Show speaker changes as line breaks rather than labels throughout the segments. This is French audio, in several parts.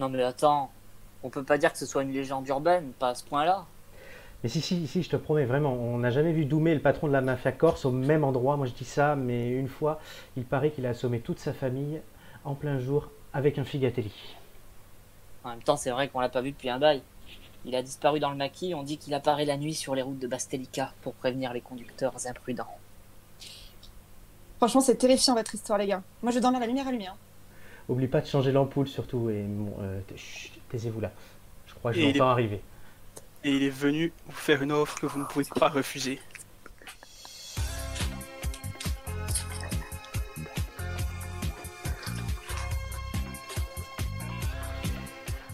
Non mais attends, on peut pas dire que ce soit une légende urbaine, pas à ce point-là.
Mais si, si, si, je te promets, vraiment, on n'a jamais vu Doumé, le patron de la mafia corse, au même endroit. Moi, je dis ça, mais une fois, il paraît qu'il a assommé toute sa famille en plein jour avec un figatelli.
En même temps, c'est vrai qu'on l'a pas vu depuis un bail. Il a disparu dans le maquis, on dit qu'il apparaît la nuit sur les routes de Bastelica pour prévenir les conducteurs imprudents.
Franchement, c'est terrifiant votre histoire, les gars. Moi, je dormais à la lumière allumée. hein.
Oublie pas de changer l'ampoule, surtout, et bon, euh, t- chut, taisez-vous là. Je crois que je
Et il est-
l'entends arriver.
Et il est venu vous faire une offre que vous ne pouvez pas refuser.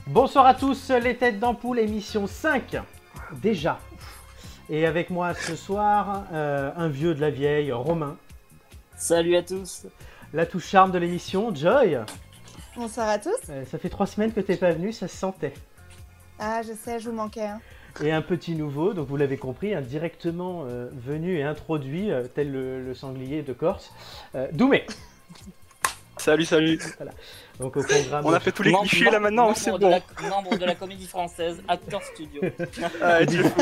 Bonsoir à tous, les têtes d'ampoule, émission 5, déjà. Et avec moi ce soir, euh, un vieux de la vieille, Romain.
Salut à tous
La touche charme de l'émission, Joy.
Bonsoir à tous.
Euh, ça fait trois semaines que t'es pas venu, ça se sentait.
Ah, je sais, je vous manquais. hein.
Et un petit nouveau, donc vous l'avez compris, hein, directement euh, venu et introduit, euh, tel le, le sanglier de Corse, euh, Doumé.
Salut, salut.
Donc au programme.
On a fait tous les
Membre-
clichés là maintenant,
membre
c'est
de
bon.
la- membre de la comédie française, acteur studio.
Ah, tu-
Évidemment.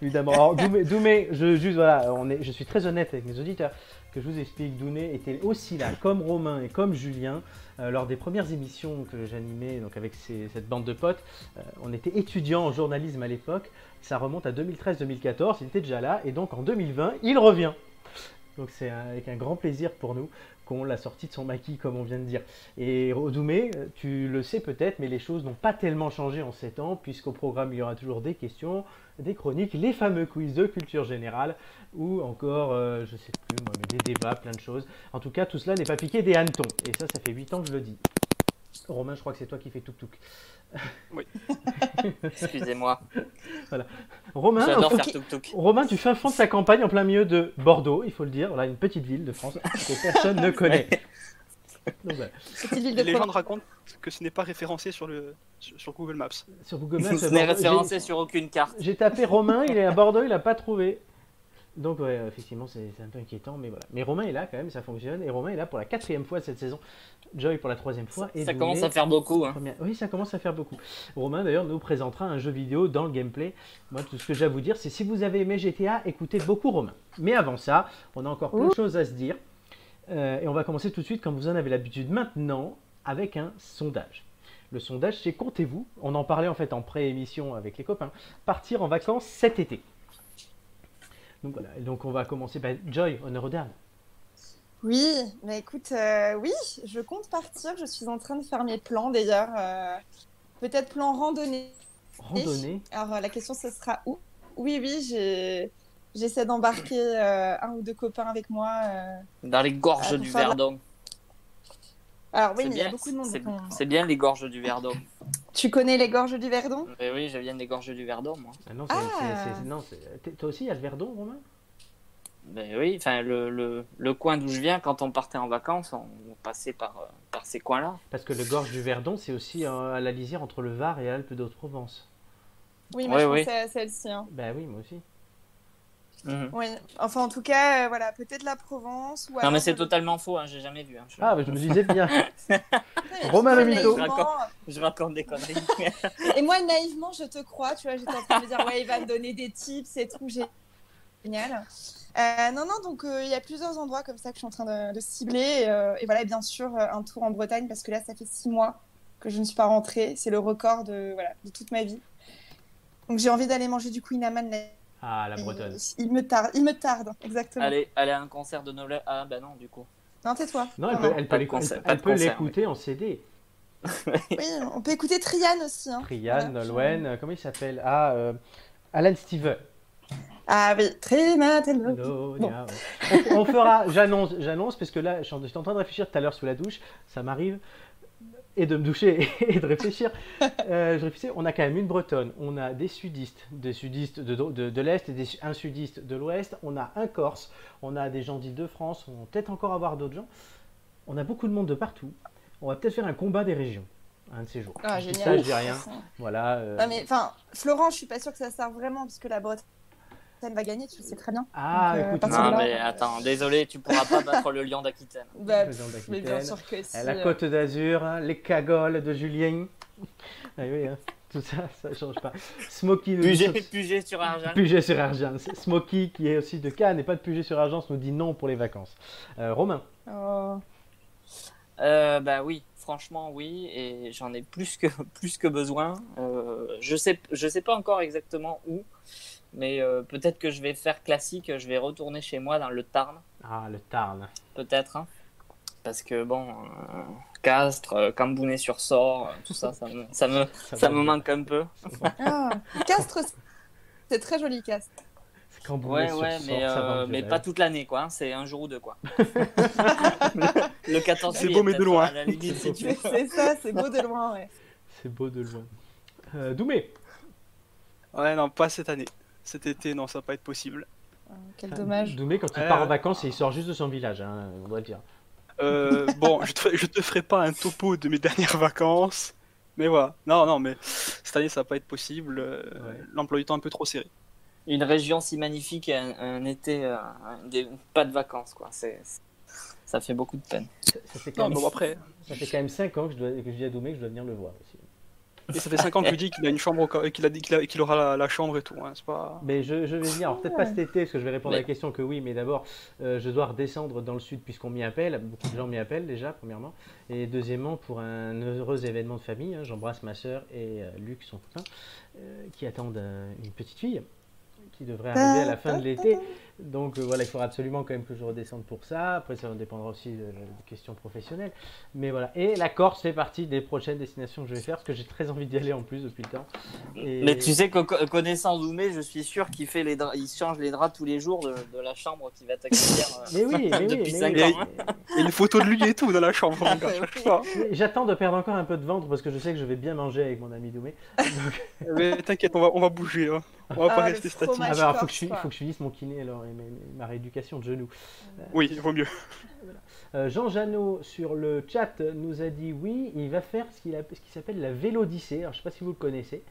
Évidemment. Alors, Doumé, Doumé, je, juste, voilà, on est, je suis très honnête avec mes auditeurs que je vous explique. Doumé était aussi là, comme Romain et comme Julien, euh, lors des premières émissions que j'animais donc avec ces- cette bande de potes. Euh, on était étudiants en journalisme à l'époque. Ça remonte à 2013-2014. Il était déjà là. Et donc, en 2020, il revient. Donc, c'est un- avec un grand plaisir pour nous qu'on l'a sorti de son maquis, comme on vient de dire. Et Doumé, euh, tu le sais peut-être, mais les choses n'ont pas tellement changé en 7 ans, puisqu'au programme, il y aura toujours des questions, des chroniques, les fameux quiz de culture générale ou encore, euh, je sais plus moi, mais des débats, plein de choses. En tout cas, tout cela n'est pas piqué des hannetons. Et ça, ça fait 8 ans que je le dis. Romain, je crois que c'est toi qui fais tout touc
Excusez-moi,
Romain,
j'adore
en-
faire tuk-tuk.
Romain, tu fais un fond de sa campagne en plein milieu de Bordeaux, il faut le dire, voilà, une petite ville de France que personne ne connaît. Donc voilà.
Petite ville de
Les légendes
Provence.
racontent que ce n'est pas référencé sur, le... sur sur Google Maps.
Sur Google Maps,
Ce
Bordeaux-
n'est
j'ai-
référencé sur aucune carte.
J'ai tapé Romain, il est à Bordeaux, il n'a pas trouvé. Donc ouais, effectivement, c'est c'est un peu inquiétant, mais voilà. Mais Romain est là quand même, ça fonctionne. Et Romain est là pour la quatrième fois cette saison. Joy pour la troisième fois. et
Ça
Doumé
commence à faire beaucoup. Hein.
première- Oui, ça commence à faire beaucoup. Romain d'ailleurs nous présentera un jeu vidéo dans le gameplay. Moi, tout ce que j'ai à vous dire, c'est si vous avez aimé GTA, écoutez beaucoup Romain. Mais avant ça, on a encore plein de choses à se dire. Euh, et on va commencer tout de suite, comme vous en avez l'habitude maintenant, avec un sondage. Le sondage, c'est comptez-vous, on en parlait en fait en pré-émission avec les copains, partir en vacances cet été. Donc voilà, Et donc on va commencer par Joy, honneur aux dames.
Oui, mais écoute, euh, oui, je compte partir. Je suis en train de faire mes plans d'ailleurs. euh, Peut-être plan randonnée.
Randonnée,
Alors euh, la question ce sera où Oui, oui, j'ai- j'essaie d'embarquer euh, un ou deux copains avec moi. euh.
Dans les gorges
Ah,
du
ça va.
Verdon.
Alors oui,
C'est
mais il y a
bien,
beaucoup de monde.
c'est-
donc on-
c'est bien les gorges du Verdon.
Tu connais les gorges du Verdon
Mais oui, je viens des gorges du Verdon, moi.
Ah non, c'est-
Ah.
c'est- c'est- non, c'est- t'es- toi aussi, il y a le Verdon, Romain
Ben oui, enfin le, le, le coin d'où je viens, quand on partait en vacances, on passait par, euh, par ces coins-là.
Parce que le gorge du Verdon, c'est aussi euh, à la lisière entre le Var et Alpes d'Haute-Provence.
Oui, moi
Ouais,
je
ouais.
pensais à celle-ci. hein.
Bah oui, moi aussi.
Mhm.
Oui, enfin en tout cas, euh, voilà, peut-être la Provence ou
Non
alors-
mais c'est totalement faux, hein, j'ai jamais vu. hein, je...
Ah, bah, je me disais bien.
Ouais,
Romain
je-
le mytho.
naïvement-
je raconte des conneries.
Et moi, naïvement, je te crois, tu vois, j'étais en train de me dire, ouais, il va me donner des tips et tout, gé- génial. Euh, non, non, donc euh, il y a plusieurs endroits comme ça que je suis en train de, de cibler. Et, euh, et voilà, et bien sûr, euh, un tour en Bretagne, parce que là, ça fait six mois que je ne suis pas rentrée. C'est le record de, voilà, de toute ma vie. Donc j'ai envie d'aller manger du Queen Amman. là.
Ah, la
Euh,
Bretonne.
Il me tarde, il me tarde, exactement.
Allez, allez à un concert de Noël. Ah bah non, du coup.
Non, tais-toi.
Non, elle
Vraiment.
peut, elle peut
Pas de
l'écou-
concert,
elle
pas de
peut
concert,
l'écouter en CD.
Oui, on peut écouter Triane aussi. hein.
Trian,
Voilà.
Nolwenn, euh, comment il s'appelle Ah, euh, Alan Steven.
Ah oui, Triane.
Hello, yeah. On, on fera, j'annonce, j'annonce, parce que là, je suis en- j'étais en train de réfléchir tout à l'heure sous la douche, ça m'arrive, et de me doucher et de réfléchir. Euh, je réfléchissais, on a quand même une bretonne, on a des sudistes, des sudistes de, de- de l'Est et des, un sudiste de l'Ouest, on a un Corse, on a des gens d'Île-de-France, on va peut-être encore avoir d'autres gens. On a beaucoup de monde de partout. On va peut-être faire un combat des régions, un de ces jours.
Ah,
Je dis
génial.
ça, je dis rien. Voilà. euh,
Non mais enfin, Florent, je suis pas sûre que ça sert vraiment parce que la Bretagne va gagner, tu le sais très bien.
Ah,
donc, euh,
écoute,
parce
Non
que là-
mais attends, désolé, tu pourras pas battre le lion d'Aquitaine.
Bah,
Présent
pff, mais bien
d'Aquitaine.
sûr que si. euh.
la Côte d'Azur, hein, les cagoles de Julien. Ah oui, hein. tout ça, ça change pas. Smoky nous
Puget, Puget sur Argent.
Puget sur Argence. Smoky, qui est aussi de Cannes et pas de Puget sur Argence, nous dit non pour les vacances. Euh, Romain,
Oh.
Euh, bah oui, franchement oui, et j'en ai plus que plus que besoin. Euh, je sais je sais pas encore exactement où, mais euh, peut-être que je vais faire classique, je vais retourner chez moi dans le Tarn,
ah le Tarn.
peut-être, hein. parce que bon, euh, Castres, euh, Cambounet-sur-Sort, euh, tout ça, ça me ça me ça
va
me
bien.
manque un peu.
Ah. Castres, c'est très joli, Castres.
C'est Cambrai
Ouais
sur
ouais,
Sorgue,
mais
ça va
euh,
bien.
mais pas toute l'année quoi, hein, c'est un jour ou deux quoi. le 14
C'est
juillet,
beau, mais de
peut-être, hein,
loin.
à la limite, si tu veux.
C'est c'est ça, c'est beau de loin, ouais.
C'est beau de loin. Euh, Doumé,
Ouais, non, pas cette année. Cet été, non, ça va pas être possible.
Oh, Quel dommage.
Doumé quand il
Euh,
part en vacances, il sort juste de son village, hein, on doit le dire.
Euh, bon, je te, je te ferai pas un topo de mes dernières vacances. Mais voilà. Non, non, mais cette année, ça va pas être possible. euh,
Ouais.
L'emploi du temps est un peu trop serré.
une région si magnifique et un, un été, euh, un- des- pas de vacances, quoi. C'est, c'est- ça fait beaucoup de peine.
Ça fait quand
Non,
même,
bon, après,
ça fait quand même 5 ans que je, dois, que je dis à Doumé que je dois venir le voir. aussi.
et ça fait 5 ans que je dis qu'il a une chambre, au ca- qu'il a, qu'il a- qu'il aura la, la chambre et tout. hein, c'est pas.
Mais je, je vais venir, alors peut-être pas cet été, parce que je vais répondre à la
Mais-
question que oui, mais d'abord, euh, je dois redescendre dans le sud puisqu'on m'y appelle, beaucoup de gens m'y appellent déjà, premièrement, et deuxièmement, pour un heureux événement de famille, hein, j'embrasse ma soeur et euh, Luc, son copain, euh, qui attendent euh, une petite fille, qui devrait arriver à la fin de l'été. Donc euh, voilà, il faudra absolument quand même que je redescende pour ça, après ça dépendra aussi de, de questions professionnelles, mais voilà. Et la Corse fait partie des prochaines destinations que je vais faire, parce que j'ai très envie d'y aller en plus depuis le temps. Et-
Mais tu sais que co- connaissant Zoomé, je suis sûr qu'il fait les draps- il change les draps tous les jours de, de la chambre qui va t'accueillir. euh.
Mais oui, mais oui,
Depuis
mais
cinq
oui.
ans,
Il y a une photo de lui et tout dans la chambre, mon gars, cherche pas.
Mais J'attends de perdre encore un peu de ventre parce que je sais que je vais bien manger avec mon ami Doumé.
Mais t'inquiète, on va, on va bouger. hein. On va
Ah,
pas
le
rester statique.
fromage.
Ah bah, alors, faut
Corse,
que, je,
quoi.
faut que je finisse mon kiné alors et mes- mes- ma rééducation de genoux.
Oui, il vaut mieux.
Euh, Jean Janot sur le chat nous a dit oui, il va faire ce qu'il a- ce qui s'appelle la Vélodyssée. Alors, je sais pas si vous le connaissez.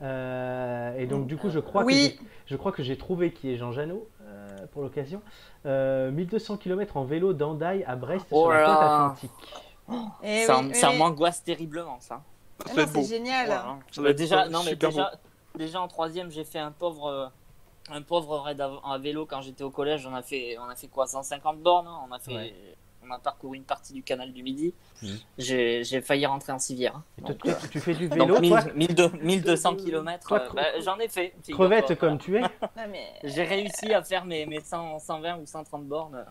Euh, et donc du coup je crois que
Oui.
j'ai- je crois que j'ai trouvé qui est Jean Janot euh, pour l'occasion. Euh, 1200 km en vélo d'Andaï à Brest
Oh
sur la
là
côte
là.
atlantique.
Eh
ça
oui, oui,
ça
oui.
m'angoisse terriblement, ça.
Ah
Ça va
non,
être
C'est
beau.
génial.
Voilà, hein.
Ça doit être
déjà,
beau,
non, mais
super
déjà, déjà en troisième, j'ai fait un pauvre, euh, un pauvre raid à, à vélo quand j'étais au collège. On a fait, on a fait quoi, 150 bornes. hein. On a fait,
Ouais.
on a parcouru une partie du canal du Midi.
Mmh.
Mhm.
J'ai j'ai failli rentrer en civière. hein.
Et toi,
Donc,
toi, tu, tu fais du vélo,
Donc, mille-
toi,
mille deux- 1200 km,
Toi, cre-
bah, j'en ai fait. figure-toi,
crevette
voilà.
comme tu es.
hein.
Non, mais...
J'ai réussi à faire mes, mes 100, 120 ou 130 bornes.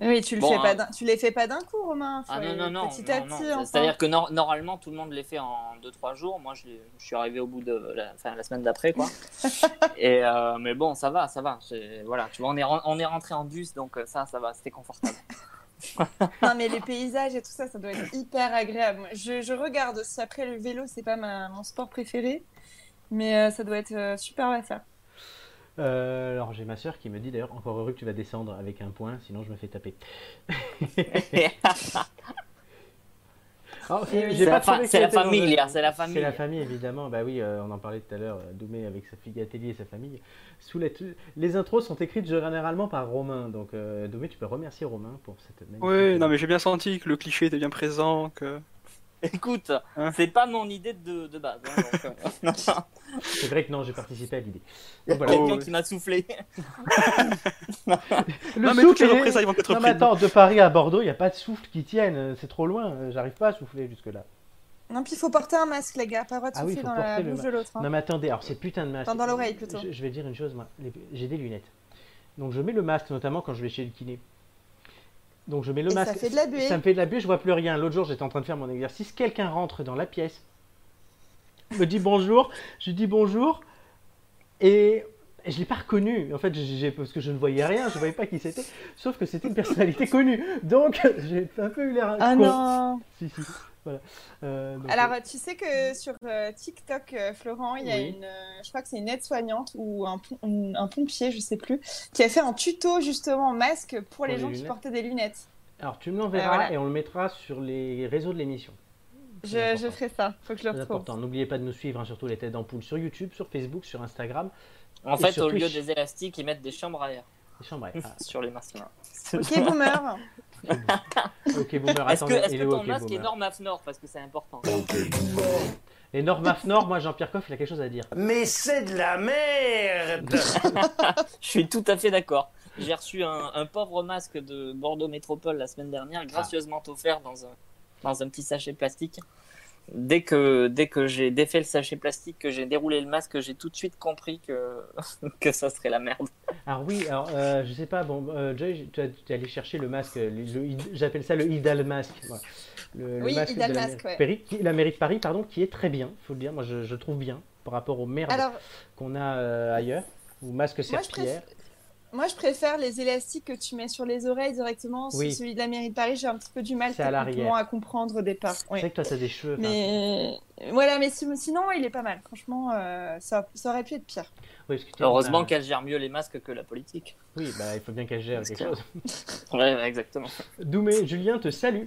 Oui, tu, le
Bon,
fais
hein.
pas d'un- tu les fais pas d'un coup, Romain. Faut
Ah non,
aller
non, non.
Petit à
non,
petit. hein.
non.
enfin.
C'est-à-dire que nor- normalement, tout le monde les fait en 2-3 jours. Moi, je, l'ai- je suis arrivé au bout de la, enfin, la semaine d'après. quoi. Et, euh, mais bon, ça va, ça va. J'ai- Voilà, tu vois, on est, ren- on est rentré en bus, donc euh, ça, ça va, c'était confortable.
Non, mais les paysages et tout ça, ça doit être hyper agréable. Je, je regarde aussi. Après, le vélo, c'est pas ma, mon sport préféré. Mais euh, ça doit être euh, super à faire.
Euh, alors j'ai ma soeur qui me dit d'ailleurs encore heureux que tu vas descendre avec un point, sinon je me fais taper. Alors,
Eh oui,
Oh, j'ai
C'est
pas
la,
trouvé
fa-
qui
c'est la
était dans le-
famille, Léa, c'est la famille.
C'est la famille évidemment. Bah oui, euh, on en parlait tout à l'heure. euh, Doumé avec sa fille Gatelli et sa famille. Sous la tu- Les intros sont écrites généralement par Romain, donc euh, Doumé, tu peux remercier Romain pour cette. magnifique-
Oui, non, mais j'ai bien senti que le cliché était bien présent. Que...
Écoute,
Hein
c'est pas mon idée de, de base. hein, donc, euh,
C'est vrai que non, j'ai participé à l'idée. Donc, voilà.
Oh,
Quelqu'un
oui.
qui m'a soufflé.
Le
non, mais
souffle
toutes les
est-
représailles vont être
Non mais
prises.
attends, de Paris à Bordeaux, il n'y a pas de souffle qui tienne. euh, C'est trop loin. euh, J'arrive pas à souffler jusque là.
Non, puis il faut porter un masque, les gars. Pas le droit de
Ah oui,
souffler
faut
dans la
porter le
bouche de l'autre. hein.
Non mais attendez, alors c'est putain de masque.
Enfin, dans l'oreille, plutôt.
Je, je vais dire une chose, moi, les- j'ai des lunettes. Donc je mets le masque notamment quand je vais chez le kiné. Donc je mets le
Et ça
masque.
fait de la buée.
Ça me fait de la buée, je vois plus rien. L'autre jour, j'étais en train de faire mon exercice, quelqu'un rentre dans la pièce, me dit bonjour, je lui dis bonjour et et je l'ai pas reconnu en fait j'ai- j'ai- parce que je ne voyais rien, je voyais pas qui c'était, sauf que c'était une personnalité connue. Donc j'ai un peu eu l'air un
Ah
con.
non
Si si. Voilà. Euh, donc,
Alors, tu sais que sur euh, TikTok, euh, Florent, il y a
Oui.
une, euh, je crois que c'est une aide-soignante ou un, pom- une- un pompier, je sais plus, qui a fait un tuto justement en masque pour, les,
les
gens qui
lunettes.
portaient des lunettes.
Alors tu me l'enverras
Euh, voilà.
et on le mettra sur les réseaux de l'émission.
Je,
Très
je
important.
ferai ça, faut que je
Très
le retrouve.
important. N'oubliez pas de nous suivre, hein, surtout les têtes d'ampoule sur YouTube, sur Facebook, sur Instagram.
En
Et
fait,
sur
au
Twitch. Ah,
lieu des élastiques, ils mettent des chambres à air
Les chambres à- ah,
sur les masques.
Ok, boomer
Ok, boomer,
Est-ce que,
attendez.
est-ce
il
que
est où,
ton
Ok
masque est
Boomer
norme AFNOR Parce que c'est important.
Et Norm Afnor, moi, Jean-Pierre Coff, il a quelque chose à dire.
Mais c'est de la merde
Je suis tout à fait d'accord. J'ai reçu un, un pauvre masque de Bordeaux Métropole la semaine dernière, gracieusement offert dans un, dans un petit sachet plastique. Dès que, dès que j'ai défait le sachet plastique, que j'ai déroulé le masque, j'ai tout de suite compris que, que ça serait la merde.
Alors oui, alors euh, je sais pas, bon, euh, Joy, tu as- tu es allé chercher le masque, le- le- j'appelle ça le idal masque. voilà. Le, le
Oui,
masque
Idal
de la,
masque,
mairie,
ouais.
Paris, qui- la mairie de Paris, pardon, qui est très bien, faut le dire, moi je, je trouve bien par rapport aux merdes
Alors,
qu'on a euh, ailleurs, ou masque
Moi, je
serpillère.
moi, je préfère les élastiques que tu mets sur les oreilles directement.
Oui.
C'est Celui de la mairie de Paris, j'ai un petit peu du mal
C'est à l'arrière.
techniquement à comprendre au départ.
C'est
Ouais.
vrai que toi t'as des cheveux. enfin,
Mais euh, voilà, mais si- sinon, il est pas mal. Franchement, euh, ça, ça aurait pu être pire.
oui, parce que t'es-
Heureusement
bah,
qu'elle gère mieux les masques que la politique.
Oui, bah il faut bien qu'elle gère quelque
Parce
chose.
Ouais, ouais, exactement.
Doumé, Julien te salue.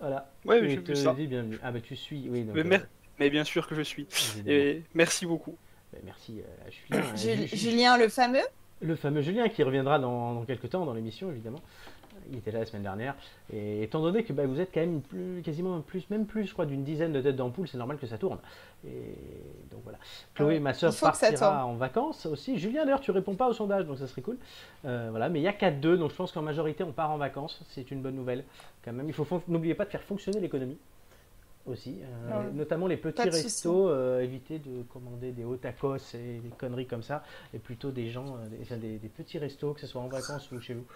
Voilà.
Ouais, mais
et
Ah j'ai
te
vu ça.
dit bienvenue. Ah bah tu suis, oui. Donc,
Mais
euh,
mer- Mais bien sûr que je suis.
évidemment.
Et merci beaucoup.
Bah, merci euh, à Julien.
Jul-
Ju- Ju-
Julien, le fameux.
Le fameux Julien qui reviendra dans, dans quelques temps dans l'émission, évidemment. Il était là la semaine dernière. Et étant donné que bah, vous êtes quand même plus, quasiment plus, même plus, je crois, d'une dizaine de têtes d'ampoule, c'est normal que ça tourne. Et donc voilà. Chloé, ma soeur,
Il faut que ça
partira
tourne.
en vacances aussi. Julien, d'ailleurs, tu réponds pas au sondage, donc ça serait cool. Euh, voilà, mais il y a 4-2, donc je pense qu'en majorité, on part en vacances. C'est une bonne nouvelle, quand même. Il faut fon- N'oubliez pas de faire fonctionner l'économie aussi, euh,
Ah Ouais.
notamment les
Pas
petits
de souci.
restos, euh, éviter de commander des hauts tacos et des conneries comme ça, et plutôt des gens, euh, des, enfin, des- des petits restos, que ce soit en vacances ou chez vous,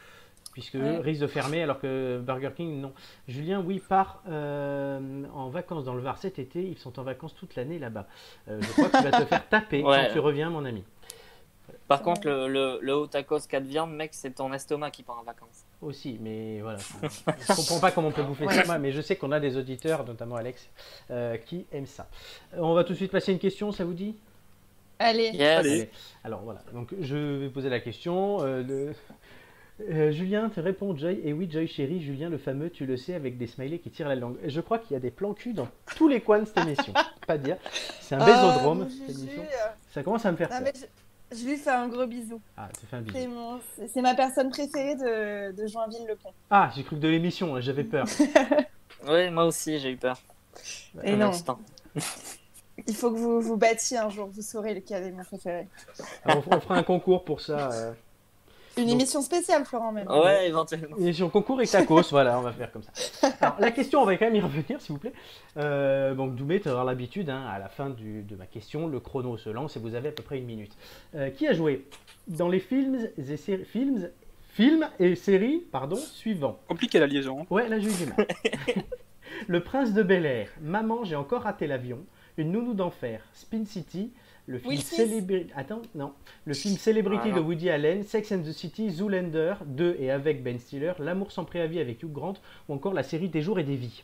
puisque
Ouais.
eux risquent de fermer alors que Burger King, non. Julien, oui, part euh, en vacances dans le Var cet été, ils sont en vacances toute l'année là-bas. Euh, je crois que tu vas te faire taper
Ouais.
quand tu reviens, mon ami.
Par contre, le, le, le haut tacos 4 viandes, mec, c'est ton estomac qui part en vacances.
Aussi, mais voilà. je comprends pas comment on peut bouffer ça, moi, mais je sais qu'on a des auditeurs, notamment Alex, euh, qui aiment ça. Euh, On va tout de suite passer à une question, ça vous dit
Allez.
Yes.
Allez.
Alors voilà, donc je vais poser la question. euh, le- Euh, Julien te répond, Joy, et oui, Joy chérie, Julien le fameux, tu le sais, avec des smileys qui tirent la langue. Je crois qu'il y a des plans cul dans tous les coins de cette émission. pas dire. C'est un
Ah,
bésodrome,
mon
cette
Juju.
émission. Ça commence à me faire
euh, Non,
peur.
mais je, je lui fais un gros bisou.
Ah, ça fait un
C'est
bisou.
mon- c'est- c'est ma personne préférée de, de Joinville-le-Pont.
Ah, j'ai cru que de l'émission, j'avais peur.
Oui, moi aussi, j'ai eu peur.
Et
Un
non,
instant.
il faut que vous vous battiez un jour, vous saurez lequel est mon préféré.
Alors, on fera un concours pour ça. euh.
Une
Donc-
émission spéciale, Florent, même.
Oh.
Ouais, éventuellement.
Et sur concours et tacos, voilà, on va faire comme ça. Alors, la question, on va quand même y revenir, s'il vous plaît. Euh, donc, Doumé, tu auras l'habitude, hein, à la fin du- de ma question, le chrono se lance et vous avez à peu près une minute. Euh, qui a joué dans les films et, sé- films, films et séries pardon, suivants
Compliqué la liaison. hein.
Ouais, là, j'ai eu du mal. le Prince de Bel Air, Maman, j'ai encore raté l'avion, Une nounou d'enfer, Spin City, le film,
Will Smith.
célébri- Attends, non. le film Celebrity
Ah,
de
non.
Woody Allen, Sex and the City, Zoolander 2 et avec Ben Stiller, L'amour sans préavis avec Hugh Grant ou encore la série Des jours et des vies.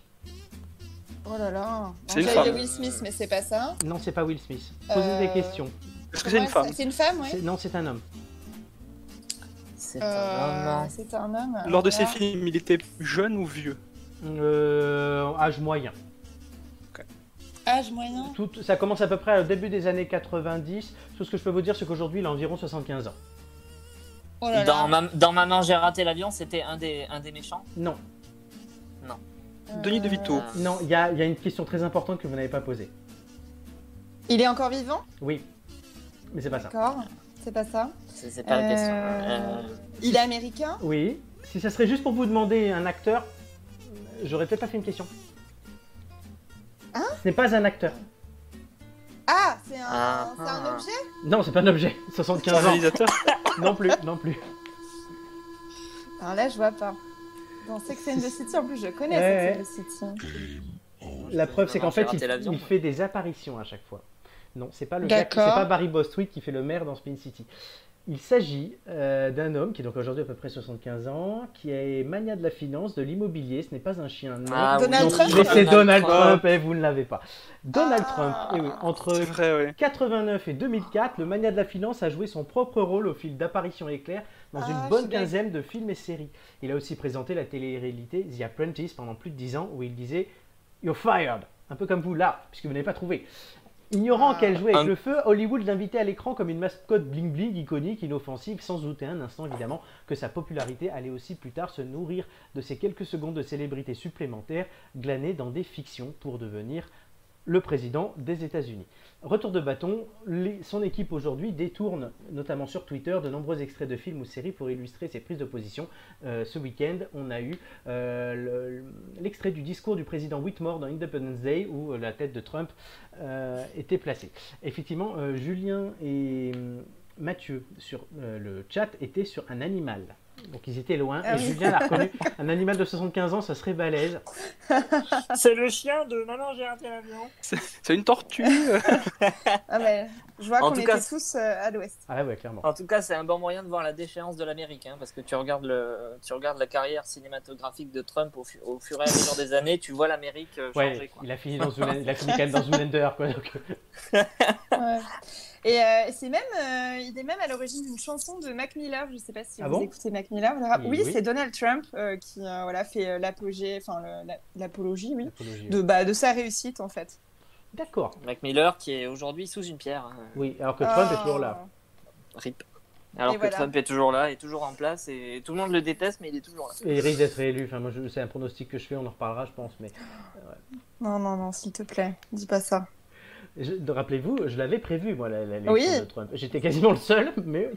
Oh là là.
C'est une
J'avais
femme.
Will Smith, mais c'est pas ça.
Non, c'est pas Will Smith. Posez
Euh,
des questions.
Est-ce que c'est
Comment
une
elle
femme
s- C'est une femme, oui.
C'est- Non, c'est un homme.
C'est un
Euh,
homme.
C'est un homme.
Lors de
Voilà.
ses films, il était jeune ou vieux
Euh, âge moyen.
Âge moyen.
Tout, ça commence à peu près au début des années 90. Tout ce que je peux vous dire, c'est qu'aujourd'hui, il a environ 75 ans.
Oh là là.
Dans, ma- dans Maman, j'ai raté l'avion, c'était un des, un des méchants.
Non,
Euh,
Denis DeVito.
Euh,
non, il y a- il y a une question très importante que vous n'avez pas posée.
Il est encore vivant
Oui, mais c'est pas ça.
D'accord. C'est pas ça.
C'est c'est pas la question. Euh,
Il est américain
Oui, si ça serait juste pour vous demander un acteur, j'aurais peut-être pas fait une question.
Hein
Ce n'est pas un acteur.
Ah, c'est un,
Ah.
c'est un objet
Non, c'est pas un objet. 75 ans.
réalisateur
Non plus, non plus.
Alors là, je vois pas. Dans Sex and the City, en plus, je connais
Ouais,
Sex and the City.
La preuve, c'est qu'en fait,
J'ai
il,
raté l'avion,
il
moi.
fait des apparitions à chaque fois. Non, c'est pas le c'est
D'accord.
pas Barry Bostwick qui fait le maire dans Spin City. Il s'agit euh, d'un homme qui est donc aujourd'hui à peu près 75 ans, qui est mania de la finance, de l'immobilier. Ce n'est pas un chien. Non.
Ah oui.
Donald
Non,
Trump
mais c'est Donald
Trump.
Trump et vous ne l'avez pas. Donald
Ah.
Trump, eh oui, entre
C'est vrai, ouais.
89 et 2004, le mania de la finance a joué son propre rôle au fil d'apparitions éclairs dans
Ah,
une
je
bonne
suis bête.
quinzaine de films et séries. Il a aussi présenté la télé-réalité The Apprentice pendant plus de 10 ans où il disait You're fired, un peu comme vous là, puisque vous n'avez pas trouvé. Ignorant
Ah.
qu'elle jouait avec
Un-
le feu, Hollywood l'invitait à l'écran comme une mascotte bling-bling iconique, inoffensive, sans douter un instant évidemment que sa popularité allait aussi plus tard se nourrir de ces quelques secondes de célébrité supplémentaires glanées dans des fictions pour devenir le président des États-Unis. Retour de bâton, les- son équipe aujourd'hui détourne, notamment sur Twitter, de nombreux extraits de films ou séries pour illustrer ses prises de position. Euh, ce week-end, on a eu euh, le- l'extrait du discours du président Whitmore dans Independence Day où euh, la tête de Trump euh, était placée. Effectivement, euh, Julien et euh, Mathieu sur euh, le chat étaient sur un animal. Donc ils étaient loin
Ah
et
oui.
Julien l'a reconnu. Un animal de 75 ans, ça serait balèze.
C'est le chien de Maman, j'ai raté l'avion.
C'est une tortue euh,
Ah ben, je vois
En
qu'on
tout
était
cas,
tous euh, à l'ouest.
Ah ouais, clairement.
En tout cas, c'est un bon moyen de voir la déchéance de l'Amérique, hein, parce que tu regardes, le, tu regardes la carrière cinématographique de Trump au, fu- au fur et à mesure des années, tu vois l'Amérique euh, changer.
Ouais,
quoi.
il a fini dans Zoolander- il a fini quand même dans Zoolander, quoi. donc, euh,
Ouais. Et euh, c'est même, euh, il est même à l'origine d'une chanson de Mac Miller. Je sais pas si
Ah
vous
bon
écoutez Mac Miller. le rap-
Oui,
Oui,
oui.
c'est Donald Trump euh, qui euh, voilà fait euh, l'apogée, enfin le- la- l'apologie, oui,
l'apologie,
de bah, de sa réussite en fait.
D'accord.
Mac Miller qui est aujourd'hui sous une pierre. hein.
Oui, alors que Trump
Ah.
est toujours là.
Rip. Alors
Et
que
voilà.
Trump est toujours là, est toujours en place et tout le monde le déteste, mais il est toujours là.
Et il risque d'être réélu. Enfin, moi, je- c'est un pronostic que je fais, on en reparlera, je pense. Mais
Non, non, non, s'il te plaît, dis pas ça.
Je- de- rappelez-vous, je l'avais prévu, moi, la- la- l'élection
Oui.
de Trump. J'étais quasiment le seul, mais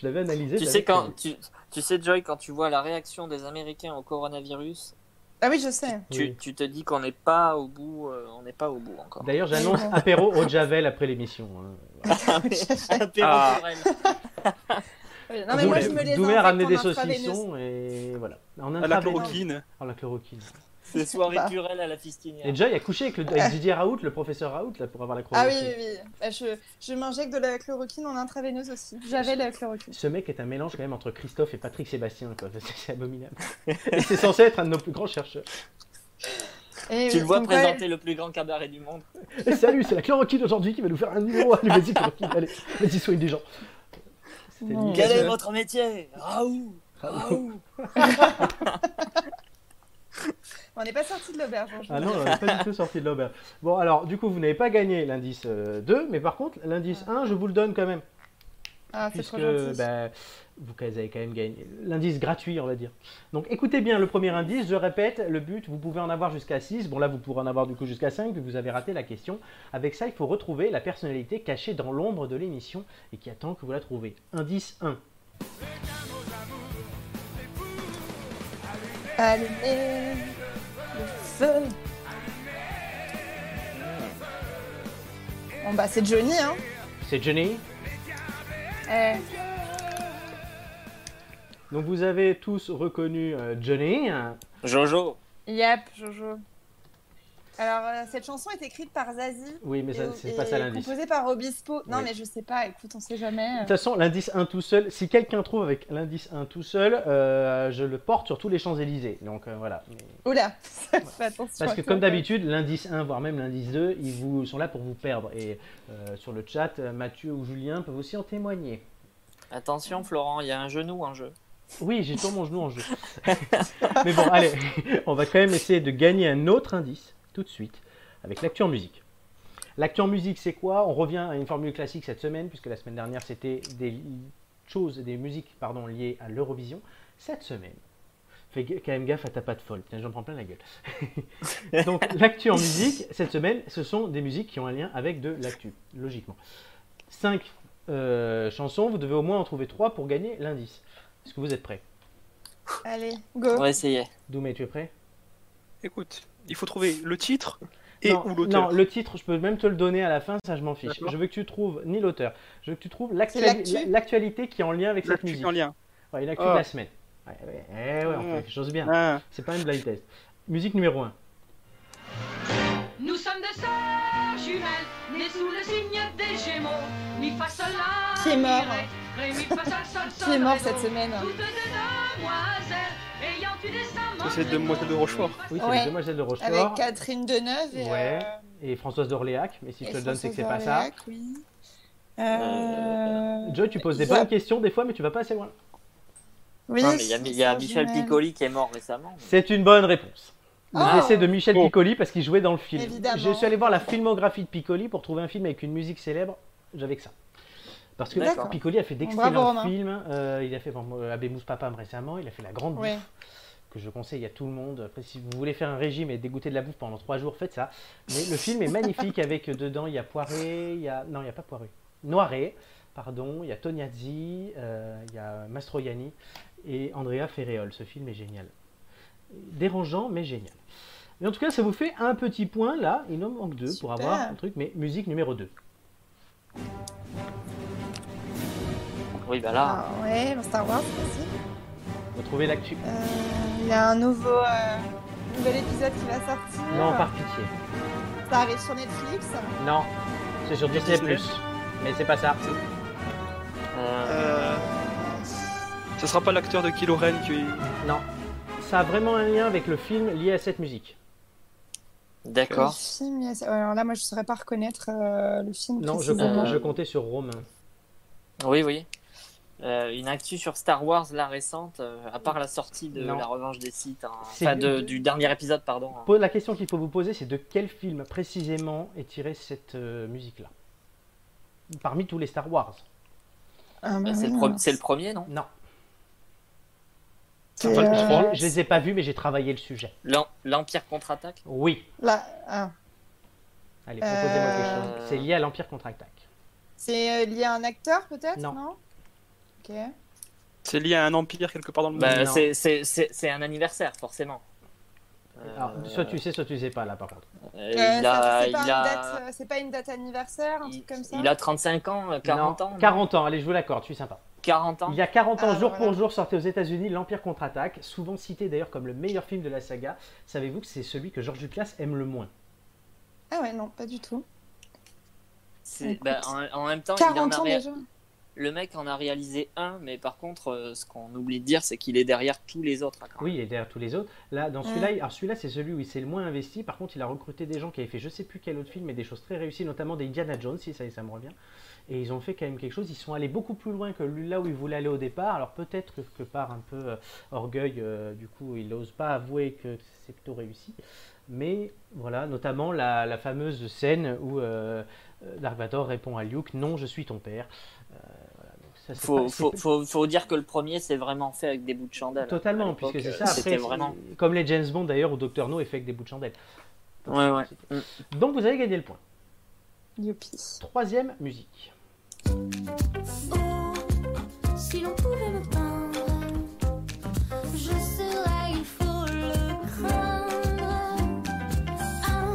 je l'avais analysé.
Tu
je
sais,
l'avais
quand,
prévu.
tu, tu sais, Joy, quand tu vois la réaction des Américains au coronavirus,
Ah oui, je sais.
Oui.
tu, tu te dis qu'on n'est pas au bout, euh, on n'est pas au bout encore.
D'ailleurs, j'annonce apéro au Javel après l'émission. hein. Voilà.
Ah.
Ah
Oui, Non mais moi je me les
Doumer
invente
a ramené
en
des
intraveineuse.
saucissons et voilà. En
à la
intraveineuse.
chloroquine.
Ah, la chloroquine.
C'est soirée
Bah.
purelle à la fistinière.
Et Joy a couché avec, le, avec Didier Raoult, le professeur Raoult, là, pour avoir la
Ah
chloroquine.
oui, oui, oui. Bah, je je m'injecte de la chloroquine en intraveineuse aussi. J'avais de la chloroquine.
Ce mec est un mélange quand même entre Christophe et Patrick Sébastien, quoi. C'est- C'est abominable. Et c'est censé être un de nos plus grands chercheurs.
Et
Tu
oui,
le vois
comme quoi,
présenter le plus grand cabaret du monde.
Et salut, c'est la chloroquine aujourd'hui qui va nous faire un numéro. Allez, vas-y, chloroquine, allez, vas-y, soigne des gens. C'était
Non.
nickel.
Quel est votre métier Raoult Raoult
On n'est pas sorti de l'auberge. hein, je
Ah
vous
non, on n'est pas du tout sorti de l'auberge. Bon, alors, du coup, vous n'avez pas gagné l'indice euh, 2, mais par contre, l'indice 1, je vous le donne quand même.
Ah, c'est
puisque
trop gentil.
bah, vous avez quand même gagné l'indice gratuit, on va dire. Donc écoutez bien le premier indice, je répète, le but, vous pouvez en avoir jusqu'à 6, bon là vous pourrez en avoir du coup jusqu'à 5, puis vous avez raté la question. Avec ça, il faut retrouver la personnalité cachée dans l'ombre de l'émission et qui attend que vous la trouvez. Indice 1,
Allumer le feu. Bon bah c'est Johnny hein.
c'est Johnny.
Eh,
Donc vous avez tous reconnu euh, Johnny. hein.
Jojo
Yap, Jojo. Alors euh, cette chanson est écrite par Zazie.
Oui, mais ça,
et-
c'est
et
pas ça l'indice.
Composée par Obispo. Non
Oui.
mais je sais pas, écoute, on sait jamais.
De toute façon, l'indice 1 tout seul, si quelqu'un trouve avec l'indice 1 tout seul, euh, je le porte sur tous les Champs-Élysées. Donc euh, voilà. Mais-
Oula, fais attention.
Parce
à
que
toi.
comme d'habitude, l'indice 1, voire même l'indice 2, ils vous sont là pour vous perdre. Et euh, sur le chat, euh, Mathieu ou Julien peuvent aussi en témoigner.
Attention Florent, il y a un genou en jeu.
Oui, j'ai toujours mon genou en jeu. Mais bon, allez, on va quand même essayer de gagner un autre indice tout de suite avec l'actu en musique. L'actu en musique, c'est quoi On revient à une formule classique cette semaine, puisque la semaine dernière, c'était des li- choses, des musiques pardon, liées à l'Eurovision. Cette semaine, fais g- quand même gaffe à ta patte folle. Tiens, j'en prends plein la gueule. Donc, l'actu en musique, cette semaine, ce sont des musiques qui ont un lien avec de l'actu, logiquement. 5 chansons, vous devez au moins en trouver 3 pour gagner l'indice. Est-ce que vous êtes prêts
Allez, go.
On va essayer.
Doumé, tu es prêt
Écoute, il faut trouver le titre et
non,
ou
non,
l'auteur.
le titre, je peux même te le donner à la fin, ça je m'en fiche.
D'accord.
Je veux que tu trouves ni l'auteur, je veux que tu trouves
C'est
l'actuali-
l'actu
l'actualité qui est en lien avec cette
L'actu
musique.
en lien.
Ouais, l'actu
Oh.
de la semaine. Ouais, ouais, eh ouais, on fait
Ouais.
quelque chose de bien.
Ah,
C'est pas une blind test. Musique numéro 1.
Nous sommes deux sœurs jumelles, nées sous le signe des Gémeaux. Mi fa sol la
Qui est mort.
mi, ré, ré, mi, fa, sol, sol,
Qui est
sol,
mort
ré,
cette
do.
semaine
Toutes deux demoiselles ayant eu des
Ça,
amants.
c'est Demoiselle de Rochefort.
Oui, c'est
Ouais.
les Demoiselles de Rochefort
Avec Catherine Deneuve et.
Ouais.
euh,
et Françoise d'Orléac, mais si je
et
te le donne, c'est que c'est
Françoise
pas ça.
Orléac, oui. Euh,
Joy, tu poses des
il y a-
bonnes questions des fois, mais tu vas pas assez loin.
Oui,
Non, mais il y a,
c'est
il y a
ça,
Michel
Jumel.
Piccoli qui est mort récemment.
C'est une bonne réponse. Le
Ah.
décès de Michel
Oh.
Piccoli parce qu'il jouait dans le film.
Évidemment.
Je suis allé voir la filmographie de Piccoli pour trouver un film avec une musique célèbre. J'avais que ça. Parce que
D'accord.
Piccoli a fait
Bravo,
d'excellents
Romain.
films. Euh, il a fait bon, euh, Abemus Papam récemment. Il a fait La Grande
Ouais.
Bouffe que je conseille à tout le monde. Après, si vous voulez faire un régime et dégoûter de la bouffe pendant trois jours, faites ça. Mais le film est magnifique avec euh, dedans il y a Poiré, il y a non il y a pas Poiré, Noiret, pardon, il y a Tognazzi, euh, il y a Mastroianni et Andrea Ferreol. Ce film est génial, dérangeant mais génial. Mais en tout cas, ça vous fait un petit point là. Il en manque deux pour
Super.
avoir un truc. Mais musique numéro 2.
Oui, bah là.
Ah, ouais, dans Star Wars, vas-y.
Vous trouvez l'actu
Euh, Il y a un nouveau, euh, nouvel épisode qui va sortir.
Non, par pitié.
Ça arrive sur Netflix.
Non, c'est sur Disney+.
Disney.
Mais c'est pas ça.
euh,
Euh, ça sera pas l'acteur de Kylo Ren qui.
Non, ça a vraiment un lien avec le film lié à cette musique.
Le
D'accord.
film, il y a ça. Ouais, alors là, moi, je saurais pas reconnaître euh, le film.
Non, je,
précisément.
compte-
Euh,
je comptais sur Romain.
Oui, oui. Euh, une actu sur Star Wars, la récente, euh, à part la sortie de
Non.
La Revanche des Sith, hein.
C'est-
enfin de- du dernier épisode, pardon. hein.
Po- La question qu'il faut vous poser, c'est de quel film précisément est tirée cette euh, musique-là Parmi tous les Star Wars
Ah, bah
Bah, c'est
oui,
le, pro-
non.
c'est le premier, non
Non.
C'est,
Enfin, le
euh,
trois.
Je les ai pas vus, mais j'ai travaillé le sujet.
L'Em- L'Empire contre-attaque
Oui.
là, ah.
Allez, proposez-moi
Euh,
quelque chose. C'est lié à l'Empire contre-attaque.
C'est euh, lié à un acteur, peut-être
Non.
Ok.
C'est lié à un empire quelque part dans le monde.
bah,
Non.
c'est- C'est c'est- c'est un anniversaire, forcément.
Alors,
Euh,
soit tu sais, soit tu sais pas, là, par contre.
euh,
Euh,
il,
ça-
a,
c'est, pas
il,
une
a,
date, euh, c'est pas une date anniversaire, un
il,
truc comme ça
il a 35 ans, euh, 40
Non,
ans. non
40 ans, allez, je vous l'accorde, je suis sympa.
40 ans
Il y a 40 ans,
Ah,
jour
voilà.
pour jour, sortait aux États-Unis L'Empire contre-attaque, souvent cité d'ailleurs comme le meilleur film de la saga. Savez-vous que c'est celui que George Lucas aime le moins
Ah ouais, non, pas du tout.
C'est- bah, en, en même temps, il en
40
a
ans
ré-
déjà.
le mec en a réalisé un, mais par contre, euh, ce qu'on oublie de dire, c'est qu'il est derrière tous les autres. hein, quand même.
Oui, et derrière tous les autres. Là, dans celui-là, il- alors celui-là, c'est celui où il s'est le moins investi. Par contre, il a recruté des gens qui avaient fait je sais plus quel autre film, mais des choses très réussies, notamment des Indiana Jones, si ça, ça me revient. Et ils ont fait quand même quelque chose. Ils sont allés beaucoup plus loin que là où ils voulaient aller au départ. Alors peut-être que, que par un peu euh, orgueil, euh, du coup, il n'ose pas avouer que c'est plutôt réussi. Mais voilà, notamment la, la fameuse scène où euh, euh, Dark Vador répond à Luke Non, je suis ton père. Euh, voilà, donc ça, c'est
Faut,
pas- c'est
faut,
pas-
faut, faut dire que le premier, c'est vraiment fait avec des bouts de chandelle.
Totalement,
À l'époque,
puisque c'est ça.
euh, C'était
Après,
vraiment.
c'est- comme les James Bond d'ailleurs, où Dr No est fait avec des bouts de chandelle.
Ouais, ouais.
Donc vous avez gagné le point.
Youpi.
Troisième musique.
Oh, si l'on pouvait me peindre, je serais, il faut le craindre. Un,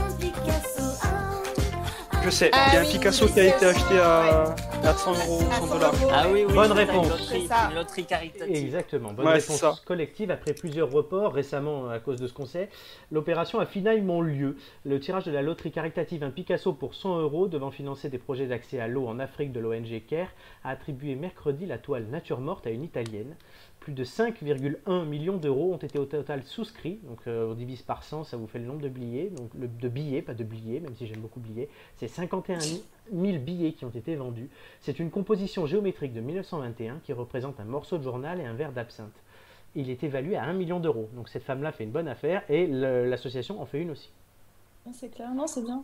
un Picasso, un, un
Je sais,
Ah
il y a un
oui,
Picasso
oui,
qui a
c'est
été
ça,
acheté à, à 100 euros,
À
100
100
dollars.
euros.
Ah oui, oui,
Bonne
c'est
réponse.
Une loterie,
C'est ça.
une loterie caritative.
Exactement, bonne
Ouais,
réponse
c'est ça.
collective après plusieurs reports récemment à cause de ce conseil. L'opération a finalement lieu. Le tirage de la loterie caritative Un Picasso pour 100 euros devant financer des projets d'accès à l'eau en Afrique de l'ONG CARE a attribué mercredi la toile Nature Morte à une Italienne. Plus de 5,1 millions d'euros ont été au total souscrits. Donc euh, on divise par 100, ça vous fait le nombre de billets. Donc le, de billets, pas de billets, même si j'aime beaucoup billets. C'est 51 000 billets qui ont été vendus. C'est une composition géométrique de 1921 qui représente un morceau de journal et un verre d'absinthe. Il est évalué à 1 million d'euros. Donc cette femme-là fait une bonne affaire et le- l'association en fait une aussi.
Ah, C'est clair, non, c'est bien.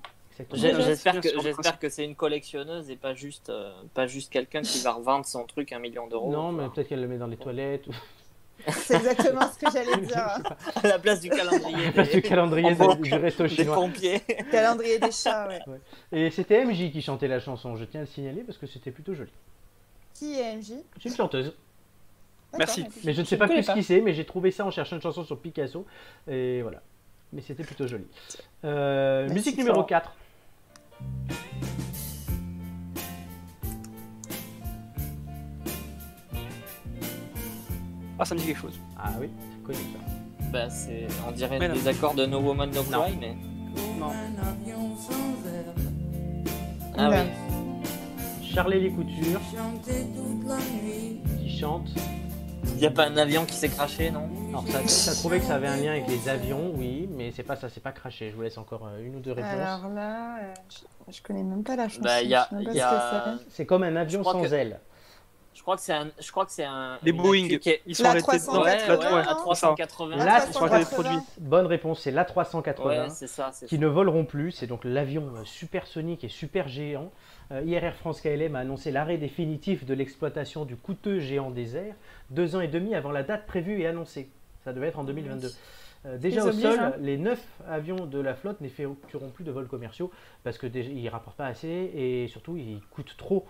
J'ai-
Exactement.
Ouais,
J'espère
bien
que,
sûr,
j'espère que c'est une collectionneuse et pas juste, euh, pas juste quelqu'un qui va revendre son truc à un million d'euros.
Non, mais
Enfin,
peut-être qu'elle le met dans les toilettes ou
C'est exactement ce que j'allais dire.
à la place du calendrier.
à la place du
des-
calendrier
En banque.
du- du resto
des
chinois.
pompiers.
Calendrier des chats, ouais.
Et c'était MJ qui chantait la chanson, je tiens à le signaler parce que c'était plutôt joli.
Qui est MJ D'accord,
C'est une chanteuse,
Merci.
d'accord.
mais je ne sais pas
connais
plus qui c'est, mais j'ai trouvé ça en cherchant une chanson sur Picasso et voilà. Mais c'était plutôt joli. Euh,
Merci,
musique numéro
Florent.
4.
Ah, ça me dit quelque chose.
Ah oui, c'est connu ça.
Bah, c'est, on dirait
Mais non.
des accords de No Woman No
Non.
Cry, mais.
Non.
Ah
Ouais.
oui.
Charlie les Coutures qui chante.
Y a pas un avion qui s'est craché, non Bah,
Alors ça, ça trouvait que ça avait un lien avec les avions, oui, mais c'est pas ça, c'est pas craché. Je vous laisse encore euh, une ou deux réponses.
Alors là, euh, je, je connais même pas la chanson.
Bah, il y a.
je sais même pas
y
ce que
a-
c'est.
C'est comme un
Je
avion
crois
sans
que-
ailes.
Je crois que c'est un. Je crois que c'est un.
Les
une
Boeing.
actu qui est-
Ils sont
La
arrêtés
300,
dans-
Ouais,
la-
ouais,
ouais.
à 380.
Là,
ce sont des
380.
produits.
Bonne réponse, c'est l'A380
Ouais, c'est ça. c'est
qui
ça.
ne voleront plus. C'est donc l'avion euh, supersonique et super géant. Euh, hier, Air France KLM a annoncé l'arrêt définitif de l'exploitation du coûteux géant des airs, deux ans et demi avant la date prévue et annoncée. Ça devait être en 2022. Euh, déjà
Ils
au
obligent,
sol,
hein.
les neuf avions de la flotte n'effectueront plus de vols commerciaux parce que déjà, ils rapportent pas assez et surtout ils coûtent trop.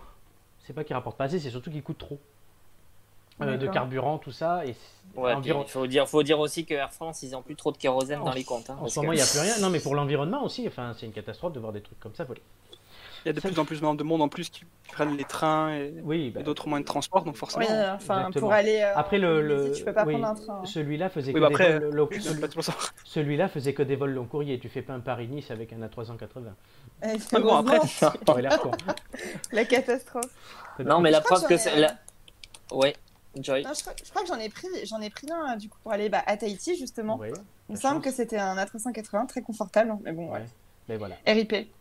C'est pas qu'ils rapportent pas assez, c'est surtout qu'ils coûtent trop. Euh, de
D'accord.
carburant, tout ça. Et c'est-
Ouais, puis
environ-
il faut dire, faut dire aussi que Air France, ils ont plus trop de kérosène dans les comptes. hein,
en
parce
ce moment, il
que-
n'y a plus rien. Non, mais pour l'environnement aussi, enfin, c'est une catastrophe de voir des trucs comme ça voler.
Il y a de plus en plus de monde en plus qui prennent les trains et,
Oui,
et
bah,
d'autres moyens de transport, donc forcément.
Oui, enfin,
Exactement.
pour aller. euh,
Après le,
en
le-
Indonésie, tu peux pas
oui,
prendre un train.
Celui-là faisait
Oui,
que
bah
des
après,
vols longs-
Je sais pas, tu penses à-
Celui-là faisait que des vols long courrier. Tu fais pas un Paris-Nice avec un A380.
Et
Ah bon, après,
Eh, heureusement,
T'aurais l'air con.
la catastrophe.
Non, mais la
Je crois
preuve que
j'en ai-
c'est. la- Ouais, Joy.
Non, je, crois, je crois que j'en ai pris, j'en ai pris un du coup pour aller bah, à Tahiti justement.
Ouais,
Il me
la
semble
chance.
que c'était un A380 très confortable, hein. mais bon, ouais.
ouais. Mais ben voilà.
RIP.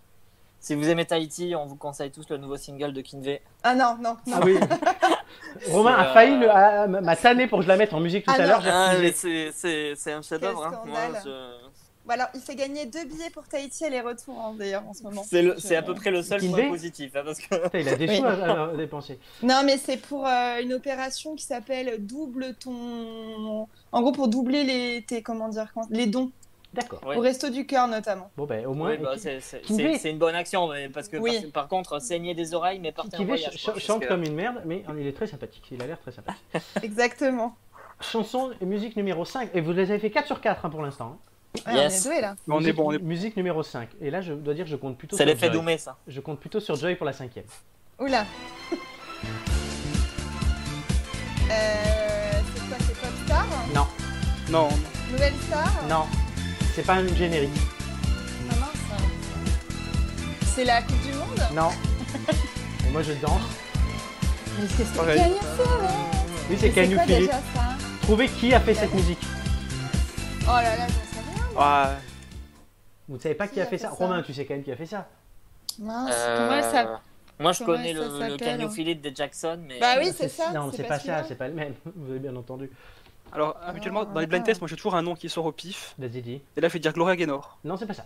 Si vous aimez Tahiti, on vous conseille tous le nouveau single de Kinvey.
Ah non, non, non.
Ah oui. Romain a
euh,
failli le- a- a- m'a tanné pour que je la mette en musique tout
Ah
à
non.
l'heure. j'ai refusé.
c'est un
chef-d'œuvre, hein. Moi, scandale. Bon, alors, il s'est gagné deux billets pour Tahiti et les retours hein, d'ailleurs en ce moment.
C'est le-
Je-
c'est à peu près le seul
Kinvey
point positif. hein, parce que...
Putain, Il a des
Oui.
sous à, à dépenser.
Non, mais c'est pour euh, une opération qui s'appelle double ton. En gros, pour doubler les tes- comment dire comment- les dons
D'accord.
Ouais.
au resto du cœur notamment.
Bon, ben au moins.
Oui, bah,
et qui-
c'est- c'est
Kinvey-
c'est- c'est une bonne action, mais parce que
Oui.
par, par contre, saigner des oreilles, mais partez en
Kivé
voyage. quoi, parce
chante
que-
comme une merde, mais il est très sympathique. Il a l'air très sympathique.
Exactement.
Chanson et musique numéro 5. Et vous les avez fait 4 sur 4 hein, pour l'instant. hein.
Ouais,
Yes.
On est doué là.
On est
Musique-
bon, on est
Musique numéro 5. Et là, je dois dire, je compte plutôt
C'est
sur
l'effet
Joy.
Doumé, ça.
Je compte plutôt sur Joy pour la cinquième.
Oula. Euh, c'est quoi C'est Pop Star
Non,
Non, non.
Nouvelle Star
non. C'est pas un générique.
Ah, mince. C'est la Coupe du Monde
Non. Et moi je danse.
Mais c'est ça.
Pareil.
Can you feel it
Oui, c'est
Mais
Can You
quoi
Feel It.
déjà ça hein.
Trouvez qui a fait cette musique.
Oh là là, j'en sais rien.
Ah,
Vous ne savez pas qui, a fait ça, Romain, tu sais quand même qui a fait ça.
Mince.
Euh,
Comment ça-
Moi, je
comment
connais
ça
le, le
s'appelle,
Can You
hein
Feel It de Jackson, mais.
Bah oui, c'est ça.
Non, c'est pas, ça,
celui-là.
c'est pas le même. Vous avez bien entendu.
alors habituellement dans les blind tests, moi j'ai toujours un nom qui sort au pif.
Vas-y, dis.
Et là, je vais dire Gloria Gaynor.
Non, c'est pas ça.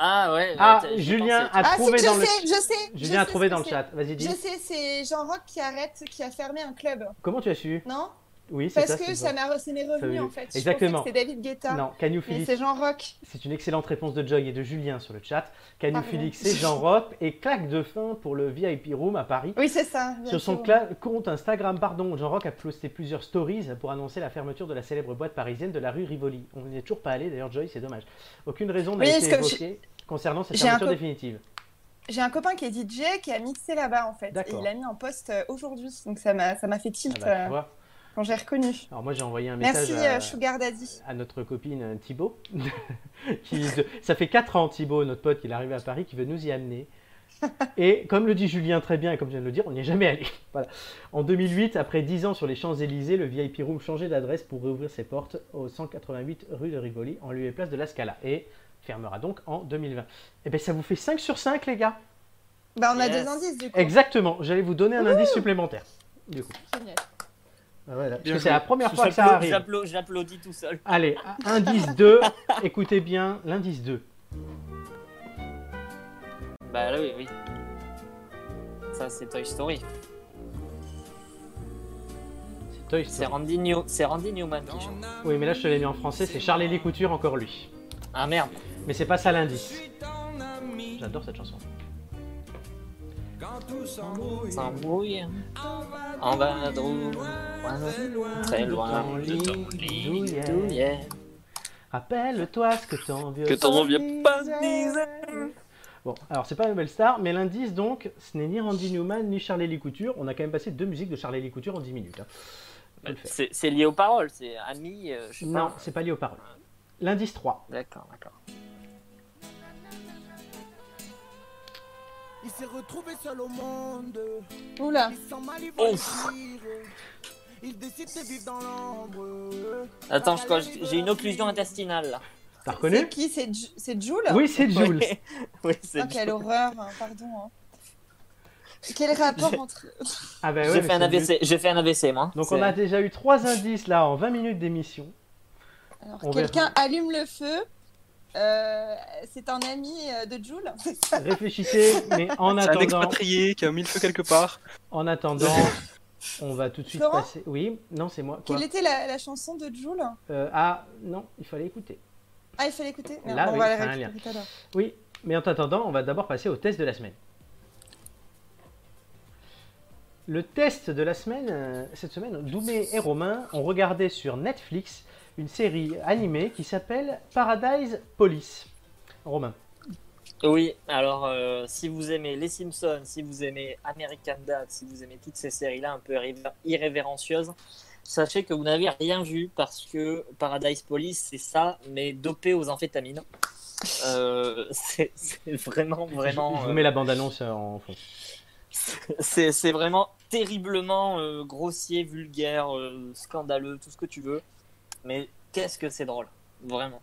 Ah ouais.
Ah,
ouais, t'es- je
Julien
pensais-
a
Ah si,
trouvé
je
dans le.
sais, je sais. je
Julien a
sais
trouvé
ce
dans
que
le
c'est.
chat. Vas-y, dis.
Je sais, c'est Jean Rock qui arrête, qui a fermé un club,
Comment tu as su
non
Oui, c'est
Parce
ça.
que
c'est
ça
bon.
m'a re- c'est mes revenus
Ça-
en fait.
Exactement.
C'est David Guetta.
Non, Can You Feel
Mais
It,
c'est Jean Rock.
C'est une excellente réponse de Joy et de Julien sur le chat. Can You
Pardon.
Feel It, c'est Jean Rock et claque de fin pour le VIP Room à Paris.
Oui, c'est ça. bien
Sur son
sûr.
cla- compte Instagram, pardon, Jean Rock a posté plusieurs stories pour annoncer la fermeture de la célèbre boîte parisienne de la rue Rivoli. On n'y est toujours pas allé, d'ailleurs, Joy, c'est dommage. Aucune raison n'a
Oui,
été
parce que j'ai-
évoquée concernant cette
j'ai un
fermeture
co-
définitive. Ah
J'ai un copain qui est DJ qui a mixé là-bas en fait. Et
D'accord.
il l'a mis en poste euh, aujourd'hui. Donc ça m'a ça m'a fait
Ah
tilt
bah, tu
euh,
vois.
quand j'ai reconnu.
Alors moi, j'ai envoyé un message
Merci
à,
euh, Sugar Daddy.
à notre copine euh, Thibaut. qui, ça fait 4 ans, Thibaut, notre pote, il est arrivé à Paris, qui veut nous y amener. Et comme le dit Julien très bien, et comme je viens de le dire, on n'y est jamais allé. Voilà. En 2008, après 10 ans sur les Champs-Élysées, le VIP Room changeait d'adresse pour réouvrir ses portes au 188 rue de Rivoli, en lieu et place de la Scala. Et fermera donc en 2020. Et bien Eh ben, ça vous fait 5 sur 5, les gars.
Bah on a
Yes.
deux indices du coup.
Exactement, j'allais vous donner un indice supplémentaire. Du coup.
Génial.
Ah, voilà. Parce
Bien
que c'est
joué.
la première fois que ça
J'appla-
arrive.
j'appla- J'applaudis tout seul.
Allez, à- indice 2, écoutez bien, l'indice 2.
Bah là, oui, oui. Ça, c'est Toy Story.
C'est Toy
C'est
Story.
Randy, New- c'est Randy Newman qui chante.
Oui, mais là je te l'ai mis en français, c'est Charlie Lee Couture, encore lui.
Ah merde.
Mais c'est pas ça l'indice. J'adore cette chanson.
Ça embrouille. En bas de roue.
Ah,
Très loin.
Dans
ton lit,
d'où il y a-
d'où il y a-
Rappelle-toi ce que t'en veux.
Que t'en On vient
pas de
Bon, alors c'est pas Nouvelle Star, mais l'indice donc, ce n'est ni Randy Newman ni Charlie Lee Couture. On a quand même passé deux musiques de Charlie Lee Couture en 10 minutes. hein. Faut le faire.
Euh, C'est c'est lié aux paroles. C'est ami. euh, je sais
Non,
pas.
c'est pas lié aux paroles. L'indice 3.
D'accord, d'accord.
Il s'est retrouvé seul au monde.
Oula.
Il s'en mal, il
Oh.
voit Il décide de vivre dans l'ombre.
Attends, je crois- j'ai une occlusion intestinale là.
T'as
C'est
reconnu
qui C'est Ju- c'est Jules
Oui, c'est Jules.
Oui, oui, c'est
Ah, quelle horreur, hein, pardon. hein. Quel rapport entre.
Ah bah ouais,
J'ai
mais
fait
c'est
un
le but.
AVC, j'ai fait un AVC moi.
Donc
C'est-
on a déjà eu trois indices là en 20 minutes d'émission.
Alors,
On
quelqu'un allume le feu. Euh, c'est un ami euh, de Jules.
Réfléchissez, mais en
C'est un
attendant,
expatrié qui a mis le feu quelque part.
en attendant, on va tout de suite
Florent
passer. Oui, non, c'est moi. Quoi
Quelle était la, la chanson de Jules
Euh, ah non, il fallait écouter.
Ah, il fallait écouter. Merde,
Là,
bon,
oui,
on va
c'est
la
un
réécouter tout à l'heure.
Oui, mais en attendant, on va d'abord passer au test de la semaine. Le test de la semaine, euh, cette semaine, Doumé et Romain ont regardé sur Netflix une série animée qui s'appelle Paradise Police. Romain.
Oui, alors euh, si vous aimez Les Simpsons, si vous aimez American Dad, si vous aimez toutes ces séries-là un peu irré- irrévérencieuses, sachez que vous n'avez rien vu parce que Paradise Police, c'est ça, mais dopé aux amphétamines. Euh, c'est c'est vraiment,
je,
vraiment,
je vous
euh,
mets la bande-annonce euh, en fond.
c'est c'est vraiment terriblement euh, grossier, vulgaire, euh, scandaleux, tout ce que tu veux. Mais qu'est-ce que c'est drôle, vraiment.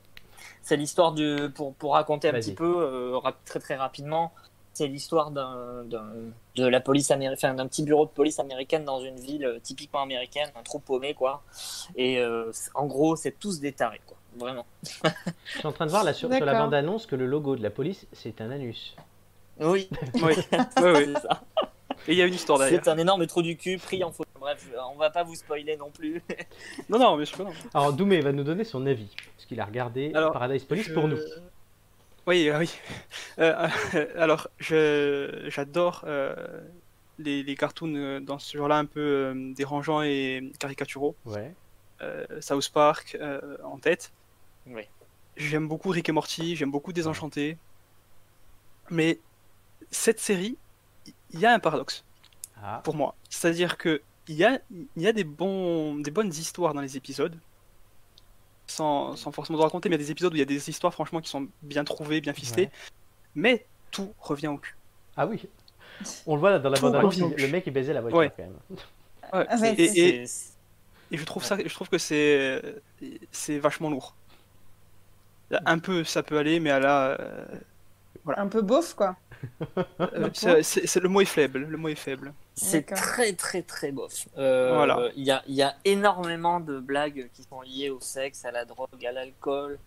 C'est l'histoire de, pour, pour raconter un
Vas-y.
petit peu euh, rap- très très rapidement, c'est l'histoire d'un, d'un- de la police américaine, d'un petit bureau de police américaine dans une ville euh, typiquement américaine, un trou paumé quoi. Et euh, c'est- en gros, c'est tous des tarés quoi, vraiment.
Je suis en train de voir là, sur, sur la
D'accord.
bande-annonce que le logo de la police, c'est un anus.
Oui,
Oui, oui, oui.
c'est ça.
Et il y a une histoire derrière.
C'est un énorme trou du cul pris en photo. Bref, on va pas vous spoiler non plus.
Non, non, mais je non.
Alors Doumé va nous donner son avis, parce qu'il a regardé
Alors,
Paradise Police pour nous.
Oui, euh, oui. Euh, euh, alors, je, j'adore euh, les, les cartoons euh, dans ce genre-là un peu euh, dérangeants et caricaturaux.
Ouais.
Euh, South Park euh, en tête.
Oui.
J'aime beaucoup Rick et Morty, j'aime beaucoup Désenchanté. Mais cette série, il y a un paradoxe
Ah,
pour moi. C'est-à-dire que il y a, il y a des, bons, des bonnes histoires dans les épisodes, sans, sans forcément de raconter, mais il y a des épisodes où il y a des histoires franchement qui sont bien trouvées, bien fistées,
Ouais.
mais tout revient au cul.
ah oui. On le voit là dans la
Tout
bande-annonce,
revient.
il- le mec il baisait la voiture
Ouais.
quand même.
Ah ouais,
et,
c'est-
et-
C'est-
et je trouve ça, je trouve que c'est, c'est vachement lourd. Là, Un peu, ça peut aller, mais à la, euh,
Un peu beauf, quoi.
euh, c'est, c'est- c'est- le mot est faible, le mot est faible.
C'est
D'accord.
très très très bof. Euh,
Voilà.
Il y, a, il y a énormément de blagues qui sont liées au sexe, à la drogue, à l'alcool,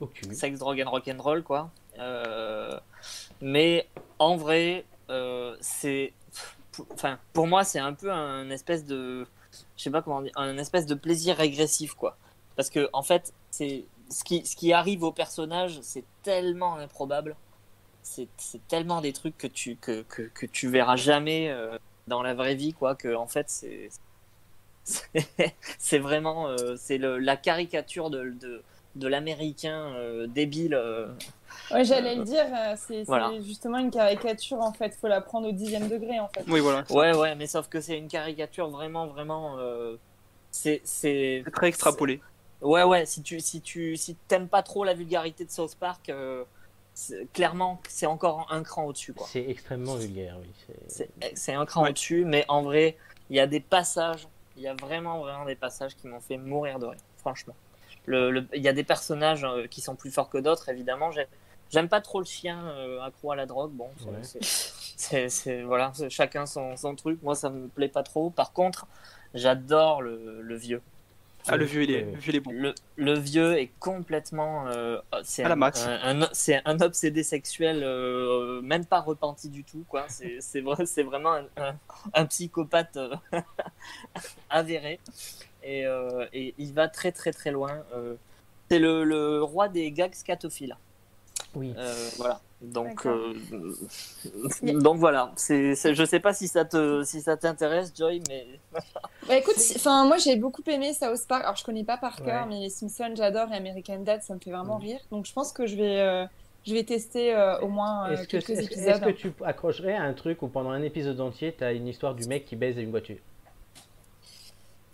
Au cul.
sexe, drogue and rock and roll quoi. Euh, mais en vrai, euh, c'est, pour- enfin pour moi c'est un peu un espèce de, je sais pas comment dire, un espèce de plaisir régressif quoi. Parce que en fait c'est ce qui ce qui arrive au personnage c'est tellement improbable, c'est c'est tellement des trucs que tu que que, que tu verras jamais. euh, dans la vraie vie, quoi, que en fait, c'est c'est- c'est vraiment euh, c'est le- la caricature de, de, de l'américain euh, débile. euh.
Ouais, j'allais le dire, euh, c'est c'est
Voilà.
justement une caricature en fait. Faut la prendre au dixième degré en fait.
Oui, voilà.
Ouais, ouais, mais sauf que c'est une caricature vraiment, vraiment. euh, c'est c'est
C'est très extrapolé.
ouais, ouais. Si tu si tu si t'aimes pas trop la vulgarité de South Park, euh, c'est- clairement, c'est encore un cran au-dessus, quoi.
C'est extrêmement vulgaire, oui. c'est-
C'est- C'est un cran
Ouais.
au-dessus, mais en vrai, il y a des passages, il y a vraiment, vraiment des passages qui m'ont fait mourir de rire, franchement. Le- le- Il y a des personnages euh, qui sont plus forts que d'autres, évidemment. J'aime- J'aime pas trop le chien euh, accro à la drogue, bon, c'est-
Ouais.
c'est- c'est c'est- voilà, c'est- chacun son, son truc. Moi, ça me plaît pas trop. Par contre, j'adore le, le vieux.
Ah, le vieux, il est,
Ouais.
le vieux, il est bon.
Le, le vieux est complètement. euh, c'est
À
un,
la Max.
un- un- c'est un obsédé sexuel, euh, même pas repenti du tout. quoi. C'est c'est vrai, c'est vraiment un, un- un psychopathe euh, avéré. Et, euh, et il va très très très loin. euh. c'est le, le roi des gags scatophiles.
Oui.
Euh, voilà. Donc,
D'accord.
euh, donc voilà. C'est c'est- je sais pas si ça te si ça t'intéresse, Joy, mais
Bah écoute, si- enfin moi j'ai beaucoup aimé South Park. Alors je connais pas par cœur,
Ouais. Mm.
mais les Simpsons j'adore et American Dad ça me fait vraiment rire. Donc je pense que je vais euh, je vais tester euh, au moins euh,
Est-ce que,
quelques
est-ce-
épisodes.
est-ce que tu accrocherais à un truc où pendant un épisode entier, t'as une histoire du mec qui baise une voiture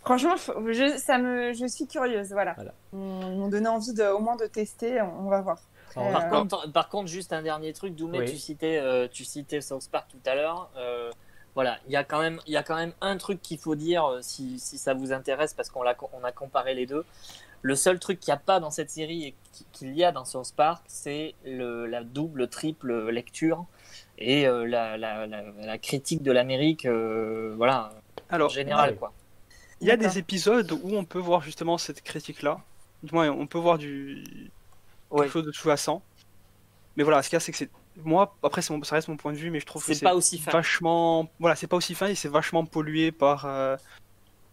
Franchement, faut- je, ça me je suis curieuse, voilà.
Voilà.
Ils m'ont donné envie de au moins de tester, on, on va voir.
En-
Euh,
Par, contre, par contre, juste un dernier truc, Doumé,
Oui.
tu citais, euh, tu citais South Park tout à l'heure. Euh, voilà, il y a quand même, il y a quand même un truc qu'il faut dire euh, si, si ça vous intéresse parce qu'on l'a, co- on a comparé les deux. Le seul truc qu'il n'y a pas dans cette série et qui- qu'il y a dans Source Park, c'est le- la double, triple lecture et euh, la, la- la- la critique de l'Amérique, euh, voilà, en
Alors,
général,
ouais.
quoi.
il y a
D'accord.
des épisodes où on peut voir justement cette critique-là. Du moins, on peut voir du
Ouais.
quelque chose de sous-jacent. Mais voilà, ce qu'il y a, c'est que c'est moi. Après, c'est mon- ça reste mon point de vue, mais je trouve que
C'est
c'est
pas aussi fin.
vachement. Voilà, c'est pas aussi fin et c'est vachement pollué par euh,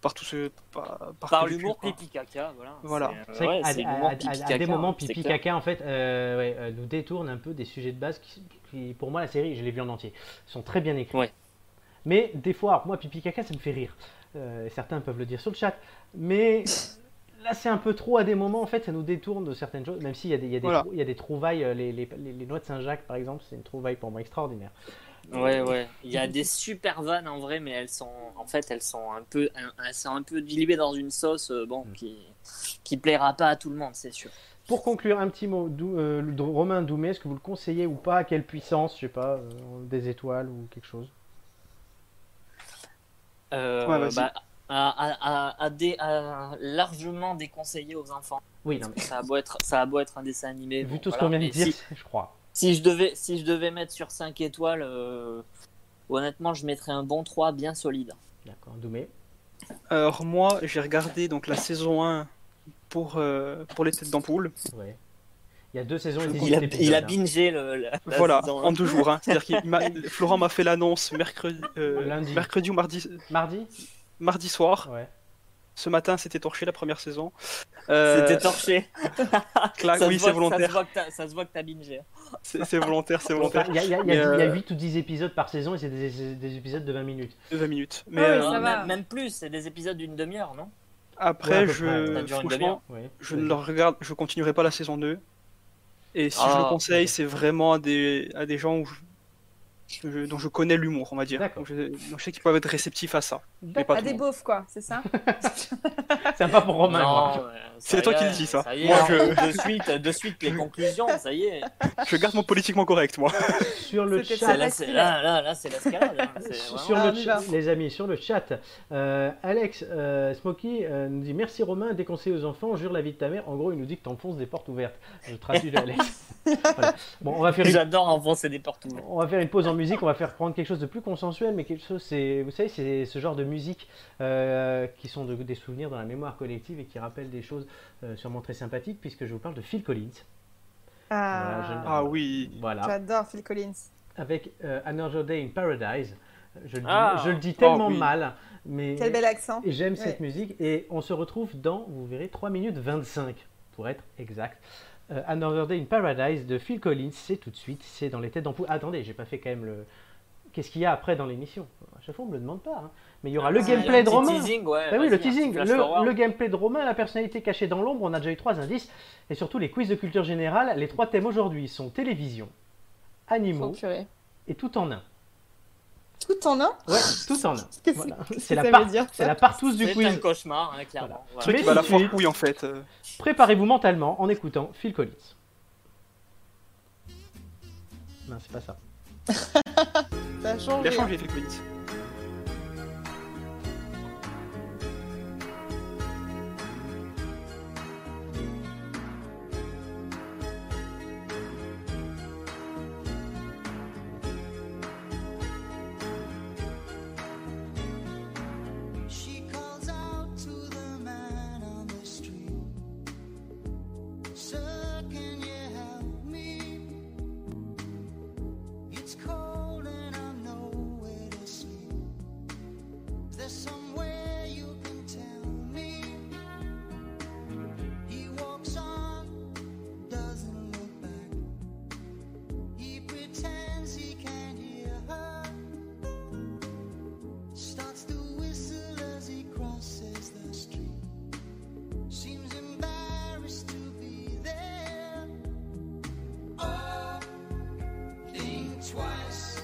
par tout ce par, par
Par
que du
l'humour
cul, quoi.
pipi caca, voilà.
Voilà.
C'est
C'est
euh,
vrai
ouais,
qu'à-
c'est
à,
l'humour
à- à- à
pipi-caca,
des moments
hein, c'est
pipi
clair.
caca en fait euh, ouais, euh, nous détournent un peu des sujets de base qui, qui, pour moi la série je l'ai vue en entier sont très bien écrits.
Ouais.
Mais des fois alors, moi pipi caca ça me fait rire. Euh, et certains peuvent le dire sur le chat. Mais là c'est un peu trop à des moments en fait ça nous détourne de certaines choses même s'il y, a des- il y, a des
Voilà.
trou- il y a des trouvailles euh, les, les, les- les noix de Saint-Jacques par exemple c'est une trouvaille pour moi extraordinaire.
Ouais, ouais. Il y a des super vannes en vrai, mais elles sont, en fait, elles sont un peu, un- elles sont un peu diluées dans une sauce, euh, bon, qui, qui plaira pas à tout le monde, c'est sûr.
Pour conclure un petit mot Dou- euh, le- Romain Doumé est-ce que vous le conseillez ou pas à quelle puissance je sais pas euh, des étoiles ou quelque chose.
Euh,
Ouais, vas-y.
bah, à, à- à- à dé- à largement déconseillé aux enfants.
Oui non mais
Ça a beau être, ça a beau être un dessin animé.
vu
bon,
tout ce
voilà,
qu'on vient de
mais
dire
Si,
je crois.
si je devais, si je devais mettre sur 5 étoiles, euh, honnêtement, je mettrais un bon 3 bien solide.
D'accord Doumé.
Alors moi, j'ai regardé donc la saison 1 pour euh, pour les têtes d'ampoule.
Ouais. Il y a deux saisons et dix
Il a,
épisodes,
il a
hein.
bingé le. la- la
voilà,
saison,
en deux jours. hein. C'est-à-dire qu'il m'a- Florent m'a fait l'annonce mercredi, euh,
Lundi.
mercredi ou mardi,
Mardi
mardi soir.
Ouais.
Ce matin, c'était torché la première saison. Euh,
C'était torché.
clac,
Ça se
oui, c'est
voit- Ça se
volontaire.
voit que t'as- ça se voit que t'as bingé.
C'est c'est volontaire, c'est
Enfin,
volontaire.
Il y a, il y a- il y a
Mais,
dix- il y a
euh,
8 ou 10 épisodes par saison et c'est des, des- des épisodes de 20 minutes.
20 minutes. Mais
Ah oui,
euh,
ça
Non,
va.
Hein, même, même plus, c'est des épisodes d'une demi-heure, non
Ouais, à
après,
peu
je
près, ouais.
Ça dure une demi-heure.
franchement,
Ouais.
je ne le regarde, je continuerai pas la saison 2. Et si je
Ah,
le conseille,
ok.
c'est vraiment à des à des gens où je- je- dont je connais l'humour, on va dire.
D'accord.
Donc, je, donc, je sais qu'ils peuvent être réceptifs à ça. Mais
Bah,
pas
À
tout
des
le monde.
beaufs, quoi, c'est ça
C'est pas pour Romain. moi.
Non, euh,
C'est
ça
toi
y
qui
est,
le dis, ça.
y est,
Moi,
alors,
je-
de suite, de suite les conclusions, ça y est.
Je garde mon politiquement correct, moi.
Ah.
Sur le
C'était
chat.
C'est là, c'est- là, là, là, c'est l'escalade. hein. C'est
Sur
vraiment-
Ah,
le
on y
chat,
va.
les amis, sur le chat, euh, Alex euh, Smoky euh, nous dit Merci Romain, déconseillé aux enfants, jure la vie de ta mère. En gros, il nous dit que t'enfonces des portes ouvertes. Euh, Je traduis de Alex. Voilà. Bon, on va faire une
J'adore enfoncer des portes ouvertes.
On va faire une pause en musique, on va faire prendre quelque chose de plus consensuel, mais quelque chose, c'est, vous savez, c'est ce genre de musique euh, qui sont de- des souvenirs dans la mémoire collective et qui rappellent des choses euh, sûrement très sympathiques, puisque je vous parle de Phil Collins. Voilà, j'aime bien.
Ah,
Ah oui.
Voilà.
J'adore Phil Collins.
Avec euh, Another Day in Paradise. Je le dis,
Ah.
je le dis tellement
Oh, oui.
mal, mais
Quel bel accent.
et j'aime cette
Ouais.
musique. Et on se retrouve dans, vous verrez, 3 minutes 25, pour être exact. Euh, Another Day in Paradise de Phil Collins, c'est tout de suite, c'est dans les têtes d'ampoule. Ah, attendez, j'ai pas fait quand même le. Qu'est-ce qu'il y a après dans l'émission À chaque fois, on me le demande pas. hein. Mais il y aura le
Ah,
gameplay
un
de
petit
Romain.
teasing, ouais,
Bah oui,
vas-y, un
le
petit
teasing,
flash
le,
forward.
le gameplay de Romain, la personnalité cachée dans l'ombre, on a déjà eu trois indices, et surtout les quiz de culture générale. Les trois thèmes aujourd'hui sont télévision,
Oh,
animaux
purée.
et tout en un.
Tout en un
Ouais, tout en un.
Qu'est-ce
Voilà.
qu'est-ce que
C'est la,
ça
part-
veut dire
c'est
ça
la partouze du
C'est un
quiz.
cauchemar, hein, clairement.
Voilà.
Voilà.
Truc
Mais
qui va bah, la
si tu-
foire couille, en fait. euh.
Préparez-vous mentalement en écoutant Phil Collins. Non, c'est pas ça.
Ça a
Il a
changé.
changé, Phil Collins.
She calls out to the man on the street. Sir, can you help me? It's cold and I'm nowhere to sleep. There's somewhere you can tell me. He walks on, doesn't look back. He pretends he can't hear her starts to whistle as he crosses the street. Seems embarrassed to be there. Oh, think twice.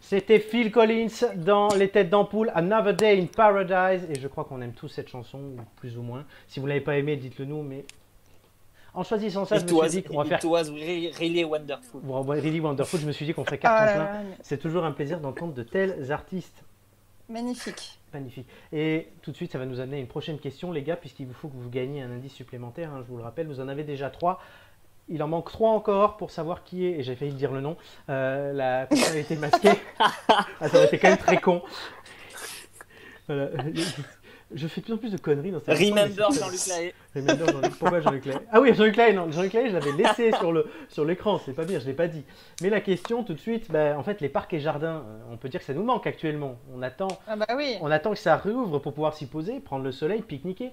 C'était Phil Collins dans Les Têtes d'Ampoule, Another Day in Paradise. Et je crois qu'on aime tous cette chanson, ou plus ou moins. Si vous l'avez pas aimé, dites-le nous. Mais en choisissant ça, je
It
me suis
was,
dit qu'on va
it
faire.
was re- really wonderful.
Bon, bon, really Wonderful, je me suis dit qu'on ferait
Ah
carton
là
plein.
là, mais-
C'est toujours un plaisir d'entendre de tels artistes.
magnifique.
Magnifique. Et tout de suite, ça va nous amener à une prochaine question, les gars, puisqu'il vous faut que vous gagniez un indice supplémentaire. hein, je vous le rappelle, vous en avez déjà trois. Il en manque trois encore pour savoir qui est, et j'ai failli dire le nom, euh, la personnalité masquée. Ah, ça aurait été quand même très con. Voilà. Je fais de plus en plus de conneries dans cette émission, mais
Remember
Ah, c'est-
Jean-Luc Lahaye.
Remember Jean-Luc. Pourquoi Jean-Luc Lahaye Ah oui, Jean-Luc Lahaye, non, Jean-Luc Lahaye, je l'avais laissé sur le sur l'écran, c'est pas bien, je l'ai pas dit. Mais la question, tout de suite, bah, en fait, les parcs et jardins, euh, on peut dire que ça nous manque actuellement. On attend
Ah bah oui.
on attend que ça réouvre pour pouvoir s'y poser, prendre le soleil, pique-niquer.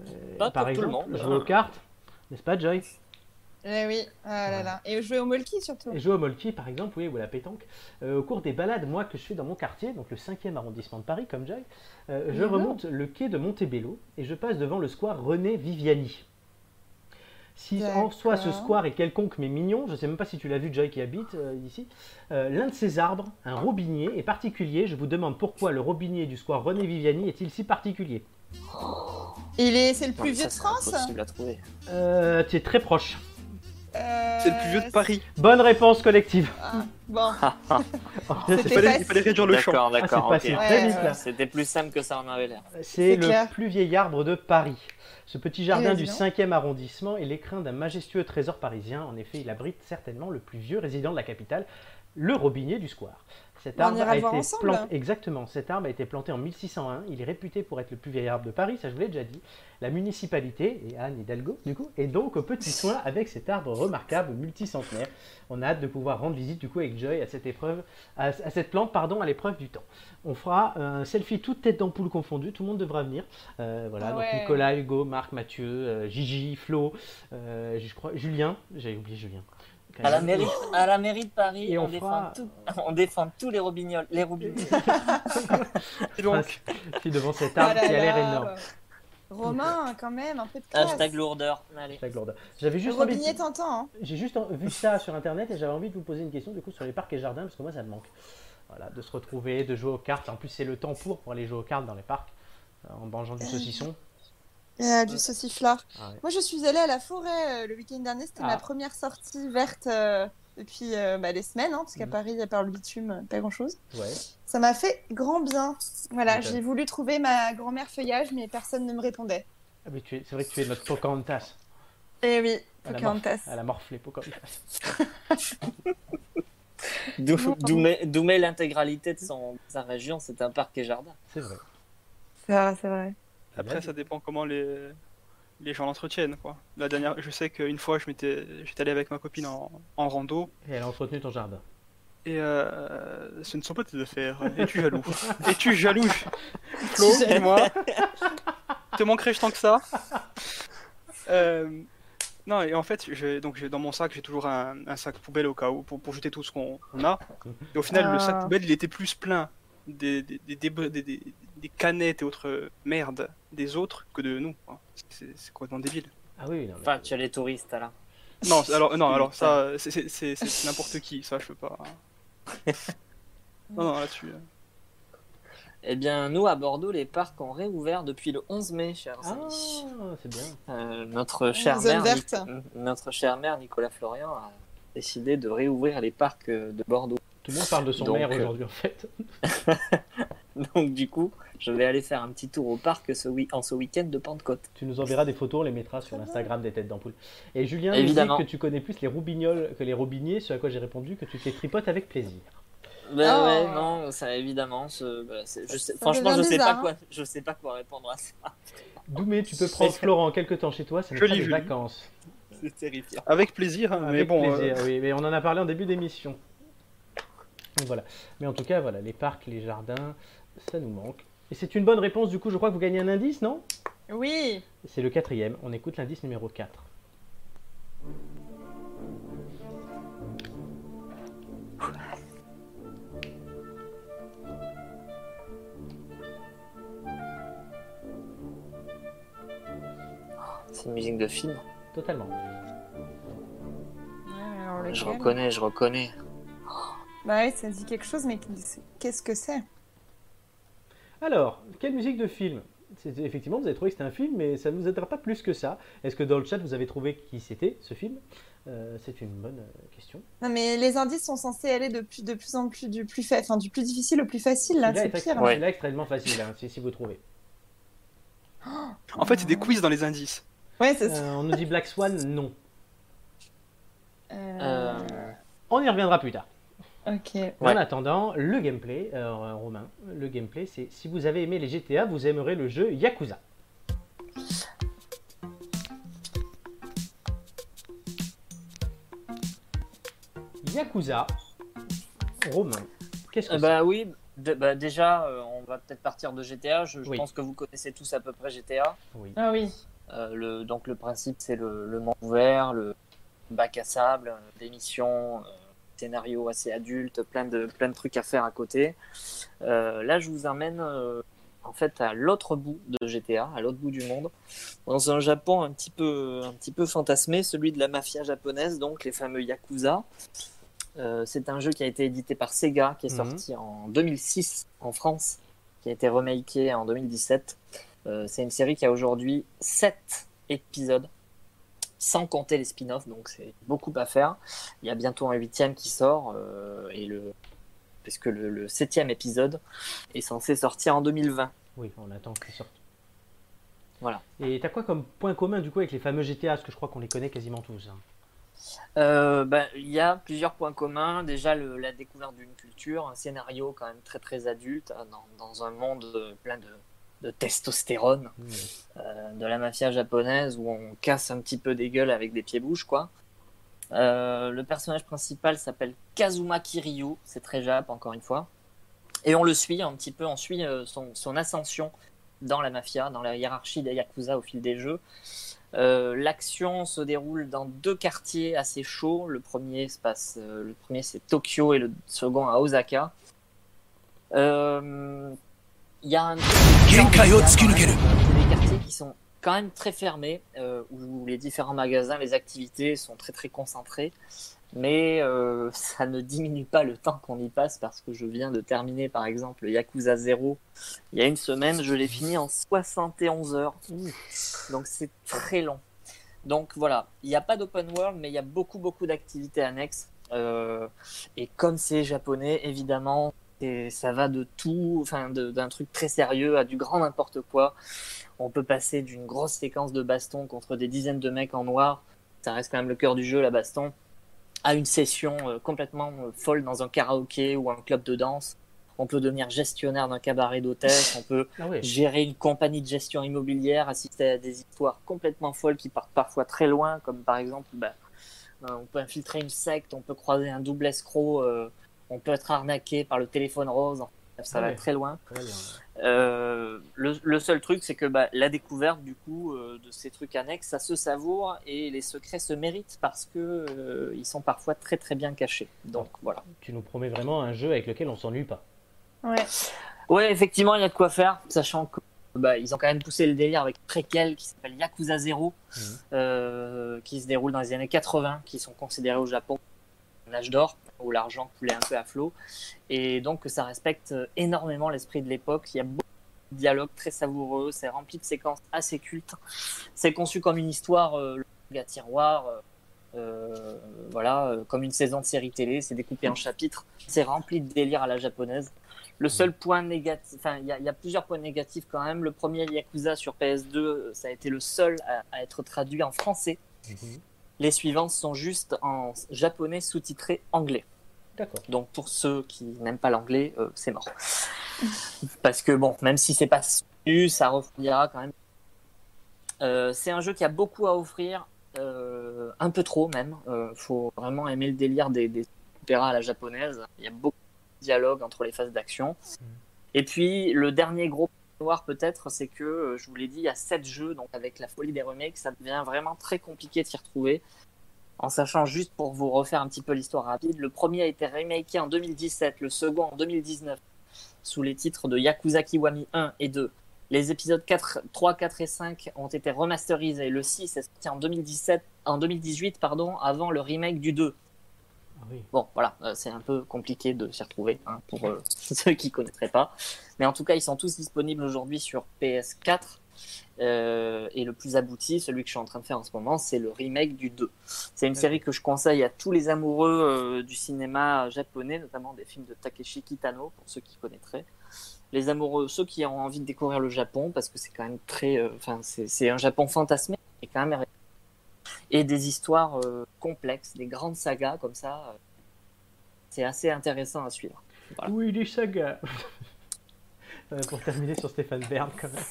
Euh,
Pas
par
pour tout
exemple,
le monde.
jouer aux cartes, n'est-ce pas, Joy
Eh oui. Ah là là. Et jouer au Molki surtout.
Et jouer au molki, par exemple, oui, ou à la pétanque. Euh, au cours des balades, moi, que je fais dans mon quartier, donc le 5e arrondissement de Paris, comme Joy, euh, je
Mhm.
remonte le quai de Montebello et je passe devant le square René Viviani. Si en soi ce
D'accord.
square est quelconque mais mignon, je ne sais même pas si tu l'as vu, Joy, qui habite euh, ici, euh, l'un de ces arbres, un robinier, est particulier. Je vous demande pourquoi le robinier du square René Viviani est-il si particulier
Il est, c'est le
Non,
plus
mais
vieux
ça,
de
c'est
France.
impossible à trouver.
Euh, tu es très proche.
C'est le plus vieux de Paris.
Bonne réponse collective.
Ah, Euh, bon.
Il
C'était
fallait,
facile.
il fallait réduire le champ.
D'accord, d'accord.
Ah,
ok.
c'est passé
Ouais,
très vite
ouais.
là.
C'était plus simple que ça en avait l'air.
C'est
C'est
le
clair.
plus vieil arbre de Paris. Ce petit jardin
Eh,
du
dis donc.
5e arrondissement est l'écrin d'un majestueux trésor parisien. En effet, il abrite certainement le plus vieux résident de la capitale, le robinier du square. Cet
On
arbre
ira
a
le
été
voir ensemble. hein.
planté exactement. Cet arbre a été planté en 1601. Il est réputé pour être le plus vieil arbre de Paris. Ça, je vous l'ai déjà dit. La municipalité et Anne Hidalgo, du coup, est donc au petit soin avec cet arbre remarquable multicentenaire. On a hâte de pouvoir rendre visite du coup avec Joy à cette épreuve, à, à cette plante, pardon, à l'épreuve du temps. On fera un selfie toute tête d'ampoule confondue. Tout le monde devra venir. Euh, voilà,
Ah
donc
ouais.
Nicolas, Hugo, Marc, Mathieu, euh, Gigi, Flo, euh, je crois, Julien. J'avais oublié Julien. Quand
À la
même.
mairie, à la mairie de Paris,
Et on
on,
fera-
défend tout- on défend tous les robignoles. Les robignoles.
Dis donc,
Prince, qui est devant cet
Ah
arbre
là
qui a l'air
là.
énorme.
Romain, quand même, un peu de classe.
Hashtag lourdeur. Allez.
Hashtag Lourdes. J'avais
Le
juste envie de-
robinet t'entend. hein.
J'ai juste en- vu ça sur internet et j'avais envie de vous poser une question du coup sur les parcs et jardins parce que moi ça me manque. Voilà, de se retrouver, de jouer aux cartes. En plus c'est le temps pour pour aller jouer aux cartes dans les parcs euh, en mangeant du saucisson.
Il y a Euh, du sauciflard.
Ah ouais.
Moi, je suis allée à la forêt euh, le week-end dernier. C'était
Ah.
ma première sortie verte euh, depuis euh, bah, les semaines, hein, parce qu'à
Mhm.
Paris, à part le bitume, euh, pas grand-chose.
Ouais.
Ça m'a fait grand bien. Voilà,
Nickel.
j'ai voulu trouver ma grand-mère feuillage, mais personne ne me répondait.
Ah, mais tu es- c'est vrai que tu es notre Pocahontas.
Eh oui,
Elle a
Pocahontas.
Elle a morflé Pocahontas.
Non,
D'où
pardon.
d'où met- d'où met l'intégralité de son, sa région, c'est un parc et jardin.
C'est vrai.
C'est vrai, c'est vrai.
après, ça dépend comment les, les gens l'entretiennent. quoi. La dernière, je sais qu'une fois, je m'étais, j'étais allé avec ma copine en, en rando.
Et elle a entretenu ton jardin.
Et euh, ce ne sont pas tes affaires. Es-tu jaloux Es-tu jaloux Flo, dis-moi. Te manquerais-je tant que ça Euh, Non, et en fait, j'ai- donc, j'ai- dans mon sac, j'ai toujours un, un sac poubelle au cas où, pour, pour jeter tout ce qu'on qu'on a. Et au final, le sac
Ah.
poubelle, il était plus plein des, des, des, débris- des- des- des canettes et autres merdes des autres que de nous. quoi. C'est c'est complètement débile.
Ah oui, non, mais-
Enfin, tu as les touristes là.
Non, c'est- alors, non, alors ça, c'est- c'est c'est- c'est n'importe qui, ça, je peux pas. Non, non, là-dessus. euh,
Eh bien, nous à Bordeaux, les parcs ont réouvert depuis le 11 mai, chers
Ah,
amis.
c'est bien.
Euh, notre chère
Ah, zone
mère,
verte.
Nic- notre chère mère Nicolas Florian a décidé de réouvrir les parcs euh, de Bordeaux.
Tout le monde parle de son
Donc,
maire
euh,
aujourd'hui en fait.
Donc du coup, je vais aller faire un petit tour au parc ce week- en ce week-end de Pentecôte.
Tu nous enverras des photos, on les mettra sur l'Instagram des têtes d'ampoule. Et Julien nous dit
Évidemment.
que tu connais plus les roubignoles que les robiniers, ce à quoi j'ai répondu que tu te les tripotes avec plaisir.
Ben
Oh.
ouais, non, ça évidemment. ce- ben, c'est- je sais-
Ça
franchement, je
devient
sais pas
bizarre, hein.
quoi, je sais pas quoi répondre à ça.
Doumé, tu peux prendre Florent quelque temps chez toi, ça nous
Joli,
fera des
joli.
vacances.
C'est terrifiant.
Avec plaisir, hein, mais
Avec
bon,
plaisir,
euh,
oui, mais on en a parlé en début d'émission. Donc voilà. Mais en tout cas, voilà, les parcs, les jardins, ça nous manque. Et c'est une bonne réponse, du coup, je crois que vous gagnez un indice, non
Oui,
C'est le quatrième, on écoute l'indice numéro 4.
C'est une musique de film.
Totalement.
Ouais, alors
Je
lequel
reconnais, je reconnais.
Bah oui, ça dit quelque chose, mais qu'est-ce que c'est
Alors, quelle musique de film C'est- Effectivement, vous avez trouvé que c'était un film, mais ça ne nous intéresse pas plus que ça. Est-ce que dans le chat, vous avez trouvé qui c'était, ce film Euh, C'est une bonne euh, question.
Non, mais les indices sont censés aller de plus, de plus en plus du plus, fa- enfin, du plus difficile au plus facile, là,
Celui-là
c'est
est,
pire. hein.
celui-là est extrêmement facile, hein, si, si vous trouvez.
En fait, c'est des quiz dans les indices.
Ouais, c'est ça.
Euh, on nous dit Black Swan, non.
Euh,
Euh,
On y reviendra plus tard.
Ok.
En
Ouais.
attendant, le gameplay, euh, Romain, le gameplay, c'est si vous avez aimé les GTA, vous aimerez le jeu Yakuza. Yakuza, Romain, qu'est-ce que
euh, bah oui, d- bah, déjà, euh, on va peut-être partir de GTA. Je, je
Oui.
pense que vous connaissez tous à peu près GTA.
c'est Oui.
Ah oui.
Euh, le, donc le principe, c'est le, le monde ouvert, le bac à sable, euh, des missions, euh, scénario assez adulte, plein de, plein de trucs à faire à côté. Euh, là, je vous amène euh, en fait à l'autre bout de GTA, à l'autre bout du monde, dans un Japon un petit peu, un petit peu fantasmé, celui de la mafia japonaise, donc les fameux Yakuza. Euh, c'est un jeu qui a été édité par Sega, qui est
Mhm.
sorti en 2006 en France, qui a été remaké en 2017. Euh, c'est une série qui a aujourd'hui 7 épisodes, sans compter les spin-offs, donc c'est beaucoup à faire. Il y a bientôt un huitième qui sort, euh, et le... parce que le, le septième épisode est censé sortir en 2020.
Oui, on attend qu'ils sortent.
Voilà.
Et t'as quoi comme point commun du coup avec les fameux GTA Parce que je crois qu'on les connaît quasiment tous. hein.
Euh, ben, Il y a plusieurs points communs. Déjà, le- la découverte d'une culture, un scénario quand même très très adulte, hein, dans, dans un monde euh, plein de, de testostérone. euh, de la mafia japonaise où on casse un petit peu des gueules avec des pieds-bouches, quoi. Euh, le personnage principal s'appelle Kazuma Kiryu, c'est très jap, encore une fois. Et on le suit un petit peu, on suit euh, son, son ascension dans la mafia, dans la hiérarchie des Yakuza au fil des jeux. Euh, L'action se déroule dans deux quartiers assez chauds. Le premier se passe, euh, le premier c'est Tokyo et le second à Osaka. Euh, Il y a un. C'est des quartiers qui sont quand même très fermés, euh, où les différents magasins, les activités sont très très concentrées. Mais euh, ça ne diminue pas le temps qu'on y passe parce que je viens de terminer par exemple Yakuza 0 il y a une semaine, je l'ai fini en 71 heures. Donc c'est très long. Donc voilà, il n'y a pas d'open world, mais il y a beaucoup beaucoup d'activités annexes. Euh, et comme c'est japonais, évidemment, c'est- ça va de tout, enfin de- d'un truc très sérieux à du grand n'importe quoi. On peut passer d'une grosse séquence de baston contre des dizaines de mecs en noir, ça reste quand même le cœur du jeu, la baston, à une session euh, complètement euh, folle dans un karaoké ou un club de danse. On peut devenir gestionnaire d'un cabaret d'hôtel, on peut
Ah ouais.
gérer une compagnie de gestion immobilière, assister à des histoires complètement folles qui partent parfois très loin, comme par exemple, bah, euh, on peut infiltrer une secte, on peut croiser un double escroc, euh, on peut être arnaqué par le téléphone rose, enfin, ça
Ah
va
ouais.
très loin.
Très bien.
Euh, le, le seul truc, c'est que bah, la découverte du coup euh, de ces trucs annexes, ça se savoure et les secrets se méritent parce que euh, ils sont parfois très très bien cachés. Donc voilà.
Tu nous promets vraiment un jeu avec lequel on s'ennuie pas.
Ouais.
Ouais, effectivement, il y a de quoi faire, sachant que bah, ils ont quand même poussé le délire avec préquel qui s'appelle Yakuza 0,
Mhm.
euh, qui se déroule dans les années 80, qui sont considérés au Japon un âge d'or, où l'argent coulait un peu à flot. Et donc, ça respecte euh, énormément l'esprit de l'époque. Il y a beaucoup de dialogues très savoureux, c'est rempli de séquences assez cultes. C'est conçu comme une histoire euh, le à tiroir, euh, euh, voilà, euh, comme une saison de série télé, c'est découpé en chapitres, c'est rempli de délire à la japonaise. Le seul point négatif, enfin, il y, a- il y a plusieurs points négatifs quand même. Le premier Yakuza sur PS2, euh, ça a été le seul à, à être traduit en français. Mm-hmm.
Mhm.
Les suivants sont juste en japonais sous-titré anglais.
D'accord.
Donc pour ceux qui n'aiment pas l'anglais, euh, c'est mort. Parce que bon, même si c'est pas su, ça refroidira quand même. Euh, c'est un jeu qui a beaucoup à offrir, euh, un peu trop même. Euh, faut vraiment aimer le délire des, des opéras à la japonaise. Il y a beaucoup de dialogue entre les phases d'action. Et puis le dernier gros point noir peut-être, c'est que euh, je vous l'ai dit, il y a sept jeux, donc avec la folie des remakes, ça devient vraiment très compliqué de s'y retrouver en sachant juste pour vous refaire un petit peu l'histoire rapide, le premier a été remaké en 2017, le second en 2019, sous les titres de Yakuza Kiwami 1 et 2. Les épisodes 4, 3, 4 et 5 ont été remasterisés. Le 6 est sorti en, 2017, en 2018 pardon, avant le remake du 2.
Ah Oui.
Bon, voilà, euh, c'est un peu compliqué de s'y retrouver hein, pour euh, ceux qui connaîtraient pas. Mais en tout cas, ils sont tous disponibles aujourd'hui sur PS4. Euh, et le plus abouti, celui que je suis en train de faire en ce moment, c'est le remake du 2. C'est une série que je conseille à tous les amoureux euh, du cinéma japonais, notamment des films de Takeshi Kitano, pour ceux qui connaîtraient. Les amoureux, ceux qui ont envie de découvrir le Japon, parce que c'est quand même très. euh, Enfin, c'est- c'est un Japon fantasmé, mais quand même. Et des histoires euh, complexes, des grandes sagas comme ça. euh, c'est assez intéressant à suivre. Voilà.
Oui, les sagas. Euh, Pour terminer sur Stéphane Bern, quand même.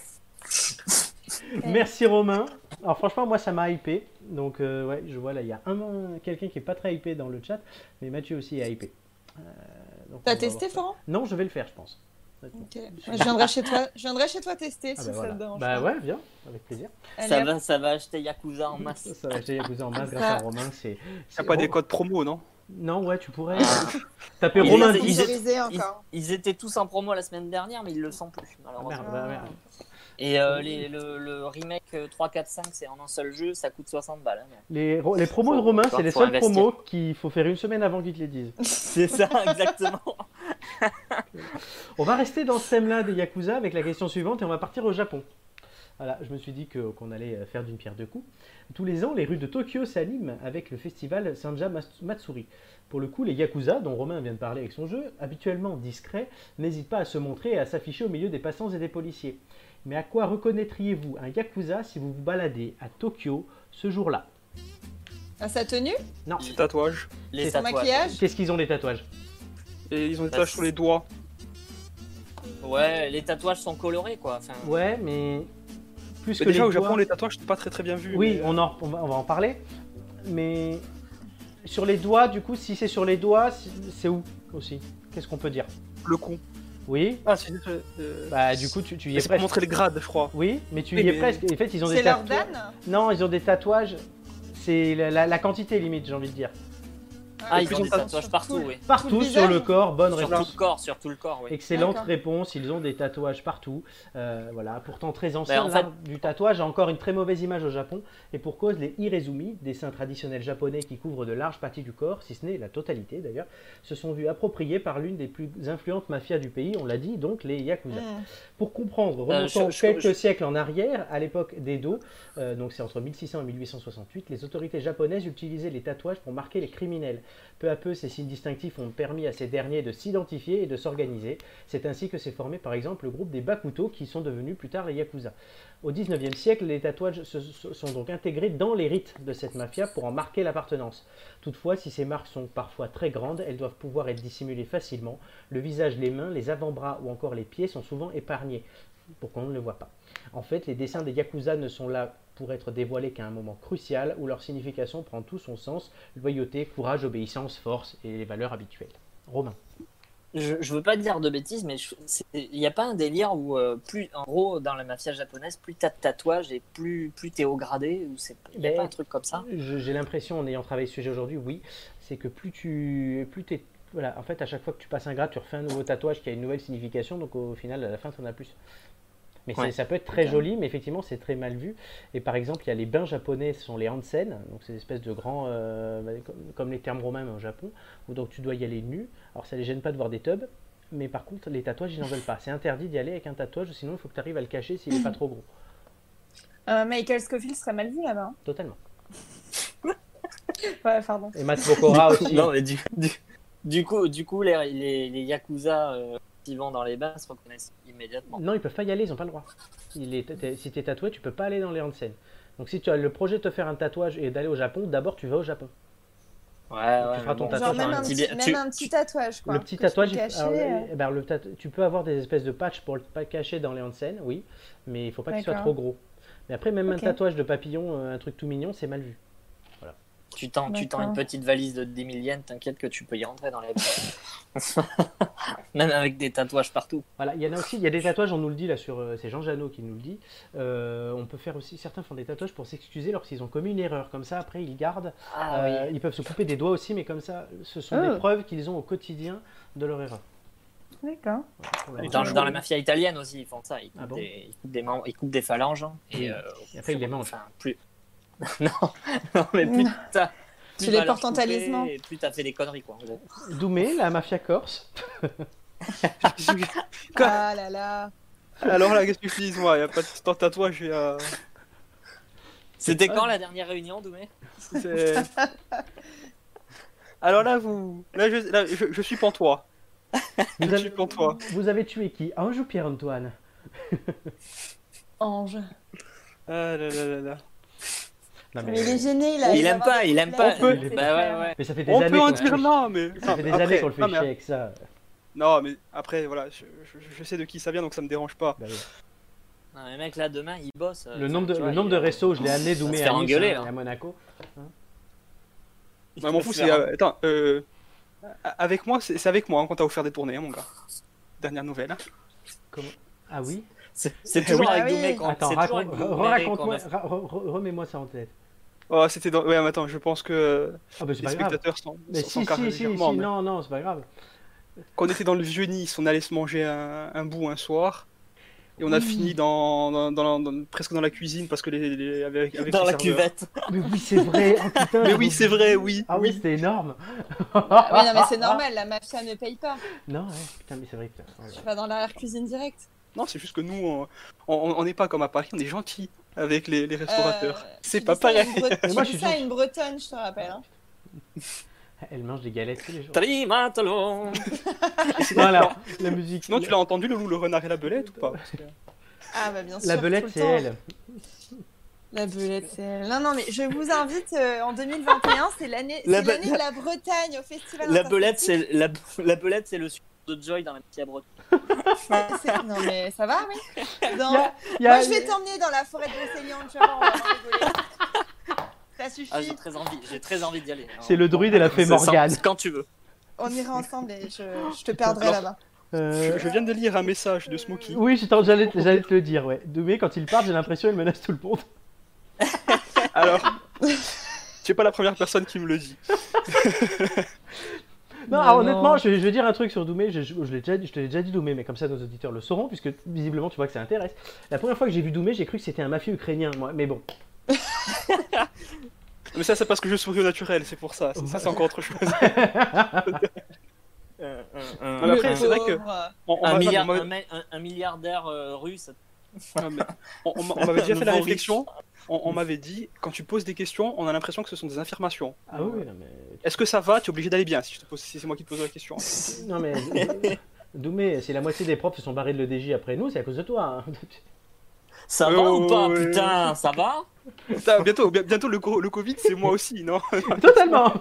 Merci Romain. Alors franchement, moi ça m'a hypé. Donc euh, ouais, je vois là, il y a un quelqu'un qui est pas très hypé dans le chat, mais Mathieu aussi est hypé. Euh, donc, on
T'as
va voir
testé,
ça.
Florent
Non, je vais le faire, je pense. honnêtement.
Ok. Je viendrai chez toi. Je viendrai chez toi tester
Ah
si
bah,
ça
voilà.
te dérange.
bah
pas.
ouais, viens, avec plaisir.
Allez,
Ça
hop.
va, ça va acheter Yakuza en masse.
Ça va acheter Yakuza en masse grâce
Ça.
à Romain. C'est.
T'as
c'est-
pas des
Ro-
codes promo, non
Non, ouais, tu pourrais
Ah.
taper
Il est-
Romain
il est-
10.
sponsorisé encore.
Ils étaient tous en promo la semaine dernière, mais ils le sont plus,
Ah,
malheureusement.
merde, bah, merde.
Et euh, les- le, le remake euh, 3, 4, 5, c'est en un seul jeu, ça coûte 60 balles. hein.
Les, les promos de
Faut-
Romain,
faut-
c'est les
faut
seuls
investir.
promos qu'il faut faire une semaine avant qu'il te les dise.
C'est ça, exactement.
On va rester dans ce thème-là des Yakuza avec la question suivante et on va partir au Japon. Voilà, je me suis dit que- qu'on allait euh, faire d'une pierre deux coups. Tous les ans, les rues de Tokyo s'animent avec le festival Sanja Mas- Matsuri. Pour le coup, les Yakuza, dont Romain vient de parler avec son jeu, habituellement discrets, n'hésitent pas à se montrer et à s'afficher au milieu des passants et des policiers. Mais à quoi reconnaîtriez-vous un Yakuza si vous vous baladez à Tokyo ce jour-là
Ah, sa tenue,
Non.
Ces tatouages.
Les
son
tatouages.
maquillage.
Qu'est-ce qu'ils ont des tatouages
Et ils ont des
Bah,
taches
c'est-
sur les doigts.
Ouais, les tatouages sont colorés, quoi. Enfin,
Ouais, mais plus
Mais
que
déjà
les
au Japon,
doigts-
les tatouages, c'est pas très très bien vu.
Oui,
mais-
on, en- on va, on va en parler. Mais sur les doigts, du coup, si c'est sur les doigts, si- c'est où aussi Qu'est-ce qu'on peut dire
Le con.
Oui
Ah, c'est. euh,
Bah, du coup, tu, tu y es
C'est pour
presque.
montrer le grade, je crois.
Oui, mais tu
Oui,
y es
mais-
presque. En fait, ils ont des
C'est leur
tatouages.
Dan.
Non, ils ont des tatouages. C'est la, la- la quantité limite, j'ai envie de dire.
ah, ils
Ils
ont
ont
des
pas-
tatouages partout,
Cool.
oui.
Partout sur
visage
le corps, hein. bonne
Sur
réponse.
tout le corps, sur tout le corps, oui.
Excellente
D'accord.
réponse, ils ont des tatouages partout. Euh, voilà, pourtant très ancien,
Ben, en
l'art du tatouage a encore une très mauvaise image au Japon, et pour cause, les irezumi, dessins traditionnels japonais qui couvrent de larges parties du corps, si ce n'est la totalité d'ailleurs, se sont vus appropriés par l'une des plus influentes mafias du pays, on l'a dit, donc les Yakuza.
Hmm.
Pour comprendre,
Euh,
remontant
je- je-
quelques
je-
siècles en arrière, à l'époque d'Edo, euh, donc c'est entre 1600 et 1868, les autorités japonaises utilisaient les tatouages pour marquer les criminels. Peu à peu, ces signes distinctifs ont permis à ces derniers de s'identifier et de s'organiser. C'est ainsi que s'est formé par exemple le groupe des Bakuto qui sont devenus plus tard les Yakuza. Au 19e siècle, les tatouages se- se- sont donc intégrés dans les rites de cette mafia pour en marquer l'appartenance. Toutefois, si ces marques sont parfois très grandes, elles doivent pouvoir être dissimulées facilement. Le visage, les mains, les avant-bras ou encore les pieds sont souvent épargnés pour qu'on ne le voit pas. En fait, les dessins des Yakuza ne sont là pour être dévoilés qu'à un moment crucial où leur signification prend tout son sens, loyauté, courage, obéissance, force et les valeurs habituelles. Romain.
Je, je veux pas dire de bêtises, mais je- c'est- il n'y a pas un délire où, euh, plus, en gros, dans la mafia japonaise, plus t'as de tatouages et plus, plus t'es au gradé, ou c'est y a
Ben,
pas un truc comme ça.
Je- J'ai l'impression, en ayant travaillé ce sujet aujourd'hui, oui, c'est que plus tu... Plus t'es- voilà, en fait, à chaque fois que tu passes un grade, tu refais un nouveau tatouage qui a une nouvelle signification, donc au final, à la fin, tu en as plus. Mais c'est-
Ouais.
ça peut être très
Ok.
joli, mais effectivement, c'est très mal vu. Et par exemple, il y a les bains japonais, ce sont les hansen, donc ces espèces de grands, euh, bah, comme, comme les termes romains mais au Japon, où donc tu dois y aller nu. Alors ça les gêne pas de voir des tubs, mais par contre, les tatouages, ils n'en veulent pas. C'est interdit d'y aller avec un tatouage, sinon il faut que tu arrives à le cacher s'il n'est pas trop gros.
Euh, Michael Scofield serait mal vu là-bas. hein.
Totalement.
Ouais, pardon.
Et Matt Pokora aussi.
Non, mais du, du- du coup, du coup, les, les, les yakuza euh, qui vont dans les bains se reconnaissent immédiatement.
Non, ils peuvent pas y aller, ils ont pas le droit. Il est- t'es- si tu es tatoué, tu peux pas aller dans les Hansen. Donc si tu as le projet de te faire un tatouage et d'aller au Japon, d'abord tu vas au Japon.
Ouais, ouais.
feras ton
mais
tatouage
Genre même
un
un
petit
petit,
bi-
même
tu-
un petit tatouage quoi.
le petit
que je peux
tatouage, il-
cacher,
alors,
euh,
eh ben, le tatou- tu peux avoir des espèces de patchs pour le pas cacher dans les Hansen, oui, mais il faut pas qu'il soit
D'accord.
trop gros. Mais après, même un
Ok.
tatouage de papillon, euh, un truc tout mignon, c'est mal vu.
Tu tends, tu tends
D'accord.
une petite valise de 10 000 yens, t'inquiète que tu peux y rentrer dans les bains. Même avec des tatouages partout.
Voilà, il y en a aussi, il y a des tatouages, on nous le dit là sur, euh, c'est Jean Janot qui nous le dit. Euh, on peut faire aussi, certains font des tatouages pour s'excuser lorsqu'ils ont commis une erreur. Comme ça, après, ils gardent.
Ah
Euh,
oui.
Ils peuvent se couper des doigts aussi, mais comme ça, ce sont
Oh.
des preuves qu'ils ont au quotidien de leur erreur.
D'accord.
Voilà.
Dans, dans la mafia italienne aussi, ils font ça. Ils coupent,
Ah bon
des, ils coupent des membres- ils coupent des phalanges. hein,
Oui.
Et, euh,
Et après, ils les mangent.
Enfin, plus... non, non, mais plus t'as- plus
Tu les
on va leur
portes en
couper,
talisman.
et Plus t'as fait des conneries, quoi. en gros.
Doumé, la mafia corse.
Quoi
Ah là là.
Alors là, qu'est-ce que tu dis, moi Il a pas de tant de tatouage. et, euh,
C'était
pas-
quand la Euh, dernière réunion, Doumé
c'est- Alors là, vous. Là, je, là, je, je suis pantois.
Vous
Je
avez,
suis pantois.
vous avez tué qui Ange ou Pierre-Antoine
Ange.
Ah là là là là.
Non,
Mais il est gêné, là.
Il
va
aime
avoir
pas,
des
il aime pas.
complexes,
On
ses
peut-
Bah
frères.
ouais, ouais.
Mais ça fait des
On
années
peut
qu'on
en
le fait
dire
chier.
non, mais.
Ça fait des années qu'on le fait
non,
chier
mais-
avec ça.
Non, mais après, voilà, je, je- je sais de qui ça vient, donc ça me dérange pas.
Bah oui.
Non, mais mec, là, demain, il bosse. euh,
Le nombre de,
tu
le
vois,
nombre
il-
de restos, je l'ai amené
se
Doumé
fait
à, Nice,
engueuler,
hein,
là.
et à Monaco.
il
Bah, m'en
peut
fous,
se
c'est.
faire-
euh, attends, euh, a- Avec moi, c'est c'est avec moi hein, quand t'as offert des tournées, hein, mon gars. Dernière nouvelle. hein.
Ah oui
C'est c'est toujours
Ah
avec
oui.
Doumé quand
Attends,
c'est toujours avec
raconte-
Doumé
raconte-moi,
qu'on a-
ra- re- re- remets-moi ça en tête.
Oh, c'était dans. Ouais, mais attends, je pense que
Ah bah c'est
les
pas grave.
spectateurs sont.
Mais
sont
si, si,
carrés
si, si,
légèrement, mais-
non, non, c'est pas grave.
Quand on était dans le vieux Nice, on allait se manger un, un bout un soir. Et on a fini dans, dans- dans- dans- presque dans la cuisine parce que les, les- avec, avec
dans
les serveurs.
la cuvette.
Mais oui, c'est vrai, oh putain.
Mais
j'ai
oui, c'est
oublié.
vrai, oui.
Ah oui,
oui.
c'était énorme.
Ah Oui,
Ah,
non, mais c'est normal, la mafia ne paye pas.
Non, ouais, putain, mais c'est vrai, putain. Oh là
Tu
là.
vas dans l'arrière-cuisine direct.
Non, c'est juste que nous, on- on on n'est pas comme à Paris, on est gentil avec les, les restaurateurs.
Euh,
C'est
tu
pas
dis ça à
pareil.
une Bre-
moi,
tu
je
dis
suis
ça à
juste-
une bretonne, je te rappelle. hein.
Elle mange des galettes tous les jours.
Trimatalon.
Voilà, la musique.
Sinon, tu l'as entendu, le loup, le renard et la belette ou pas Parce que-
Ah bah bien sûr.
La
tout
belette,
le
c'est
temps.
elle.
La belette, c'est elle. Non, non, mais je vous invite euh, en 2021, c'est l'année
La
c'est
be-
l'année de la Bretagne au festival.
La belette,
interceltique.
c'est la, la belette, c'est le sucre de Joy dans la petite brotte.
C'est- Non, mais ça va, oui. Dans-
Il y a- il y a-
Moi, je vais t'emmener dans la forêt de Brocéliande, tu vas voir, on va rigoler. Ça suffit.
Ah, j'ai très envie, j'ai très envie d'y aller.
C'est le druide et la fée
C'est sans-
Morgane.
Quand tu veux.
On ira ensemble et je, je te perdrai
Alors-
là-bas.
Euh,
Je, je viens de lire un message de Smokey.
Oui, j'étais- j'allais j'allais te le dire, ouais. Doumé, quand il part, j'ai l'impression qu'il menace tout le monde.
Alors, tu es pas la première personne qui me le dit.
Non,
Mais
alors,
non.
honnêtement, je, vais- je vais dire un truc sur Doumé. Je, je, je l'ai déjà dit- je te l'ai déjà dit Doumé, mais comme ça nos auditeurs le sauront, puisque visiblement tu vois que ça intéresse. La première fois que j'ai vu Doumé, j'ai cru que c'était un mafieux ukrainien, moi. Mais bon,
Mais ça, c'est parce que je souris au naturel, c'est pour ça. Ça, c'est encore autre chose.
Euh,
Non, mais après, c'est vrai que.
Pauvre.
on- on
Euh, Un,
m'a-
milliard-
on m'a-
un ma- un- un milliardaire euh, russe.
Non, mais on, on m'a- on m'avait déjà fait la
Nouveau
réflexion. On, on m'avait dit, quand tu poses des questions, on a l'impression que ce sont des affirmations.
ah oui, non mais,
Est-ce que ça va Tu es obligé d'aller bien si, je te pose- si c'est moi qui te pose la question.
non mais, Doumé, si la moitié des profs se sont barrés de l'EDJ après nous, c'est à cause de toi. hein.
Ça
Euh,
va ou pas,
ouais.
putain Ça va
Putain, bientôt, bi- bientôt le, co- le Covid, c'est moi aussi, non
Totalement.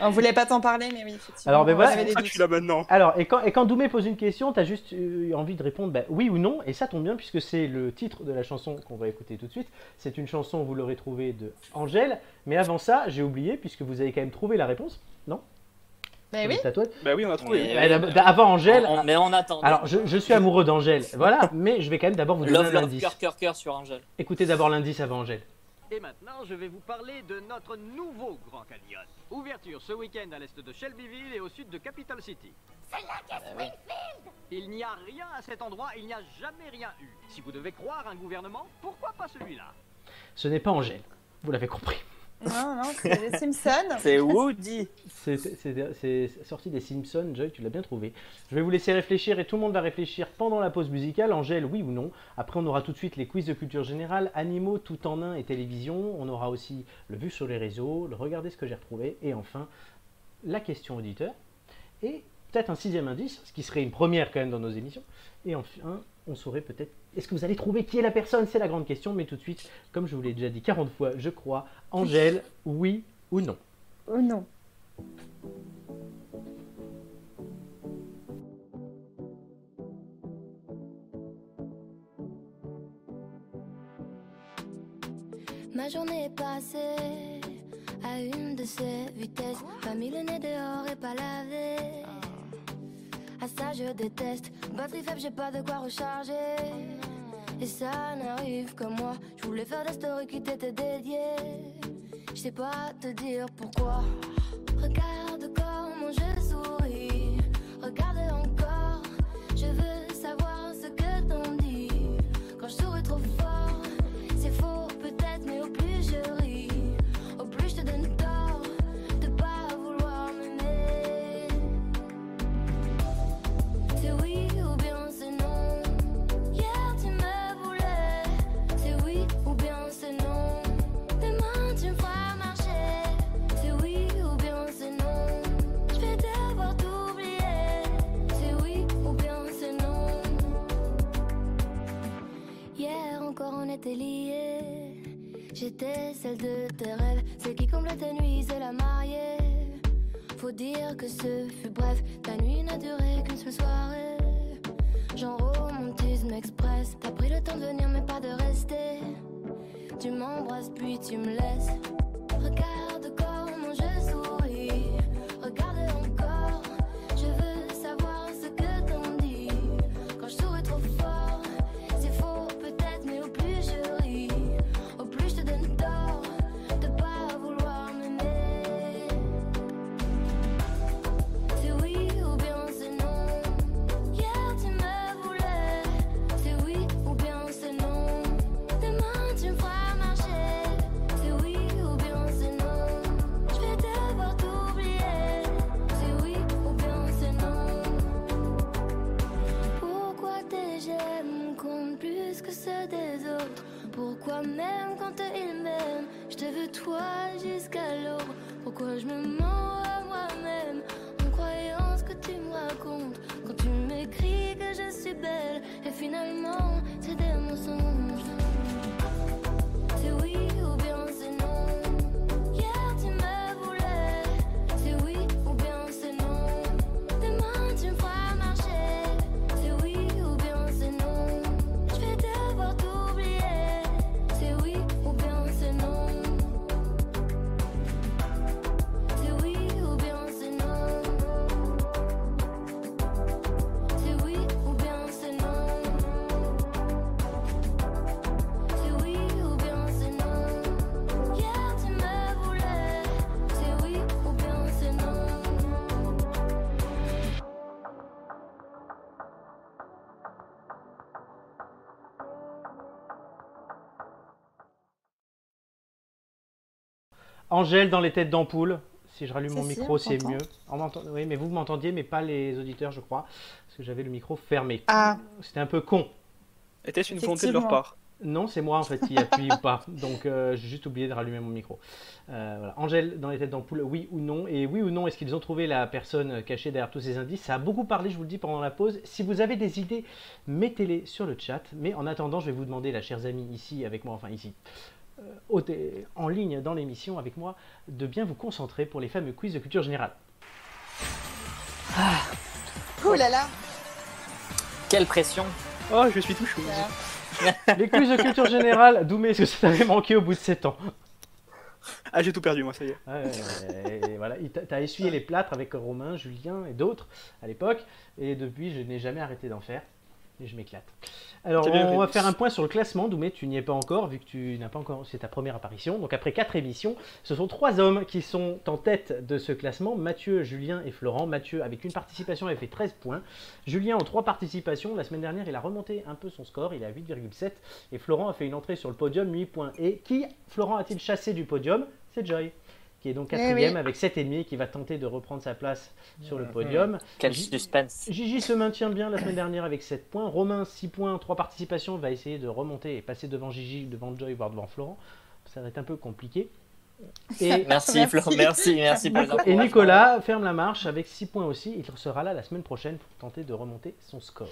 On voulait pas t'en parler, mais oui, effectivement.
Alors, ben
on
voilà.
avait des
Ah,
doutes.
je suis là maintenant.
Alors, et quand, et quand Doumé pose une question, t'as juste eu envie de répondre bah, oui ou non, et ça tombe bien puisque c'est le titre de la chanson qu'on va écouter tout de suite. C'est une chanson, vous l'aurez trouvée, de Angèle, mais avant ça, j'ai oublié, puisque vous avez quand même trouvé la réponse.
Mais
sur
Eh Ben oui,
le tatouage.
Bah oui, on a trouvé.
Mais-
Bah, d'ab- Avant Angèle,
On- on- Mais on attend.
Alors, je, je suis amoureux d'Angèle, voilà, mais je vais quand même d'abord vous donner
Love,
un
love,
indice.
cœur, cœur, cœur sur Angèle.
Écoutez d'abord l'indice avant Angèle.
Et maintenant, je vais vous parler de notre nouveau Grand Canyon. Ouverture ce week-end à l'est de Shelbyville et au sud de Capital City.
Eh
Il n'y a rien à cet endroit, il n'y a jamais rien eu. Si vous devez croire un gouvernement, pourquoi pas celui-là
Ce n'est pas Angèle, vous l'avez compris.
non, non, c'est les Simpsons.
C'est Woody.
C'est- C'est c'est sorti des Simpsons, Joy, tu l'as bien trouvé. Je vais vous laisser réfléchir et tout le monde va réfléchir pendant la pause musicale. Angèle, oui ou non. Après, on aura tout de suite les quiz de culture générale, animaux, tout en un et télévision. On aura aussi le vu sur les réseaux, le regarder ce que j'ai retrouvé. Et enfin, la question auditeur. Et peut-être un sixième indice, ce qui serait une première quand même dans nos émissions. Et enfin, on saurait peut-être. Est-ce que vous allez trouver qui est la personne C'est la grande question. Mais tout de suite, comme je vous l'ai déjà dit 40 fois, je crois. Angèle, oui ou non
Oh non.
Ma journée est passée à une de ces vitesses. pas mis le nez dehors et pas lavé. À ça, je déteste. Batterie faible, j'ai pas de quoi recharger. et ça n'arrive que moi. Je voulais faire des stories qui t'étaient dédiées. Je sais pas te dire pourquoi. Regarde comment je souris. Regarde encore. Je veux savoir ce que t'en dis. Quand je souris trop fort, c'est faux peut-être, mais au plus je ris, au plus je te donne tort. on était liés. J'étais celle de tes rêves, celle qui comble tes nuits et la mariée. Faut dire que ce fut bref, ta nuit n'a duré qu'une seule soirée. Genre romantisme express, t'as pris le temps de venir mais pas de rester. Tu m'embrasses puis tu me laisses. Regarde comment je souris, regarde encore. Je veux savoir ce que t'en dis. Quand je souris trop fort, c'est faux peut-être, mais au plus je ris, au plus je te donne tort de pas vouloir m'aimer. C'est oui ou bien c'est non. Hier tu me voulais, c'est oui ou bien c'est non. Demain tu me feras marcher, c'est oui ou bien c'est non. Je vais devoir t'oublier, c'est oui ou bien c'est non. Pourquoi tes j'aime comptent plus que ceux des autres Pourquoi même quand ils m'aiment, je te veux toi jusqu'à l'aube Pourquoi je me mens à moi-même en croyant ce que tu me racontes Quand tu m'écris que je suis belle et finalement c'est des mensonges C'est oui ou bien c'est non Hier tu me voulais, c'est oui ou bien c'est non Demain tu me feras marcher, c'est oui ou bien c'est non. Je vais devoir t'oublier, c'est oui ou bien c'est non. C'est oui ou bien c'est non. C'est oui ou bien c'est non. C'est oui ou bien c'est non. Hier tu me voulais, c'est oui ou bien c'est non.
Angèle dans les têtes d'ampoule. Si je rallume
Si,
mon
si,
micro,
on
c'est
t'entend.
mieux. On m'entend- oui, mais vous m'entendiez, mais pas les auditeurs, je crois, parce que j'avais le micro fermé.
Ah,
C'était un peu con.
Était-ce une volonté de leur
Effectivement.
part
Non, c'est moi en fait qui appuie ou pas. Donc euh, j'ai juste oublié de rallumer mon micro. Euh, voilà. Angèle dans les têtes d'ampoule, oui ou non Et oui ou non, est-ce qu'ils ont trouvé la personne cachée derrière tous ces indices Ça a beaucoup parlé, je vous le dis, pendant la pause. Si vous avez des idées, mettez-les sur le chat. Mais en attendant, je vais vous demander, la chers amis, ici avec moi, enfin ici, euh, au té- en ligne dans l'émission avec moi, de bien vous concentrer pour les fameux quiz de culture générale.
ouh là là.
Quelle pression
Oh, je suis tout chou.
Voilà.
Les quiz de culture générale, Doumé, est-ce que ça t'avait manqué au bout de 7 ans
Ah, j'ai tout perdu, moi, ça y est.
Ouais, et voilà, il t'a- t'as essuyé les plâtres avec Romain, Julien et d'autres à l'époque, et depuis je n'ai jamais arrêté d'en faire, et je m'éclate. Alors
C'est bien
on
vrai.
va faire un point sur le classement, Doumé, tu n'y es pas encore, vu que tu n'as pas encore, c'est ta première apparition. Donc après quatre émissions, ce sont trois hommes qui sont en tête de ce classement, Mathieu, Julien et Florent. Mathieu avec une participation avait fait 13 points, Julien en trois participations, la semaine dernière il a remonté un peu son score, il est à 8,7, et Florent a fait une entrée sur le podium, 8 points. Et qui Florent a-t-il chassé du podium C'est Joy qui est donc
Eh
quatrième
oui.
avec 7,5 qui va tenter de reprendre sa place sur le podium.
Quel
J-
suspense
Gigi se maintient bien la semaine dernière avec 7 points. Romain, 6 points, 3 participations, va essayer de remonter et passer devant Gigi, devant Joy, voire devant Florent. Ça va être un peu compliqué. Et,
Merci,
Merci.
Florent, merci, merci pour les hein,
et
encouragements.
Nicolas ferme la marche avec 6 points aussi. Il sera là la semaine prochaine pour tenter de remonter son score.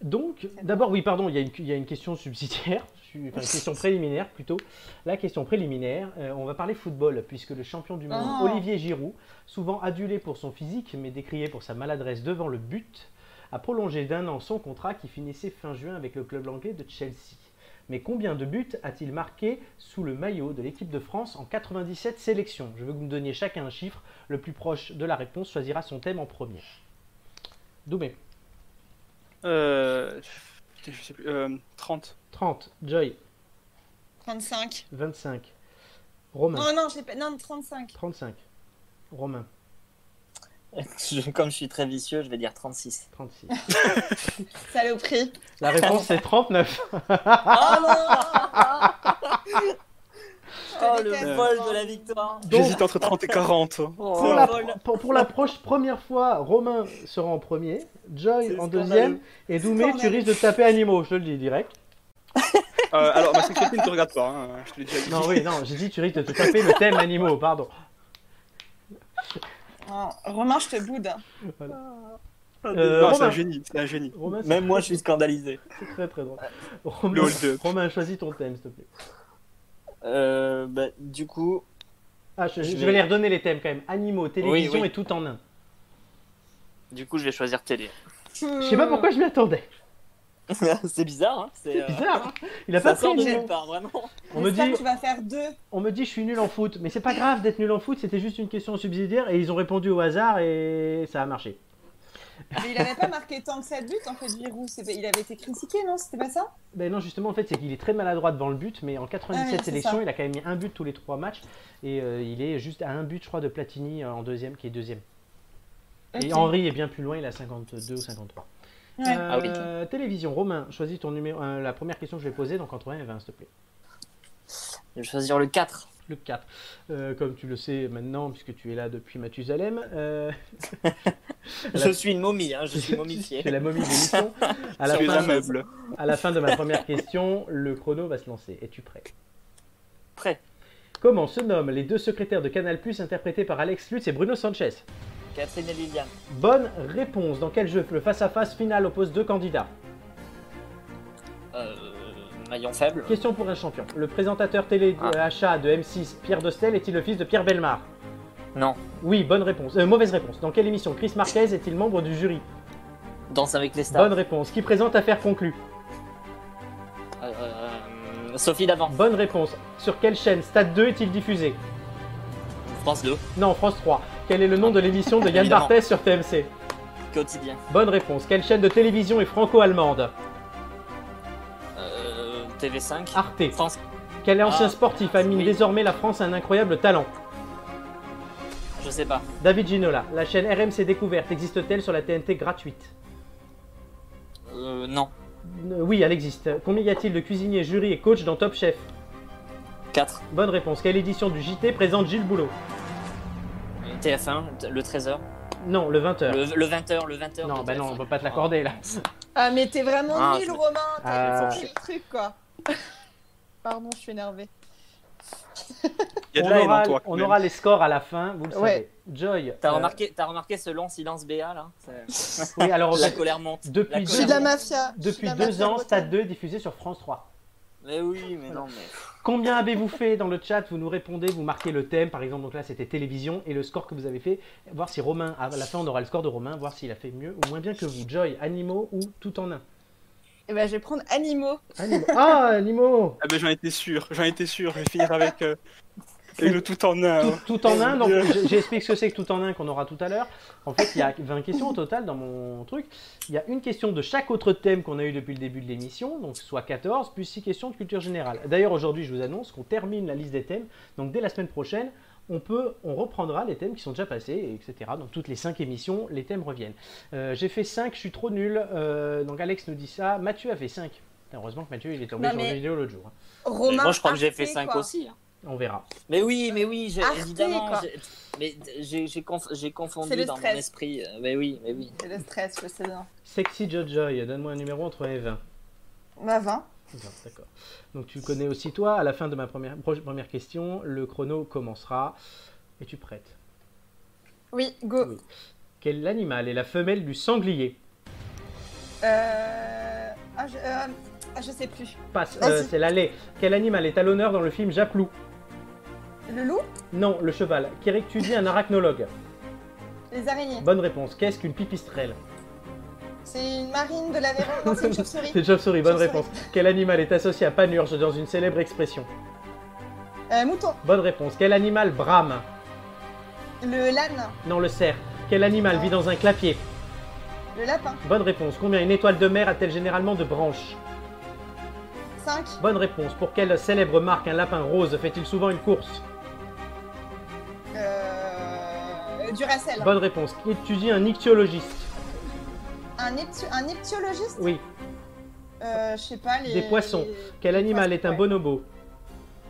Donc, d'abord, oui, pardon, il y, a une, il y a une question subsidiaire, je suis- enfin une question préliminaire plutôt. La question préliminaire, euh, on va parler football, puisque le champion du monde,
Oh.
Olivier Giroud, souvent adulé pour son physique, mais décrié pour sa maladresse devant le but, a prolongé d'un an son contrat qui finissait fin juin avec le club anglais de Chelsea. Mais combien de buts a-t-il marqué sous le maillot de l'équipe de France en 97 sélections Je veux que vous me donniez chacun un chiffre. Le plus proche de la réponse choisira son thème en premier. Doumé,
Euh. putain, je sais plus. Euh, 30.
30. Joy,
35.
25. Romain,
Oh Non, non, j'ai pas... non, 35.
35. Romain,
Je- Comme je suis très vicieux, je vais dire 36.
36.
Saloperie.
La réponse c'est 39.
Oh non
Je te
Oh le
déteste,
vol
Laurent.
de la victoire
Donc-
J'hésite entre 30 et 40.
Pour Oh. la,
vol.
pour, pour la proche- première fois, Romain sera en premier, Joy
C'est
en
scandaleux.
deuxième, et Doumé, tu
Scandaleux.
risques de taper animaux, je te le dis direct.
Euh, alors, ma sexualité ne te regarde pas, hein, je te l'ai déjà dit.
Non, oui, non, j'ai dit tu risques de te taper le thème animaux, pardon.
Oh, Romain, je te boude.
Euh,
non, c'est
Romain.
un génie, c'est un génie.
Romain, c'est
Même moi,
très-
je suis scandalisé.
c'est très très drôle. Romain,
Le hold-up.
Romain, choisis ton thème, s'il te plaît.
Euh, bah, du coup,
Ah, je,
Je
je
vais-
vais les redonner les thèmes quand même. Animaux, télévision
oui.
et tout en un.
du coup, je vais choisir télé.
Je sais pas pourquoi je m'y attendais.
c'est bizarre, hein C'est euh,
Bizarre. Il a
Ça
pas
sort de
pris.
nulle part, vraiment.
On me dit,
tu vas faire deux.
on me dit, je suis nul en foot, mais c'est pas grave d'être nul en foot. C'était juste une question subsidiaire et ils ont répondu au hasard et ça a marché.
Mais il avait pas marqué tant que ça de but en fait, Giroud. C'est- Il avait été critiqué, non C'était pas ça
Ben non, justement, en fait, c'est qu'il est très maladroit devant le but, mais en 97
Ah ouais, c'est
sélections,
ça.
il a quand même mis un but tous les trois matchs et euh, il est juste à un but, je crois, de Platini euh, en deuxième, qui est deuxième.
Ok.
Et Henri est bien plus loin, il a 52 ou 53.
Ouais. Ah
Euh, Télévision, Romain, choisis ton numéro. euh, la première question que je vais poser, donc Antoine, elle va, s'il te plaît.
Je vais choisir le 4.
Le 4. Euh, comme tu le sais maintenant, puisque tu es là depuis Mathusalem, euh,
Je suis une momie, hein, je suis momifié.
tu es la momie de l'émission. À, la
Tu es un
fin-
meuble.
à la fin de ma première question, le chrono va se lancer. Es-tu prêt
Prêt.
Comment se nomment les deux secrétaires de Canal Plus interprétés par Alex Lutz et Bruno Sanchez
Catherine et Liliane.
Bonne réponse. Dans quel jeu le face-à-face final oppose deux candidats
Euh, maillon faible.
Question pour un champion. Le présentateur télé de-
Ah.
achat de M6, Pierre Dostel, est-il le fils de Pierre Belmar
Non.
Oui, bonne réponse. Euh, mauvaise réponse. Dans quelle émission Chris Marquez est-il membre du jury
Danse avec les stars.
Bonne réponse. Qui présente Affaire conclue
Euh, euh, Sophie d'avant.
Bonne réponse. Sur quelle chaîne Stade 2 est-il diffusé
France 2.
Non, France 3. Quel est le nom de l'émission de Yann
Évidemment.
Barthès sur TMC
Quotidien.
Bonne réponse. Quelle chaîne de télévision est franco-allemande
Euh, TV5.
Arte.
France.
Quel ancien
Ah,
sportif amine
oui.
désormais la France à un incroyable talent
Je sais pas.
David Ginola. La chaîne RMC Découverte existe-t-elle sur la TNT gratuite
Euh, non.
Euh, Oui, elle existe. Combien y a-t-il de cuisiniers, jurys et coachs dans Top Chef
4.
Bonne réponse. Quelle édition du JT présente Gilles Boulot
TF1. Le 13h.
Non, le 20h.
Le, le 20h. Le 20h.
Non, bah non, on peut pas te l'accorder là.
Ah, mais t'es vraiment
Ah,
nul,
c'est-
Romain. T'as
Ah.
compris le truc, quoi. Pardon, je suis énervée.
Il y a de
on
la haine
aura,
en toi. quand
on
même.
aura les scores à la fin, vous le savez.
Ouais.
Joy.
T'as
euh,
remarqué, t'as remarqué ce long silence BA là C'est-
Oui, alors
La colère monte.
depuis
la
deux-
Je suis de la
monte.
mafia. Je suis
depuis
de la
deux
mafia
ans,
bretonne.
Stade 2 est diffusé sur France 3.
Mais oui, mais non, mais.
Combien avez-vous fait dans le chat Vous nous répondez, vous marquez le thème, par exemple, donc là c'était télévision, et le score que vous avez fait, voir si Romain, à la fin on aura le score de Romain, voir s'il a fait mieux ou moins bien que vous. Joy, animaux ou tout en un
Eh ben, je vais prendre animaux.
Animaux. Ah, animaux
Ah ben j'en étais sûr, j'en étais sûr, je vais finir avec, euh, avec le tout en un.
tout,
hein.
tout en un, donc je- j'explique ce que c'est que tout en un qu'on aura tout à l'heure. En fait, il y a 20 questions au total dans mon truc. Il y a une question de chaque autre thème qu'on a eu depuis le début de l'émission, donc soit 14, plus 6 questions de culture générale. D'ailleurs, aujourd'hui, je vous annonce qu'on termine la liste des thèmes, donc dès la semaine prochaine. On, peut, on reprendra les thèmes qui sont déjà passés, etc. Donc toutes les 5 émissions, les thèmes reviennent. Euh, J'ai fait 5, je suis trop nul. euh, donc Alex nous dit ça. Mathieu a fait 5. Heureusement que Mathieu il est tombé
Non,
sur
mais-
une vidéo l'autre jour. hein.
Mais
Romain.
moi je crois que j'ai
Arte,
fait 5
quoi.
aussi. hein.
On verra.
Mais oui, mais oui, j'ai-
Arte,
évidemment.
quoi.
j'ai- Mais j'ai j'ai conf- j'ai
C'est
confondu
le
dans mon
stress.
esprit. euh, Mais oui, mais oui.
C'est le stress, je sais bien.
Sexy Jojoy, donne-moi un numéro entre 1 et 20.
Ma 20.
Bien, d'accord. Donc tu le connais aussi toi. À la fin de ma première, proche- première question, le chrono commencera. Es-tu prête
Oui, go.
Oui. Quel animal est la femelle du sanglier
Euh... Ah, je... euh, ah, je sais plus.
Passe,
Vas-y.
euh, c'est l'allée. Quel animal est à l'honneur dans le film Japlou
Le loup
Non, le cheval. Qu'érectudie un arachnologue
Les araignées.
Bonne réponse. Qu'est-ce qu'une pipistrelle
C'est une marine de l'Aveyron. Non, c'est une chauve-souris.
C'est une chauve-souris, bonne
Chauve-souris.
réponse. Quel animal est associé à Panurge dans une célèbre expression
Euh, mouton.
Bonne réponse. Quel animal brame
Le l'âne.
Non, le cerf. Quel animal vit dans un clapier
Le lapin.
Bonne réponse. Combien une étoile de mer a-t-elle généralement de branches
5.
Bonne réponse. Pour quelle célèbre marque un lapin rose fait-il souvent une course
Euh... Duracell.
Bonne réponse. Qui étudie un ichtyologiste
Un, ipti- un iptiologiste
Oui.
Euh, je sais pas, les...
Des poissons.
les-
Quel
les
animal est
poissons,
un
ouais.
bonobo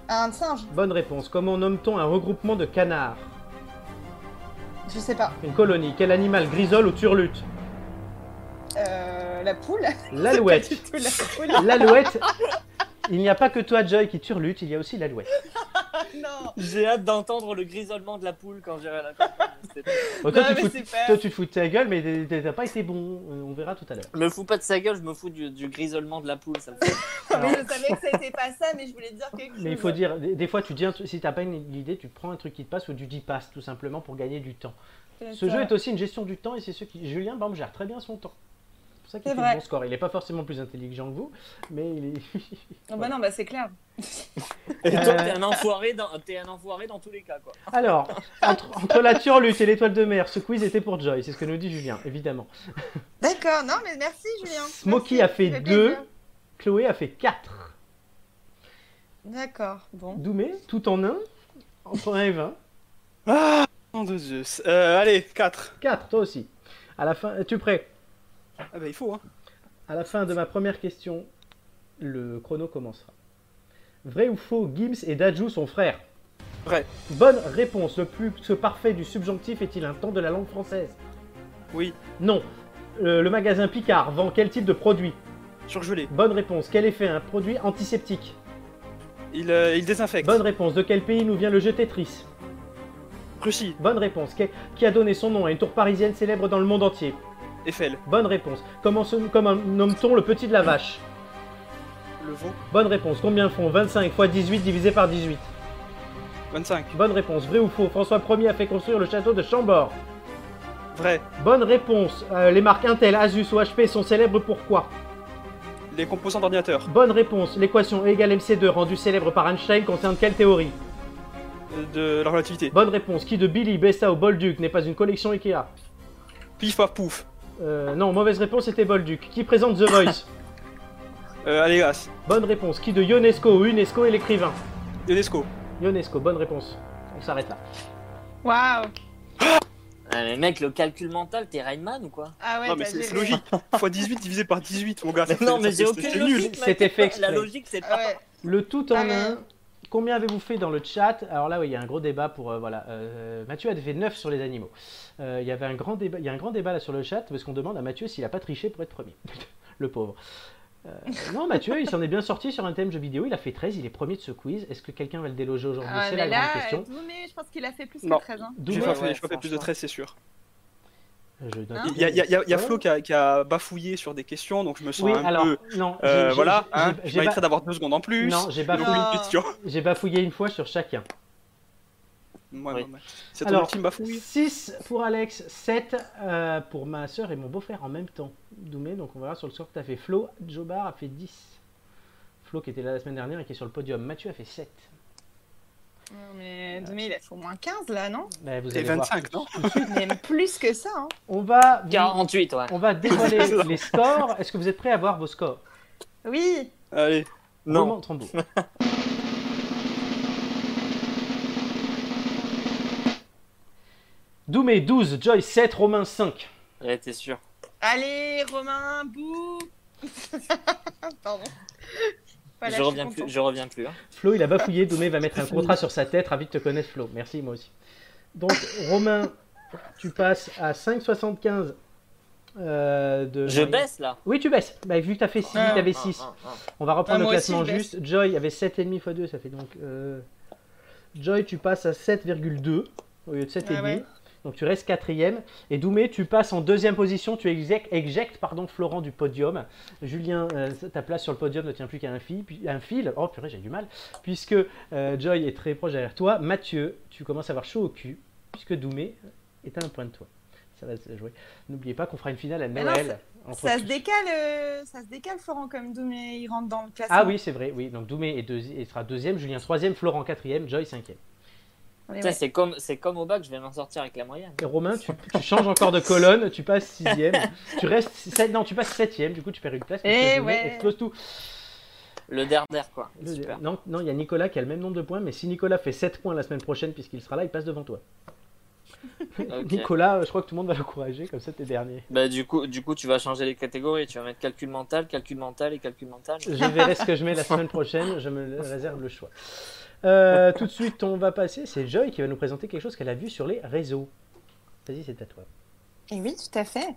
Un singe.
Bonne réponse. Comment nomme-t-on un regroupement de canards
Je sais pas.
Une colonie. Quel animal grisole ou turlute
Euh, la poule
L'alouette.
Du tout, la poule.
L'alouette. Il n'y a pas que toi, Joy, qui turlute, il y a aussi l'alouette.
Non.
J'ai hâte d'entendre le grisolement de la poule quand j'irai à la campagne. C'est-
Bon, toi,
Non,
tu
mais
te fous-
c'est pas-
toi, tu te fous de ta gueule, mais t'es- t'es- t'as pas été bon. Euh, On verra tout à l'heure.
Je me fous pas de sa gueule, je me fous du, du grisolement de la poule. Ça me fait...
Alors,
Mais je savais que c'était pas ça, mais je voulais dire quelque chose.
Mais il faut dire, des, des fois, tu dis un truc- si t'as pas une idée, tu prends un truc qui te passe ou du dit passe, tout simplement pour gagner du temps.
C'est
Ce
ça.
jeu est aussi une gestion du temps et c'est ce qui. Julien Baum gère très bien son temps. C'est pour ça qu'il
C'est
fait
vrai.
de bon score. Il est pas forcément plus intelligent que vous, mais il est.
Non, bah non, bah c'est clair.
Et toi,
Euh.
t'es un, enfoiré dans... t'es un enfoiré dans tous les cas. Quoi.
Alors, entre, entre la turlute et l'étoile de mer, ce quiz était pour Joy, c'est ce que nous dit Julien, évidemment.
D'accord, non, mais merci Julien.
Smokey
Merci,
a
ça
fait
plaisir.
2, Chloé a fait 4,
D'accord, bon.
Doumé, tout en 1, entre 1 et 20,
Ah Nom de Zeus. Euh, allez, 4.
4, toi aussi. À la fin, es-tu prêt
Ah bah il faut, hein.
À la fin de ma première question, le chrono commencera. Vrai ou faux, Gims et Dajou sont frères
Vrai.
Bonne réponse. Le plus ce parfait du subjonctif est-il un temps de la langue française
Oui.
Non. Euh, Le, le magasin Picard vend quel type de produit
Surgelé.
Bonne réponse. Quel effet a un produit antiseptique
Il, euh, il désinfecte.
Bonne réponse. De quel pays nous vient le jeu Tetris
Russie.
Bonne réponse. Qui- Qui a donné son nom à une tour parisienne célèbre dans le monde entier
Eiffel.
Bonne réponse. Comment, se- comment nomme-t-on le petit de la vache
Le veau.
Bonne réponse. Combien font 25 x 18 divisé par 18
25.
Bonne réponse. Vrai ou faux François Ier a fait construire le château de Chambord.
Vrai.
Bonne réponse. Euh, les marques Intel, Asus ou HP sont célèbres pour quoi
Les composants d'ordinateur.
Bonne réponse. L'équation E égale MC2 rendue célèbre par Einstein concerne quelle théorie
Euh, De la relativité.
Bonne réponse. Qui de Billy, Bessa ou Bolduc n'est pas une collection Ikea
Pif paf pouf.
Euh, Non, mauvaise réponse, c'était Bolduc. Qui présente The Voice
Euh, allez, as.
Bonne réponse. Qui de Ionesco ou UNESCO est l'écrivain
UNESCO.
Ionesco, bonne réponse. On s'arrête là.
Waouh
Ah, mais mec, le calcul mental, t'es Rayman ou quoi
Ah ouais,
non mais
t'as
c'est c'est
géré.
logique. Fois 18 divisé par 18, mon gars. Ah, ça fait-
Non, mais
ça
j'ai
fait-
aucune
c'est
logique.
nul.
mec.
C'était fait exprès.
La logique, c'est
Ah
pas.
ouais.
Le tout en
Ah, mais-
un. Combien avez-vous fait dans le chat Alors là, oui, il y a un gros débat pour euh, voilà. euh, Mathieu a fait 9 sur les animaux. Euh, il y avait un grand débat. Il y a un grand débat là sur le chat parce qu'on demande à Mathieu s'il a pas triché pour être premier. le pauvre. Euh, non, Mathieu, il s'en est bien sorti sur un thème jeu vidéo. Il a fait 13, il est premier de ce quiz. Est-ce que quelqu'un va le déloger aujourd'hui
Ah ouais,
C'est
mais
la
là,
grande question.
euh, Doumé, je pense qu'il a fait plus
Non.
que 13. Hein.
J'ai
Doumé,
pas
Ouais,
fait, j'ai pas
ouais,
fait plus de
franchement.
13, c'est sûr.
Euh, je donne-
Hein
Il y a, il y a- il y a- il y a
Ouais.
Flo qui a, qui a bafouillé sur des questions, donc je me sens
Oui,
un
alors,
peu.
non,
euh,
j'ai- j'ai-
voilà,
j'ai-
hein,
j'ai
je mériterais
ba-
d'avoir deux secondes en plus.
Non, j'ai
Et donc,
bafouillé.
une question.
j'ai bafouillé une fois sur chacun.
Ouais,
Oui.
ouais, ouais. C'est ton
Alors,
ultime bafouille.
6 pour Alex, 7 euh, pour ma soeur et mon beau-frère en même temps. Doumé, donc on verra sur le score que tu as fait. Flo, Jobar a fait 10. Flo qui était là la semaine dernière et qui est sur le podium. Mathieu a fait 7.
Non, mais Doumé, il a fait au moins 15 là, non
Ben, vous
Et
allez voir
25,
tout-
non
tout de suite.
Même plus que ça. Hein.
On va, vous-
48, ouais.
on va dévoiler les scores. Est-ce que vous êtes prêts à voir vos scores
Oui.
Allez,
Roulement de tambour. Doumé 12, Joy 7, Romain 5.
Ouais, t'es sûr.
Allez, Romain, bouh Pardon. Voilà,
je,
suis
reviens plus,
contente.
je reviens plus. hein.
Flo, il a bafouillé. Doumé va mettre un contrat sur sa tête. Ravi de te connaître, Flo. Merci, moi aussi. Donc, Romain, tu passes à 5,75 euh, de.
Je baisse là.
Oui, tu baisses. Bah, vu que tu as fait 6,
Ah,
tu avais
Un,
6.
un, un.
On va reprendre
Ah,
le
moi aussi,
classement
je baisse.
juste. Joy avait 7,5 x 2, ça fait donc. euh, Joy, tu passes à 7,2 au lieu de 7,5.
Ah ouais.
Donc tu restes quatrième. Et Doumé, tu passes en deuxième position. Tu exec- éjectes pardon, Florent du podium. Julien, euh, ta place sur le podium ne tient plus qu'à un fil. puis- Un fil. Oh purée, j'ai du mal. Puisque euh, Joy est très proche derrière toi. Mathieu, tu commences à avoir chaud au cul. Puisque Doumé est à un point de toi. Ça va se jouer. N'oubliez pas qu'on fera une finale à
Mais non,
Noël. entre
Ça se
tous.
décale, euh, ça se décale, Florent, comme Doumé, il rentre dans le classement.
Ah oui, c'est vrai, oui. Donc Doumé est deuxi- et sera deuxième, Julien troisième, Florent quatrième, Joy cinquième.
Mais
Putain,
ouais.
C'est comme, c'est comme au bac, je vais m'en sortir avec la moyenne.
Et Romain, tu, tu changes encore de colonne, tu passes sixième, tu restes sept- non, tu passes septième, du coup tu perds une place. parce que
Eh
Doumé
ouais.
explose tout.
Le derder, quoi. Super.
Non, non, il y a Nicolas qui a le même nombre de points, mais si Nicolas fait 7 points la semaine prochaine puisqu'il sera là, il passe devant toi.
Ok.
Nicolas, euh, je crois que tout le monde va l'encourager, comme ça t'es dernier.
Bah, du, coup, du coup, tu vas changer les catégories. Tu vas mettre calcul mental, calcul mental et calcul mental.
Je verrai ce que je mets la semaine prochaine, je me réserve le choix. Euh, tout de suite, on va passer, c'est Joy qui va nous présenter quelque chose qu'elle a vu sur les réseaux. Vas-y, c'est à toi.
Et oui, tout à fait.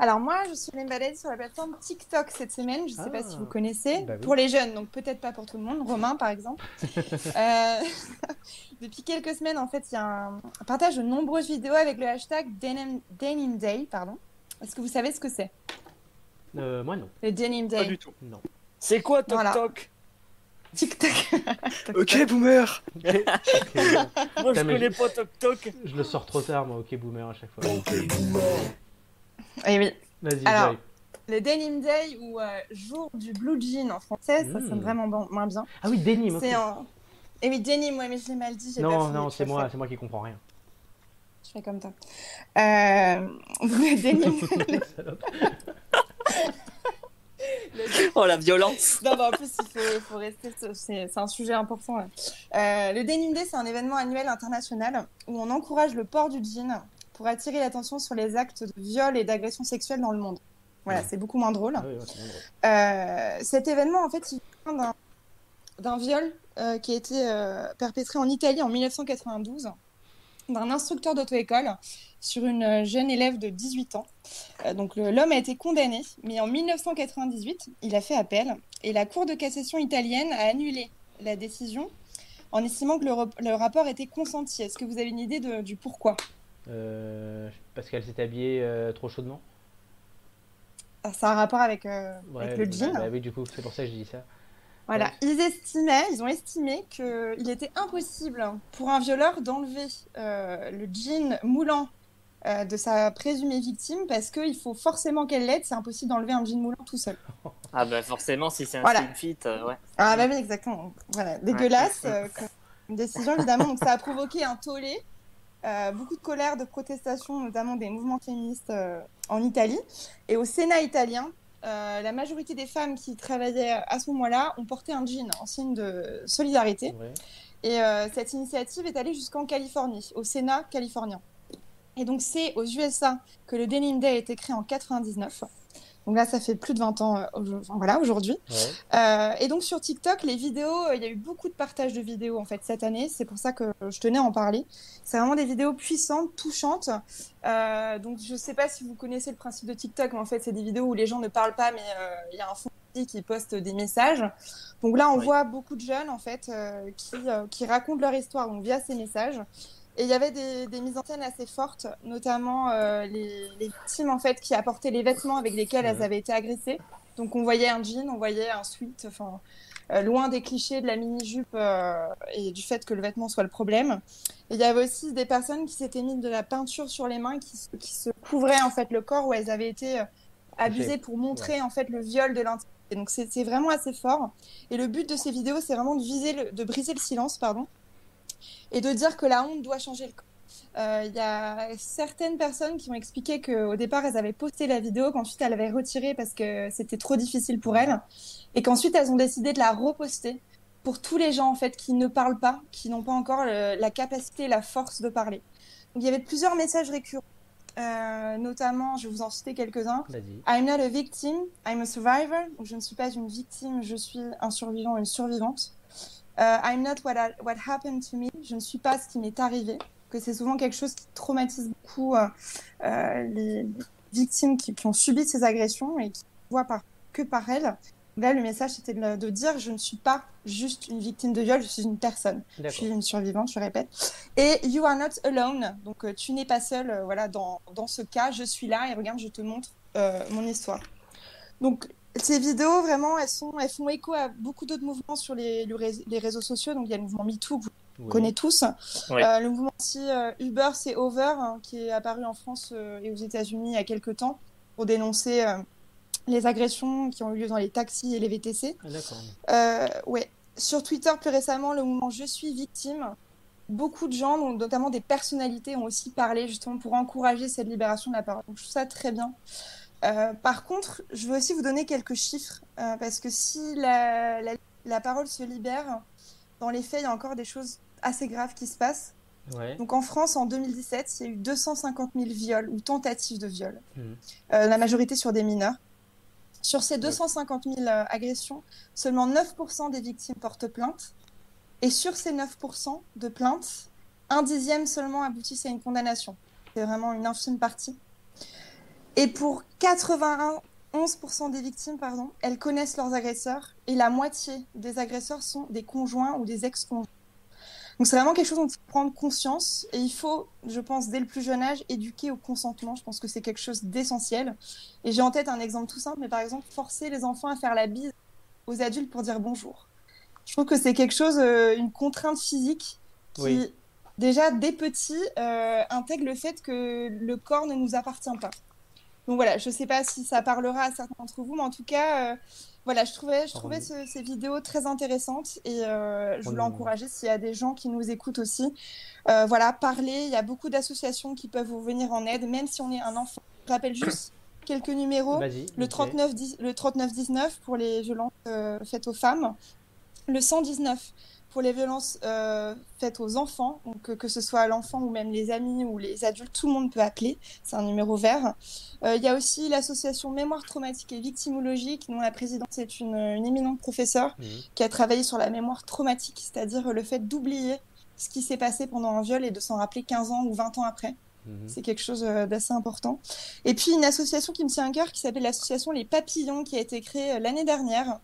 Alors moi, je suis allée me balader sur la plateforme TikTok cette semaine. Je ne sais pas
Ah.
si vous connaissez.
Bah oui.
Pour les jeunes, donc peut-être pas pour tout le monde. Romain, par exemple. Euh, Depuis quelques semaines, en fait, il y a un, un partage de nombreuses vidéos avec le hashtag Denim, Denim Day. Pardon. Est-ce que vous savez ce que c'est
Euh, moi non.
Le Denim Day
Pas du tout.
Non.
C'est quoi Toc
Voilà.
Toc
TikTok. Toc,
Ok, boomer
Ok.
Moi, je
Putain, mais
connais pas Toc Toc.
je le sors trop tard, moi, ok boomer à chaque fois.
toc. Eh oui.
Vas-y,
Alors,
Joy.
Le Denim Day ou euh, jour du blue jean en français, ça
Mm.
sonne vraiment bon- moins bien.
Ah oui, Denim. ok.
C'est en. Eh oui, denim, ouais, mais je l'ai mal dit. j'ai pas
Non,
fini,
non,
je
c'est
fais-
moi, c'est moi qui comprends rien.
Je fais comme toi. Euh, le denim.
Salope.
Oh, la violence.
non, mais en plus, il faut, faut rester. sur- C'est c'est un sujet important. là. Euh, le Denim Day, c'est un événement annuel international où on encourage le port du jean pour attirer l'attention sur les actes de viol et d'agression sexuelle dans le monde. Voilà, c'est beaucoup moins drôle.
Ah oui, ouais, c'est bon,
Euh,
ouais.
cet événement, en fait, il vient d'un- d'un viol euh, qui a été euh, perpétré en Italie en 1992 d'un instructeur d'auto-école sur une euh, jeune élève de 18 ans. Euh, donc le- l'homme a été condamné, mais en 1998, il a fait appel et la Cour de cassation italienne a annulé la décision en estimant que le, rep- le rapport était consenti. Est-ce que vous avez une idée de- du pourquoi
Euh, parce qu'elle s'est habillée euh, trop chaudement.
Ah, Ça a un rapport avec, euh,
Ouais,
avec le jean
bah oui, du coup, c'est pour ça que je dis ça.
Voilà,
Ouais.
ils estimaient, ils ont estimé qu'il était impossible pour un violeur d'enlever euh, le jean moulant euh, de sa présumée victime parce qu'il faut forcément qu'elle l'aide, c'est impossible d'enlever un jean moulant tout seul.
Ah, bah, forcément, si c'est un
Voilà.
slim fit, euh, ouais.
Ah bah oui, exactement. Voilà, dégueulasse.
Ouais.
euh, comme- une décision, évidemment. Donc ça a provoqué un tollé, euh, beaucoup de colère, de protestations, notamment des mouvements féministes euh, en Italie. Et au Sénat italien, euh, la majorité des femmes qui travaillaient à ce moment-là ont porté un jean en signe de solidarité.
Ouais.
Et euh, cette initiative est allée jusqu'en Californie, au Sénat californien. Et donc c'est aux USA que le Denim Day a été créé en 99. Donc là, ça fait plus de 20 ans euh, aujourd- enfin, voilà, aujourd'hui.
Ouais.
Euh, et donc sur TikTok, les vidéos, euh, il y a eu beaucoup de partages de vidéos en fait cette année. C'est pour ça que je tenais à en parler. C'est vraiment des vidéos puissantes, touchantes. Euh, donc je sais pas si vous connaissez le principe de TikTok, mais en fait c'est des vidéos où les gens ne parlent pas, mais euh, il y a un fond qui poste des messages. Donc là, on
Oui.
voit beaucoup de jeunes en fait euh, qui, euh, qui racontent leur histoire donc, via ces messages. Et il y avait des, des mises en scène assez fortes, notamment euh, les, les victimes en fait qui apportaient les vêtements avec lesquels elles
Ouais.
avaient été agressées. Donc on voyait un jean, on voyait un sweat, enfin euh, loin des clichés de la mini jupe et du fait que le vêtement soit le problème. Et il y avait aussi des personnes qui s'étaient mises de la peinture sur les mains, qui, se- qui se couvraient en fait le corps où elles avaient été euh, abusées pour montrer en fait le viol de l'intérieur. Et Donc c'est c'est vraiment assez fort. Et le but de ces vidéos, c'est vraiment de, viser le- de briser le silence, pardon, et de dire que la honte doit changer le corps. Euh, Il y a certaines personnes qui ont expliqué qu'au départ, elles avaient posté la vidéo, qu'ensuite elles l'avaient retirée parce que c'était trop difficile pour elles, et qu'ensuite elles ont décidé de la reposter pour tous les gens en fait qui ne parlent pas, qui n'ont pas encore le- la capacité, la force de parler. Donc, il y avait plusieurs messages récurrents, Euh, notamment, je vais vous en citer quelques-uns.
Vas-y.
I'm not a victim, I'm a survivor. Donc, je ne suis pas une victime, je suis un survivant, une survivante. Euh, I'm not what, I- what happened to me. Je ne suis pas ce qui m'est arrivé. Que c'est souvent quelque chose qui traumatise beaucoup euh, euh, les victimes qui, qui ont subi ces agressions et qui ne voient par, que par elles. Là, le message, c'était de, de dire je ne suis pas juste une victime de viol, je suis une personne. Je suis
D'accord.
une survivante, je répète. Et You are not alone. Donc, euh, tu n'es pas seul. euh, voilà, dans, dans ce cas, je suis là et regarde, je te montre euh, mon histoire. Donc, ces vidéos, vraiment, elles, sont, elles font écho à beaucoup d'autres mouvements sur les, le ré- les réseaux sociaux. Donc, il y a le mouvement MeToo que vous
Oui.
connaissez tous.
Ouais.
Euh, le mouvement aussi euh, Uber, c'est Over, hein, qui est apparu en France euh, et aux États-Unis il y a quelques temps pour dénoncer euh, les agressions qui ont eu lieu dans les taxis et les VTC.
Ah, D'accord.
Euh, ouais. Sur Twitter, plus récemment, le mouvement Je suis victime, beaucoup de gens, donc notamment des personnalités, ont aussi parlé justement pour encourager cette libération de la parole. Donc je trouve ça très bien. Euh, par contre, je veux aussi vous donner quelques chiffres, euh, parce que si la, la- la parole se libère, dans les faits, il y a encore des choses assez graves qui se passent.
Ouais.
Donc en France, en 2017, il y a eu 250 000 viols ou tentatives de viol,
Mhm.
Euh, la majorité sur des mineurs. Sur ces 250 000 euh, agressions, seulement 9% des victimes portent plainte. Et sur ces 9% de plaintes, un dixième seulement aboutissent à une condamnation. C'est vraiment une infime partie. Et pour 91% des victimes, pardon, elles connaissent leurs agresseurs et la moitié des agresseurs sont des conjoints ou des ex-conjoints. Donc c'est vraiment quelque chose dont il faut prendre conscience et il faut, je pense, dès le plus jeune âge, éduquer au consentement. Je pense que c'est quelque chose d'essentiel. Et j'ai en tête un exemple tout simple, mais par exemple, forcer les enfants à faire la bise aux adultes pour dire bonjour. Je trouve que c'est quelque chose, euh, une contrainte physique qui,
Oui.
déjà, dès petit, euh, intègre le fait que le corps ne nous appartient pas. Donc voilà, je ne sais pas si ça parlera à certains d'entre vous, mais en tout cas, euh, voilà, je trouvais, je trouvais ce- ces vidéos très intéressantes et euh, je voulais
Oh.
encourager s'il y a des gens qui nous écoutent aussi. euh, voilà, parler, il y a beaucoup d'associations qui peuvent vous venir en aide, même si on est un enfant. Je rappelle juste quelques numéros.
Vas-y.
Le
ok.
39, dix- le 39 19 pour les violences euh, faites aux femmes, le 119 pour les violences euh, faites aux enfants, donc euh, que ce soit l'enfant ou même les amis ou les adultes, tout le monde peut appeler, c'est un numéro vert. Euh, Il y a aussi l'association Mémoire traumatique et victimologique, dont la présidente est une, une éminente professeure
Mhm.
qui a travaillé sur la mémoire traumatique, c'est-à-dire le fait d'oublier ce qui s'est passé pendant un viol et de s'en rappeler 15 ans ou 20 ans après.
Mhm.
C'est quelque chose euh, d'assez important. Et puis une association qui me tient à cœur qui s'appelle l'association Les Papillons qui a été créée euh, l'année dernière.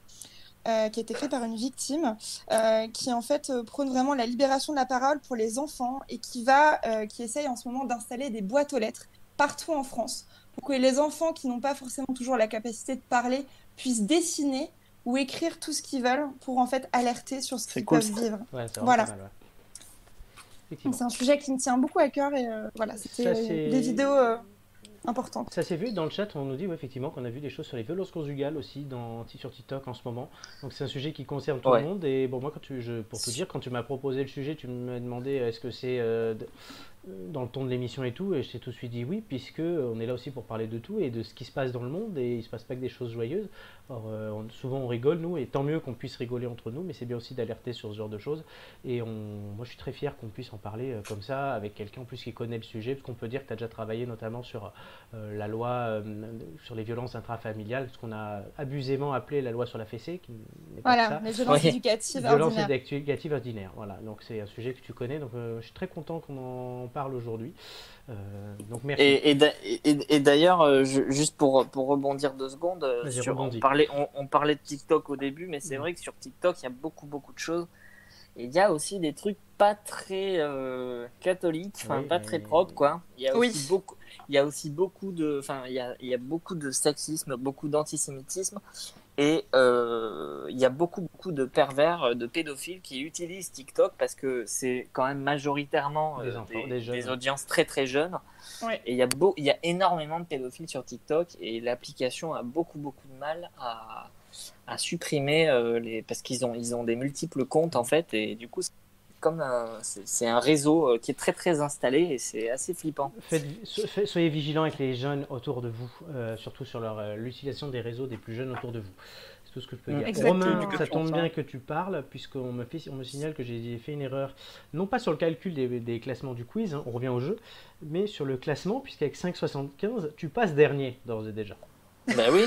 euh, qui a été créée par une victime, euh, qui en fait euh, prône vraiment la libération de la parole pour les enfants et qui va, euh, qui essaye en ce moment d'installer des boîtes aux lettres partout en France pour que les enfants qui n'ont pas forcément toujours la capacité de parler puissent dessiner ou écrire tout ce qu'ils veulent pour en fait alerter sur ce
C'est
qu'ils
cool,
peuvent
ça.
vivre.
Ouais, c'est vraiment
Voilà.
pas mal, ouais.
Donc,
Effectivement.
C'est un sujet qui me tient beaucoup à cœur et euh, voilà, c'était
Ça,
euh,
c'est-
des vidéos euh, importantes.
Ça s'est vu dans le chat, on nous dit ouais, effectivement qu'on a vu des choses sur les violences conjugales aussi dans, sur TikTok en ce moment. Donc c'est un sujet qui concerne tout
Ouais.
le monde. Et bon, moi, quand tu, je, pour te dire, quand tu m'as proposé le sujet, tu m'as demandé euh, est-ce que c'est euh, d- dans le ton de l'émission et tout. Et je t'ai tout de suite dit oui, puisque euh, on est là aussi pour parler de tout et de ce qui se passe dans le monde. Et il se passe pas que des choses joyeuses. Or, euh, on- souvent on rigole, nous, et tant mieux qu'on puisse rigoler entre nous, mais c'est bien aussi d'alerter sur ce genre de choses. Et on, moi, je suis très fier qu'on puisse en parler euh, comme ça, avec quelqu'un en plus qui connaît le sujet, parce qu'on peut dire que tu as déjà travaillé notamment sur euh, la loi euh, sur les violences intrafamiliales, ce qu'on a abusément appelé la loi sur la fessée, qui n'est pas
Voilà,
ça.
les violences
Oui.
éducatives
Violence
ordinaires.
éducative ordinaire, voilà. Donc c'est un sujet que tu connais, donc euh, je suis très content qu'on en parle aujourd'hui. Euh, donc merci.
Et, et d'a- et- et d'ailleurs, euh, je- juste pour, pour rebondir deux secondes, euh,
Vas-y,
sur- on,
rebondis.
parlait, on, on parlait de TikTok au début, mais c'est
Mhm.
vrai que sur TikTok, il y a beaucoup, beaucoup de choses. Et il y a aussi des trucs pas très euh, catholiques, enfin
Oui,
pas
mais-
très propres, quoi. Il y a
Oui.
aussi beaucoup, il y a aussi beaucoup de, enfin il y a, il y a beaucoup de sexisme, beaucoup d'antisémitisme, et euh, il y a beaucoup, beaucoup de pervers, euh, de pédophiles qui utilisent TikTok parce que c'est quand même majoritairement euh,
Des enfants, des jeunes.
des audiences très, très jeunes.
Ouais.
Et il y, a beau, il y a énormément de pédophiles sur TikTok et l'application a beaucoup, beaucoup de mal à, à supprimer euh, les. Parce qu'ils ont, ils ont des multiples comptes en fait et du coup, c'est comme un- c'est c'est un réseau euh, qui est très, très installé et c'est assez flippant.
Faites- so- fait- soyez vigilants avec les jeunes autour de vous, euh, surtout sur leur, euh, l'utilisation des réseaux des plus jeunes autour de vous. C'est tout ce que je peux
Mm.
dire.
Exactement.
Romain, ça
Éducation,
tombe
ça.
bien que tu hein. parles, puisqu'on me, fait- on me signale que j'ai fait une erreur, non pas sur le calcul des, des classements du quiz, hein, on revient au jeu, mais sur le classement, puisqu'avec 5,75, tu passes dernier d'ores et déjà.
bah oui,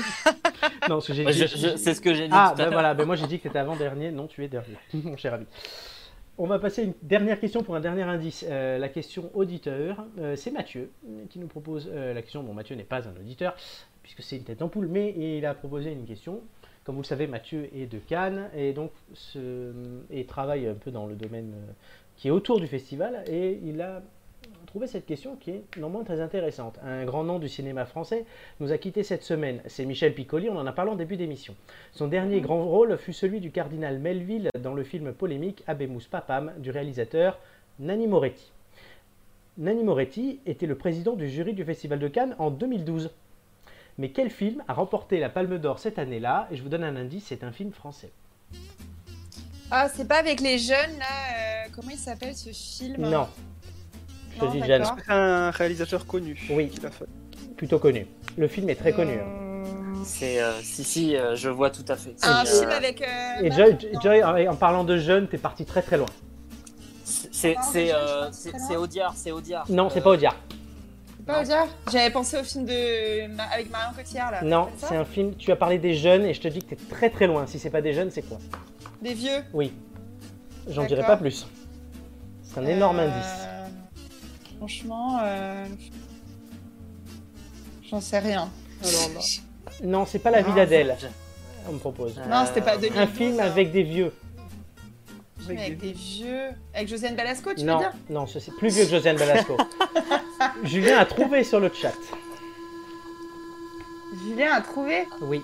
Non, parce que j'ai
moi, je-
dit-
je- c'est ce que j'ai dit
Ah,
tout à
ben
l'heure.
voilà, ben moi j'ai dit que tu étais avant-dernier, non, tu es dernier, mon cher ami. On va passer à une dernière question pour un dernier indice. Euh, la question auditeur, euh, c'est Mathieu euh, qui nous propose euh, la question. Bon, Mathieu n'est pas un auditeur, puisque c'est une tête d'ampoule, mais il a proposé une question. Comme vous le savez, Mathieu est de Cannes et donc ce- et travaille un peu dans le domaine euh, qui est autour du festival. Et il a trouvé cette question qui est néanmoins très intéressante. Un grand nom du cinéma français nous a quitté cette semaine. C'est Michel Piccoli, on en a parlé en début d'émission. Son dernier grand rôle fut celui du cardinal Melville dans le film polémique Abemus Papam du réalisateur Nanni Moretti. Nanni Moretti était le président du jury du Festival de Cannes en 2012. Mais quel film a remporté la Palme d'Or cette année-là Et je vous donne un indice, c'est un film français.
Ah, c'est pas avec les jeunes là. euh, comment il s'appelle ce film hein?
Non, je te
Non,
dis jeune,
d'accord.
Un réalisateur connu.
Oui.
qui l'a fait.
plutôt connu. Le film est très connu. hein.
Euh,
C'est, euh, si, si, euh, je vois tout à fait.
Un
C'est,
film
euh,
avec. euh,
Et
bah,
Joy,
non.
Joy, en en parlant de jeune, t'es parti très très loin.
C'est c'est-
Ah,
c'est,
je- je
euh,
pense
c'est-
que
c'est
non.
Audiard, c'est Audiard.
Non,
Euh,
c'est pas Audiard.
C'est Pas Audiard J'avais pensé au film de Ma- avec Marion Cotillard là.
Non,
ça
c'est un film. Tu as parlé des jeunes et je te dis que t'es très très loin. Si c'est pas des jeunes, c'est quoi
Des vieux.
Oui. J'en dirai
D'accord.
pas plus. C'est un énorme
Euh,
indice.
Franchement. euh, J'en sais rien.
Alors là.
Non, c'est pas la vie
Non,
d'Adèle, on me propose.
Euh,
Non, c'était pas
Un
2012.
film
hein.
avec des vieux.
Un film avec des vieux. Avec Josiane Balasco, tu veux
Non,
dire
non, ce- c'est plus vieux que Josiane Balasco. Julien a trouvé sur le chat.
Julien a trouvé.
Oui.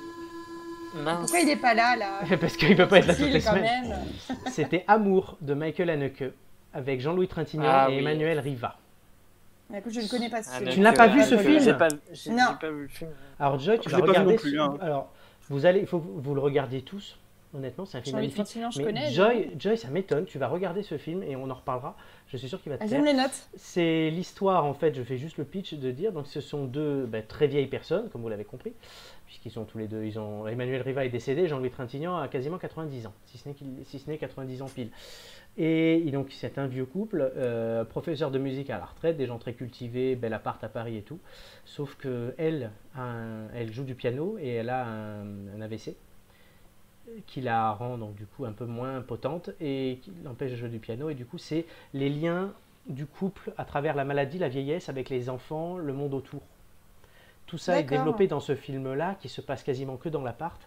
euh, Mince.
Pourquoi il est pas là, là
Parce qu'il peut pas être là toutes
Cécile,
les
quand
semaines.
même.
C'était Amour de Michael Haneke avec Jean-Louis Trintignant
Ah
et
oui.
Emmanuel Riva.
Mais écoute, je ne connais pas ce
Ah,
film.
donc,
Tu n'as pas
euh,
vu ce
j'ai-
film
J'ai pas, j'ai-
Non.
j'ai pas vu le film.
Alors Joy, tu
Je
vas
l'ai pas vu
regarder.
non plus,
ce-
hein.
Alors, vous allez, il faut que vous le regardiez tous. Honnêtement, c'est un film
Jean-Louis
magnifique.
Trintignant, je
Mais
connais. euh,
Joy, Joy, ça m'étonne. Tu vas regarder ce film et on en reparlera. Je suis sûr qu'il va te
Ah,
plaire.
J'aime les notes.
C'est l'histoire, en fait, je fais juste le pitch de dire, donc ce sont deux bah, très vieilles personnes, comme vous l'avez compris, puisqu'ils sont tous les deux, ils ont, Emmanuel Riva est décédé, Jean-Louis Trintignant a quasiment 90 ans, si ce n'est qu'il- si ce n'est 90 ans pile. Et donc c'est un vieux couple, euh, professeur de musique à la retraite, des gens très cultivés, bel appart à Paris et tout, sauf que elle, a un- elle joue du piano et elle a un, un AVC qui la rend donc du coup un peu moins potente et qui l'empêche de jouer du piano et du coup c'est les liens du couple à travers la maladie, la vieillesse, avec les enfants, le monde autour. Tout ça est
D'accord.
développé dans ce film-là, qui se passe quasiment que dans l'appart,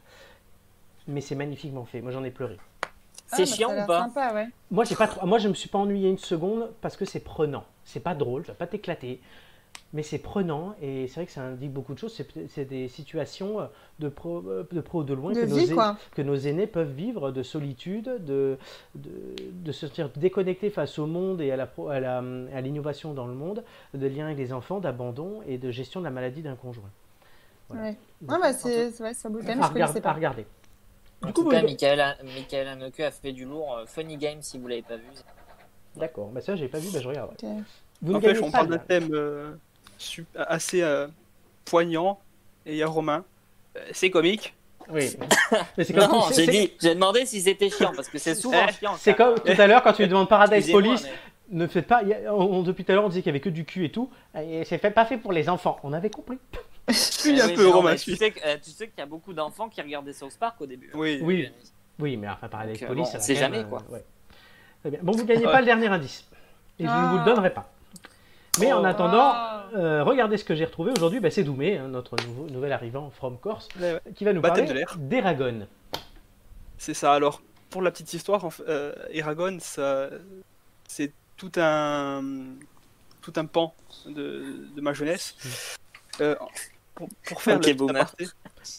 mais c'est magnifiquement fait. Moi, j'en ai pleuré.
Ah,
C'est
bah,
chiant
ça a
ou
l'air
pas
sympa, ouais.
Moi, j'ai pas, trop- moi, je me suis pas ennuyé une seconde parce que c'est prenant. C'est pas drôle, tu vas pas t'éclater, mais c'est prenant et c'est vrai que ça indique beaucoup de choses. C'est- C'est des situations euh, de pro, euh, de pro ou de loin
De
que, nos
vie,
ai-
quoi.
que nos aînés peuvent vivre de solitude, de, de, de se sentir déconnectés face au monde et à la pro- à la- à l'innovation dans le monde, de lien avec les enfants, d'abandon et de gestion de la maladie d'un conjoint. Voilà.
Ouais.
Donc,
Non, bah, c'est c'est- ouais, c'est un beau thème,
à,
je connaissais
regarder, à
pas.
regarder.
En
Du coup,
tout cas,
vous-
Michael, Michael Haneke a fait du lourd. euh, Funny Game, si vous l'avez pas vu.
D'accord, bah ça j'ai pas vu, bah je regarde.
Ok.
Vous ne
N'empêche,
gagnez
on
pas,
parle d'un
là.
thème euh, sup- assez euh, poignant. Et il y a Romain. Euh, C'est comique.
Oui. Mais c'est comme
Non,
tout- c'est-
j'ai
c'est-
dit, j'ai demandé si c'était chiant parce que c'est souvent
Eh,
chiant.
C'est
quand
comme
même.
tout à l'heure quand tu lui demandes Paradise
Excusez-moi,
Police,
mais-
ne faites pas. il y a- on- on- depuis tout à l'heure on disait qu'il y avait que du cul et tout, et c'est fait, pas fait pour les enfants. On avait compris.
Suis
Ah
Eh
un
oui,
peu,
mais non,
Romain,
mais Tu
suis.
sais que- euh, tu sais qu'il y a beaucoup d'enfants qui regardaient South Park au début.
Oui.
Oui, oui, mais enfin Paradise
Donc, euh,
Police,
bon,
ça
on
va
sait
quand même,
jamais,
euh,
quoi.
ouais. Très bien. Bon, vous gagnez
Ouais.
pas le dernier indice, et je ne vous le
Ah.
donnerai pas. Mais en
Oh.
attendant,
Ah.
euh, regardez ce que j'ai retrouvé aujourd'hui. Bah, c'est Doumé, hein, notre nouveau, nouvel arrivant from Corse,
Ouais, ouais.
qui va nous
Baptême de
parler
l'air.
d'Eragon.
C'est ça. Alors, pour la petite histoire, en fait, euh, Eragon, ça, c'est tout un, tout un pan de, de ma jeunesse.
Mm.
Euh, pour, pour faire
Ok,
le petit
boomer.
aparté-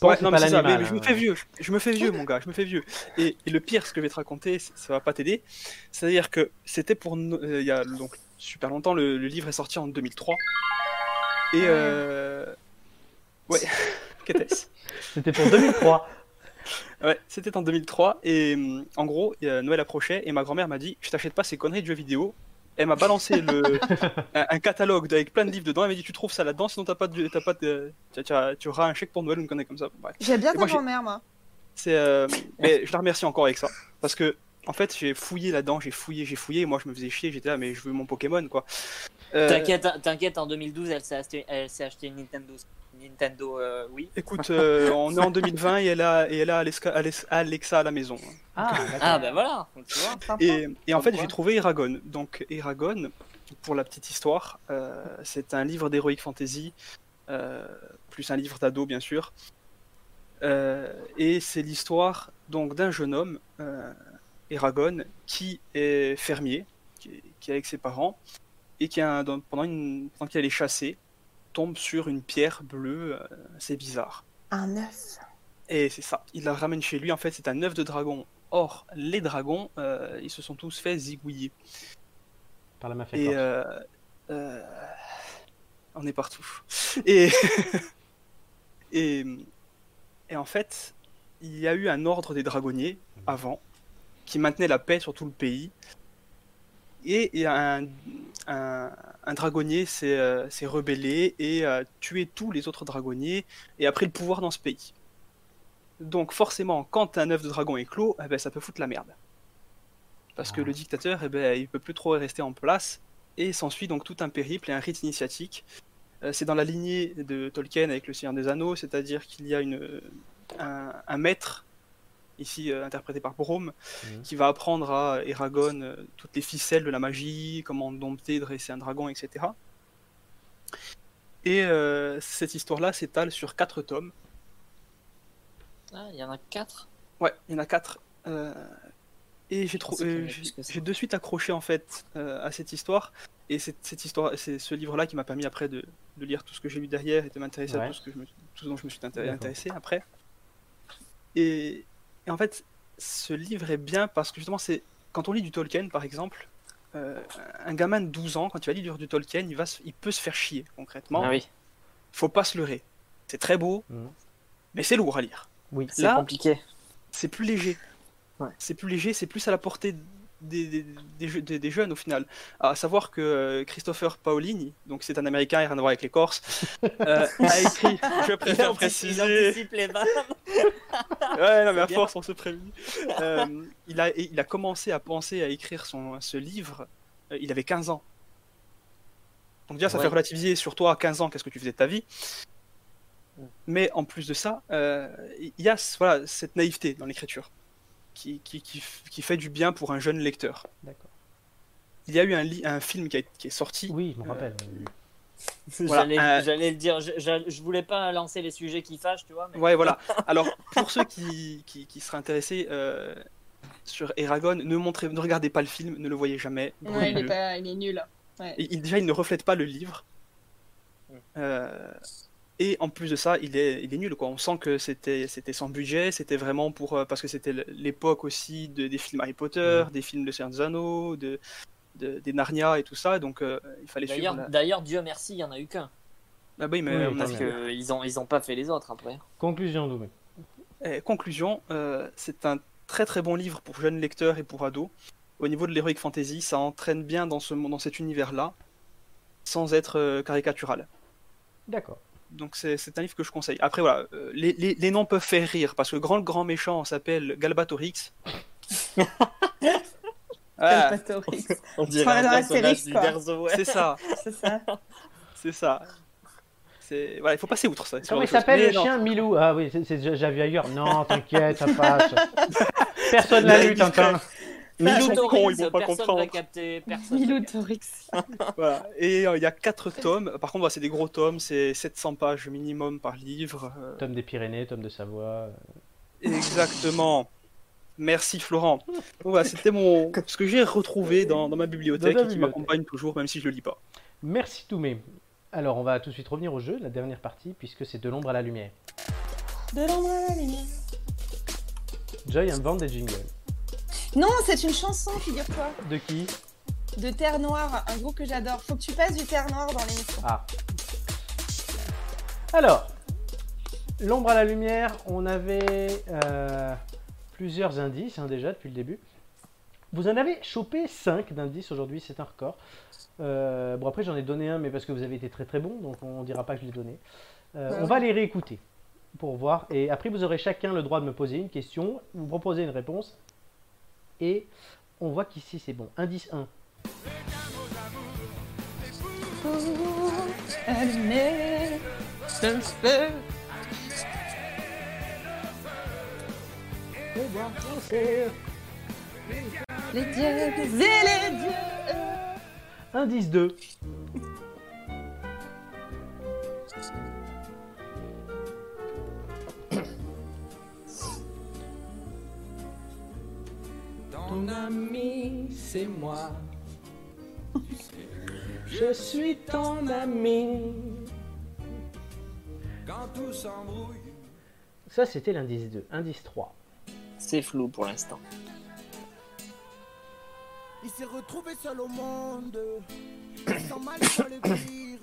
Pan,
Ouais,
c'est
non,
pas
mais c'est ça, mais
l'animal,
je me
hein.
fais vieux, je, je me fais vieux, mon gars, je me fais vieux. Et, et le pire, ce que je vais te raconter, c- ça va pas t'aider. C'est-à-dire que c'était pour. no- euh, Il y a donc super longtemps, le, le livre est sorti en 2003. Et. Euh... Ouais, qu'était-ce
C'était pour 2003.
Ouais, c'était en 2003 et hum, en gros, euh, Noël approchait et ma grand-mère m'a dit "Je t'achète pas ces conneries de jeux vidéo." Elle m'a balancé le, un, un catalogue avec plein de livres dedans. Elle m'a dit "Tu trouves ça là-dedans, sinon t'as pas de, t'as pas de, t'as- t'as- tu auras un chèque pour Noël ou une connerie comme ça." Bref,
J'aime bien
Et
ta
moi, j'ai-
grand-mère, moi.
c'est, euh, mais je la remercie encore avec ça parce que en fait, j'ai fouillé là-dedans, j'ai fouillé, j'ai fouillé. Moi, je me faisais chier. J'étais là, mais je veux mon Pokémon quoi. Euh,
T'inquiète, t'inquiète, en 2012, elle s'est acheté, elle s'est acheté une Nintendo, Nintendo euh, oui.
Écoute, euh, on est en 2020 et elle a, et elle a Alexa, Alex- Alexa à la maison.
Ah, d'accord.
Ah bah voilà, tu vois.
Sympa.
Et, et en
Comme
fait,
quoi.
j'ai trouvé Eragon. Donc, Eragon, pour la petite histoire, euh, c'est un livre d'heroic fantasy, euh, plus un livre d'ado, bien sûr. Euh, et c'est l'histoire donc d'un jeune homme, euh, Eragon, qui est fermier, qui est, qui est avec ses parents, et qui, a, un- dans- pendant, une, pendant qu'il allait chasser, tombe sur une pierre bleue. euh, c'est bizarre.
Un œuf.
Et c'est ça, il la ramène chez lui, en fait c'est un œuf de dragon. Or, les dragons, euh, ils se sont tous fait zigouiller.
Par la mafia.
Et
corse.
euh, euh, on est partout. Et, et, et en fait, il y a eu un ordre des dragonniers avant qui maintenait la paix sur tout le pays. Et, et un, un, un dragonnier s'est euh, s'est rebellé et a tué tous les autres dragonniers et a pris le pouvoir dans ce pays. Donc forcément, quand un œuf de dragon est clos, eh ben, ça peut foutre la merde. Parce que
Ah.
le dictateur, eh ben, il peut plus trop rester en place et s'ensuit donc tout un périple et un rite initiatique. Euh, c'est dans la lignée de Tolkien avec le Seigneur des Anneaux, c'est-à-dire qu'il y a une, un, un maître, ici euh, interprété par Borome,
Mhm.
qui va apprendre à Eragon euh, toutes les ficelles de la magie, comment dompter, dresser un dragon, etc. Et euh, cette histoire-là s'étale sur quatre tomes.
Ah, il y en a quatre.
Ouais, il y en a quatre. Euh, et j'ai trou-
pensais qu'il y
euh,
en avait
j'ai-
plus que ça.
j'ai de suite accroché en fait euh, à cette histoire. Et c'est cette histoire, c'est ce livre-là qui m'a permis après de, de lire tout ce que j'ai lu derrière et de m'intéresser
Ouais.
à tout ce, que je me, tout ce dont je me suis inté-
D'accord.
intéressé après. Et, et en fait, ce livre est bien parce que justement, c'est quand on lit du Tolkien, par exemple, euh, un gamin de 12 ans, quand il va lire du Tolkien, il, va se- il peut se faire chier concrètement.
Ah oui, Mmh.
Faut pas se leurrer. C'est très beau,
Mhm.
mais c'est lourd à lire
Oui.
c'est
Là-
compliqué.
c'est plus léger.
Ouais.
C'est plus léger, c'est plus à la portée des, des- des je- des- des jeunes au final. À savoir que euh, Christopher Paolini, donc c'est un Américain, il a rien à voir avec les Corses, euh, a écrit, je préfère préciser,
les
ouais, non, mais à
bien.
force on se prévient, Euh, il, a, il a commencé à penser à écrire son, ce livre, euh, il avait 15 ans. Donc déjà ça
Ouais.
fait relativiser sur toi à 15 ans, qu'est-ce que tu faisais de ta vie
Mm.
mais en plus de ça, euh, il y a ce- voilà, cette naïveté dans l'écriture qui, qui, qui, f- qui fait du bien pour un jeune lecteur.
D'accord.
Il y a eu un, li- un film qui, a- qui est sorti.
Oui, je me
Euh,
rappelle.
Voilà,
J'allais
euh,
j'allais le dire, je, je- je voulais pas lancer les sujets qui fâchent, tu vois. Mais...
Ouais, voilà. Alors, pour ceux qui, qui, qui seraient intéressés euh, sur Eragon, ne, montrez, ne regardez pas le film, ne le voyez jamais.
Ouais, il, est
brûlez-le.
pas- il est nul.
Et il- déjà, il ne reflète pas le livre.
Mm.
Euh, et en plus de ça, il est, il est nul. Quoi. On sent que c'était, c'était sans budget, c'était vraiment pour. euh, parce que c'était l- l'époque aussi de- des films Harry Potter,
Mm.
des films de Seigneur des Anneaux, de, de- des Narnia et tout ça. Donc euh, il fallait suivre.
D'ailleurs,
La...
d'ailleurs, Dieu merci, il y en a eu qu'un.
Ah oui, mais
Oui,
on a
parce
dit-
que-
ils ont, ils ont pas fait les autres hein, après.
Conclusion, Doumé.
Eh, conclusion, euh, c'est un très très bon livre pour jeunes lecteurs et pour ados. Au niveau de l'heroic fantasy, ça entraîne bien dans, ce, mon- dans cet univers-là, sans être euh, caricatural.
D'accord.
Donc c'est c'est un livre que je conseille. Après voilà, euh, les, les- les noms peuvent faire rire parce que grand grand méchant s'appelle Galbatorix. Ah, Voilà,
Palpatorix,
On
dirait un personnage du
c'est ça,
c'est ça.
c'est ça. C'est voilà, il faut passer outre ça. ce genre
Comment
de
il
choses.
s'appelle
Mais
le
non,
chien Milou Ah oui, c'est- c'est- j'avais vu ailleurs. Non, t'inquiète, ça passe. Personne l'a lu, Tintin.
Milou
Milou
Torres, ils vont pas
personne
comprendre.
va capter, personne. va capter.
Miloutorix.
voilà. Et euh, il y a quatre tomes. Par contre, voilà, c'est des gros tomes, c'est 700 pages minimum par livre. euh,
Tome des Pyrénées, tome de Savoie.
Exactement. Merci Florent. Donc voilà, c'était mon ce que j'ai retrouvé dans, dans ma bibliothèque
Dans ta
et qui
bibliothèque.
m'accompagne toujours, même si je le lis pas.
Merci, Doumé. Alors, on va tout de suite revenir au jeu, la dernière partie, puisque c'est de l'ombre à la lumière.
De l'ombre à la lumière.
Joy, un vendre des jingles.
Non, c'est une chanson, figure-toi,
De qui
de Terre Noire, un groupe que j'adore. Faut que tu passes du Terre Noire dans l'émission.
Ah. Alors, l'ombre à la lumière, on avait euh, plusieurs indices hein, déjà depuis le début. Vous en avez chopé 5 d'indices aujourd'hui, c'est un record. Euh, bon, après, j'en ai donné un, mais parce que vous avez été très très bon, donc on dira pas que je l'ai donné. Euh,
Ouais,
on
ouais.
va les réécouter pour voir. Et après, vous aurez chacun le droit de me poser une question, vous proposez une réponse, et on voit qu'ici c'est bon. Indice 1.
Allumez le feu. Les dieux et les dieux.
Indice 2.
Ton ami, c'est moi. Je suis ton ami. Quand tout s'embrouille.
Ça, c'était l'indice 2. Indice 3.
C'est flou pour l'instant.
Il s'est retrouvé seul au monde. Il sent mal il faut le dire.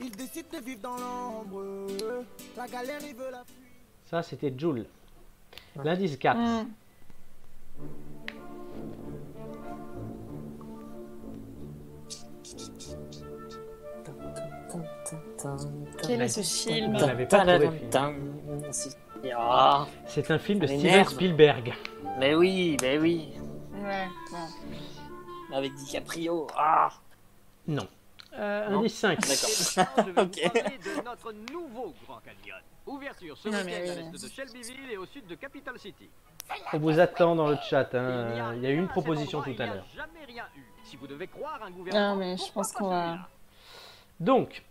Il décide de vivre dans l'ombre. La galère, il veut la fuir.
Ça, c'était Joule. L'indice 4.
Hmm. Quel est ce film
Vous n'avez pas trouvé le film.
Ah,
C'est un film de
Ça
Steven
m'énerve.
Spielberg.
mais oui, mais oui,
Ouais, bon.
avec DiCaprio. Ah,
Non. Euh,
Non.
indice 5.
d'accord.
Maintenant, Eh je vais
Ok.
vous parler de notre nouveau Grand Canyon. Ouverture ce
Non,
week-end
mais
à
oui.
l'est de Shelbyville et au sud de Capital City.
On vous attend dans le chat. hein.
n'y
Euh, Il y a eu une
rien à cet
proposition
endroit,
tout à
il n'y a
l'heure.
jamais rien eu. Si vous devez croire un gouvernement,
mais je
pourquoi
pense
pas
qu'on va-
celui-là
Donc,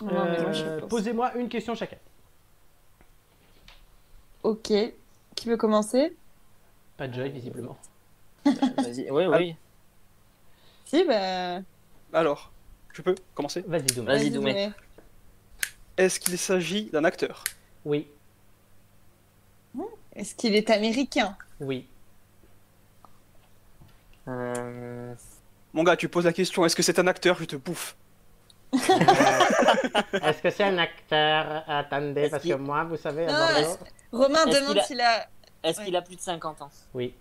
Non, mais moi, je
Euh,
pense.
Posez-moi une question chacun.
Ok. Qui veut commencer
Pas de Joy, visiblement.
Vas-y, oui, oui.
Si, bah.
Alors, je peux commencer
Vas-y, Doumé.
Vas-y, Doumé.
Est-ce qu'il s'agit d'un acteur
Oui,
Est-ce qu'il est américain
oui.
Euh,
Mon gars, tu poses la question, est-ce que c'est un acteur Je te bouffe.
Est-ce que c'est un acteur Attendez,
Est-ce
parce
qu'il-
que moi, vous savez,
Non,
à Bordeaux.
est-ce- Romain
Est-ce
demande
qu'il a-
s'il a...
Est-ce
Ouais.
qu'il a plus de 50 ans
Oui.